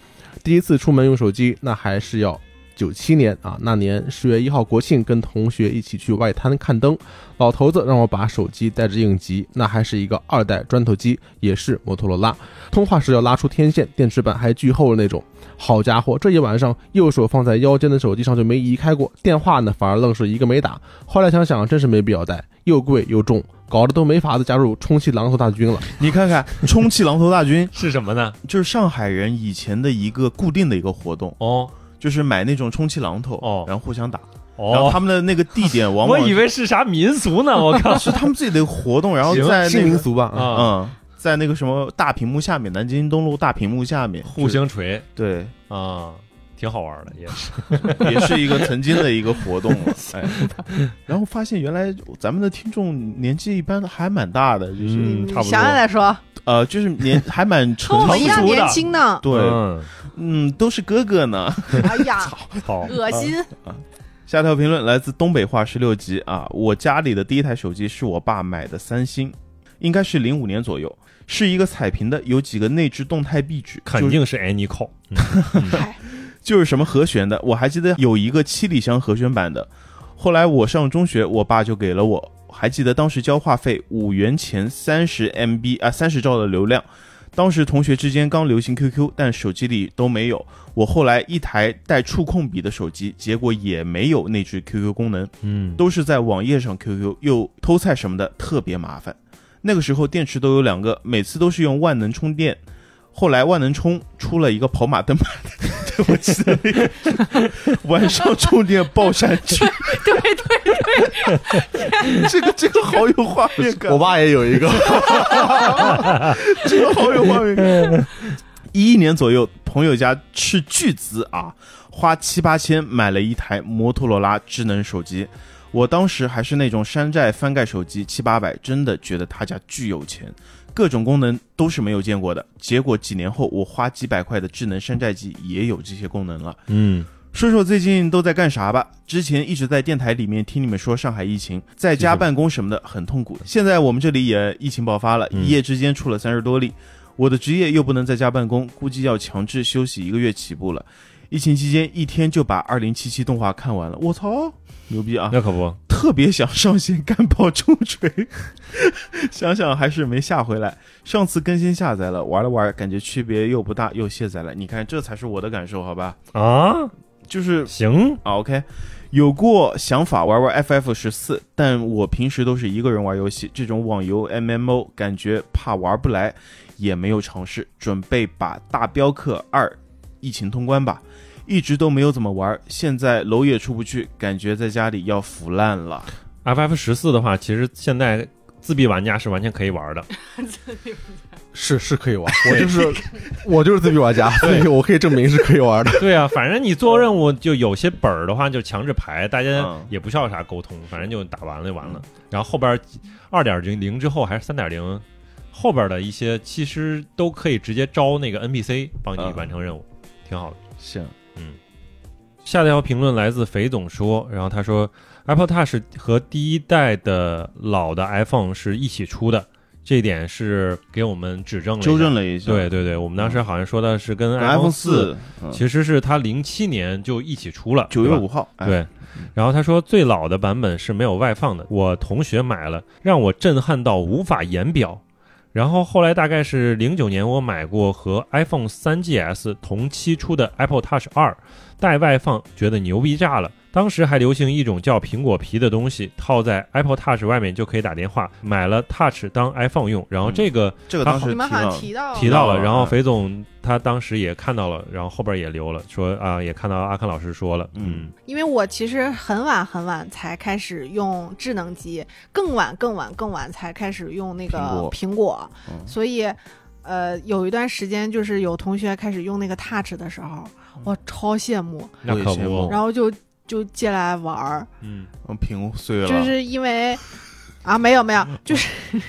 第一次出门用手机，那还是要九七年啊，那年十月一号国庆，跟同学一起去外滩看灯，老头子让我把手机带着应急，那还是一个二代砖头机，也是摩托罗拉，通话时要拉出天线，电池板还巨厚的那种。好家伙，这一晚上右手放在腰间的手机上就没移开过，电话呢反而愣是一个没打。后来想想，真是没必要带，又贵又重，搞得都没法子加入充气榔头大军了。你看看，充气榔头大军是什么呢？就是上海人以前的一个固定的一个活动，哦就是买那种充气榔头，哦然后互相打，然后哦，他们的那个地点往 我往以为是啥民俗呢，我 靠是他们自己的活动，然后行在新哎那民个俗吧，啊，啊！嗯，在那个什么大屏幕下面，南京东路大屏幕下面互相锤对啊，挺好玩的，也是也是一个曾经的一个活动 了。哎，然后发现原来咱们的听众年纪一般还蛮大的，就是、嗯差不多想想再说，呃，就是年还蛮和成我们一熟样的。年 轻呢。对，嗯嗯，都是哥哥呢。 哎呀，好，恶心！下条评论来自东北话十六级啊，我家里的第一台手机是我爸买的三星，应该是零五年左右，是一个彩屏的，有几个内置动态壁纸，肯定是 Any Call，嗨，就是什么和弦的，我还记得有一个七里香和弦版的。后来我上中学，我爸就给了我，还记得当时交话费五元钱三十 MB 啊，三十兆的流量。当时同学之间刚流行 QQ，但手机里都没有。我后来一台带触控笔的手机，结果也没有内置 QQ 功能，嗯，都是在网页上 QQ，又偷菜什么的，特别麻烦。那个时候电池都有两个，每次都是用万能充电。后来万能充出了一个跑马灯 版的，我记得那个晚上充电爆闪去，对对， 这个这个好有画面感，我爸也有一个，这个好有画面感。 一一年左右，朋友家斥巨资啊，花七八千买了一台摩托罗拉智能手机。我当时还是那种山寨翻盖手机，七八百，真的觉得他家巨有钱，各种功能都是没有见过的。结果几年后，我花几百块的智能山寨机也有这些功能了。嗯，说说最近都在干啥吧。之前一直在电台里面听你们说上海疫情，在家办公什么的很痛苦。现在我们这里也疫情爆发了，嗯一夜之间出了三十多例。我的职业又不能在家办公，估计要强制休息一个月起步了。疫情期间一天就把二零七七动画看完了，我操，牛逼啊！那可不，特别想上线干爆重锤， 想想还是没下回来。上次更新下载了，玩了玩，感觉区别又不大，又卸载了。你看，这才是我的感受，好吧？啊，就是行，啊，OK，有过想法玩玩 FF 十四，但我平时都是一个人玩游戏，这种网游 MMO 感觉怕玩不来，也没有尝试。准备把《大镖客二》疫情通关吧，一直都没有怎么玩，现在楼也出不去，感觉在家里要腐烂了。 FF 十四的话，其实现在自闭玩家是完全可以玩 的。是是可以玩，我就是我就是自闭玩家，所以我可以证明是可以玩的。对啊，反正你做任务就有些本儿的话就强制排，大家嗯也不需要啥沟通，反正就打完了就完了。然后后边二点零零之后还是三点零，后边的一些其实都可以直接招那个 NPC 帮你嗯完成任务，挺好的。行，下一条评论来自肥总说，然后他说，Apple Touch 和第一代的老的 iPhone 是一起出的，这一点是给我们指正了一下纠正了一下，对对对，我们当时好像说的是跟跟，iPhone 四，四嗯其实是它零七年就一起出了，九对月吧五号，哎，对，然后他说最老的版本是没有外放的，我同学买了，让我震撼到无法言表。然后后来大概是零九年，我买过和 iPhone 3GS 同期出的 Apple Touch 二，带外放，觉得牛逼炸了。当时还流行一种叫苹果皮的东西，套在 Apple Touch 外面就可以打电话。买了 Touch 当 iPhone 用，然后这个这个当时你们好像提提到提到哦了，然后哎肥总他当时也看到了，然后后边也留了，说啊，也看到阿康老师说了，嗯嗯，因为我其实很晚很晚才开始用智能机，更晚更晚更晚才开始用那个苹果苹果，嗯所以呃有一段时间就是有同学开始用那个 Touch 的时候，我超羡慕，那可我也羡慕不哦，然后就就借来玩儿，嗯，嗯屏幕碎了，就是因为啊没有没有，就是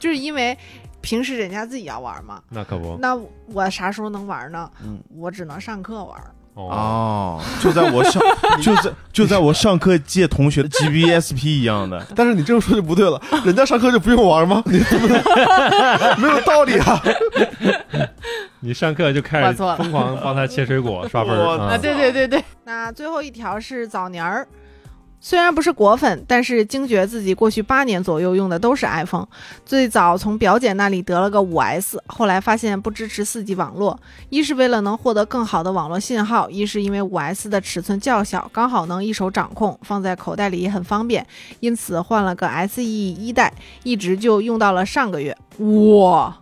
就是因为平时人家自己要玩嘛，那可不，那我啥时候能玩呢？哦嗯我只能上课玩儿。哦，哦，就在我上，就在就在我上课借同学的 GBSP 一样的，但是你这么说就不 对了，人家上课就不用玩吗？你对不对？没有道理啊！你上课就开我始错了疯狂帮他切水果刷分我儿啊，啊，对对对对。那最后一条是早年儿，虽然不是果粉，但是惊觉自己过去八年左右用的都是 iPhone。最早从表姐那里得了个 5S，后来发现不支持 4G 网络，一是为了能获得更好的网络信号，一是因为 5S 的尺寸较小，刚好能一手掌控，放在口袋里也很方便，因此换了个 SE 一代，一直就用到了上个月。哇！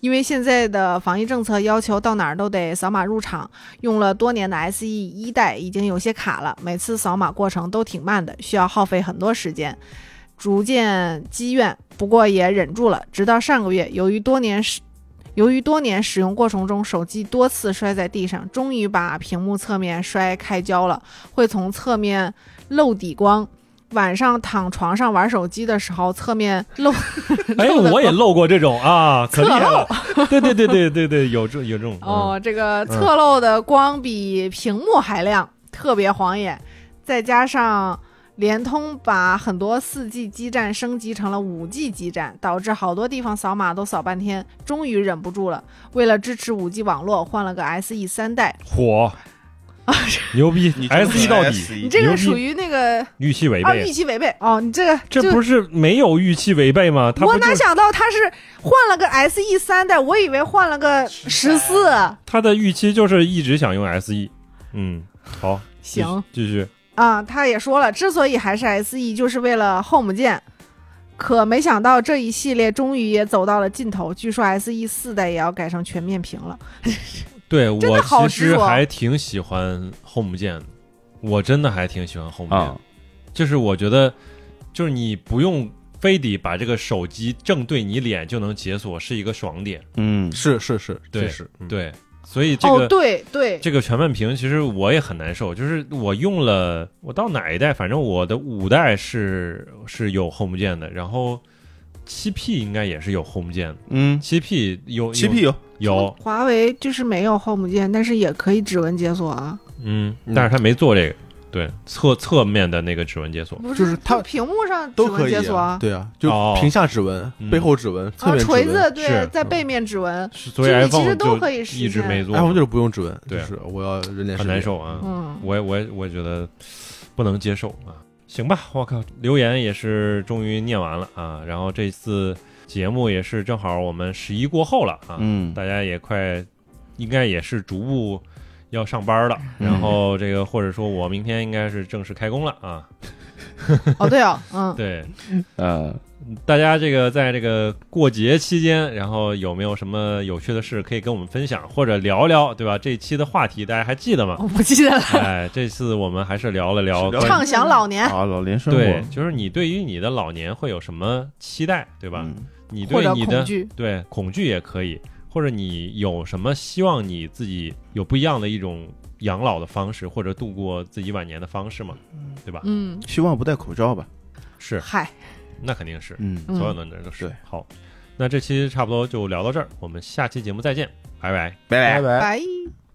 因为现在的防疫政策要求到哪儿都得扫码入场，用了多年的 SE 一代已经有些卡了，每次扫码过程都挺慢的，需要耗费很多时间，逐渐积怨。不过也忍住了，直到上个月，由于多年是。由于多年使用过程中，手机多次摔在地上，终于把屏幕侧面摔开胶了，会从侧面漏底光。晚上躺床上玩手机的时候，侧面漏，哎，漏的我也漏过这种啊，可厉害侧漏了。对对对对对对，有这有这种。哦，这个侧漏的光比屏幕还亮，特别晃眼。再加上联通把很多 4G 基站升级成了 5G 基站，导致好多地方扫码都扫半天，终于忍不住了。为了支持 5G 网络，换了个 SE 三代。嗯火，牛逼你！S 一到底，底你这牛个逼属于那个预期违啊预背，期违背哦，你这个这就不是没有预期违背吗？他我不就哪想到他是换了个 SE 三代，我以为换了个十四。他的预期就是一直想用 S 一。嗯，好，继续行，继续。啊，他也说了，之所以还是 SE，就是为了 Home 键。可没想到这一系列终于也走到了尽头，据说 SE 四代也要改成全面屏了。对真的我好其执实着还挺喜欢 Home 键的，我真的还挺喜欢 Home 键的啊，就是我觉得，就是你不用非得把这个手机正对你脸就能解锁，是一个爽点。嗯，是是是，对确实，嗯，对，所以这个、哦，对对，这个全面屏其实我也很难受，就是我用了我到哪一代，反正我的五代是是有 Home 键的，然后七 P 应该也是有 Home 键的，嗯，七 P 有七 P 有有华为就是没有 Home 键，但是也可以指纹解锁啊。嗯，但是他没做这个，对侧侧面的那个指纹解锁，不就是它屏幕上指都可纹以解锁啊，啊，对啊，就哦屏下指纹、嗯背后指纹、侧啊面指锤纹，子对是，在背面指纹，所以这个其 iPhone 实都可就以实一直现没做 iPhone 就是不用指纹，就对是我要人脸识别，很难受啊，嗯，我也我也我觉得不能接受啊。行吧，我靠，留言也是终于念完了啊。然后这次节目也是正好我们十一过后了啊，嗯大家也快应该也是逐步要上班了。然后这个或者说我明天应该是正式开工了啊。哦对哦， 嗯，对，呃，嗯大家这个在这个过节期间，然后有没有什么有趣的事可以跟我们分享，或者聊聊，对吧？这一期的话题大家还记得 吗？我不记得了，哎，这次我们还是聊了聊聊关于畅想老年啊，老年生活对，就是你对于你的老年会有什么期待，对吧？嗯你或对者你恐的惧，对恐惧也可以，或者你有什么希望你自己有不一样的一种养老的方式，或者度过自己晚年的方式嘛，对吧？嗯，希望不戴口罩吧，是，嗨，那肯定是，嗯，嗯所有的人都是。对好，那这期差不多就聊到这儿，我们下期节目再见，拜拜。拜拜拜。拜。拜。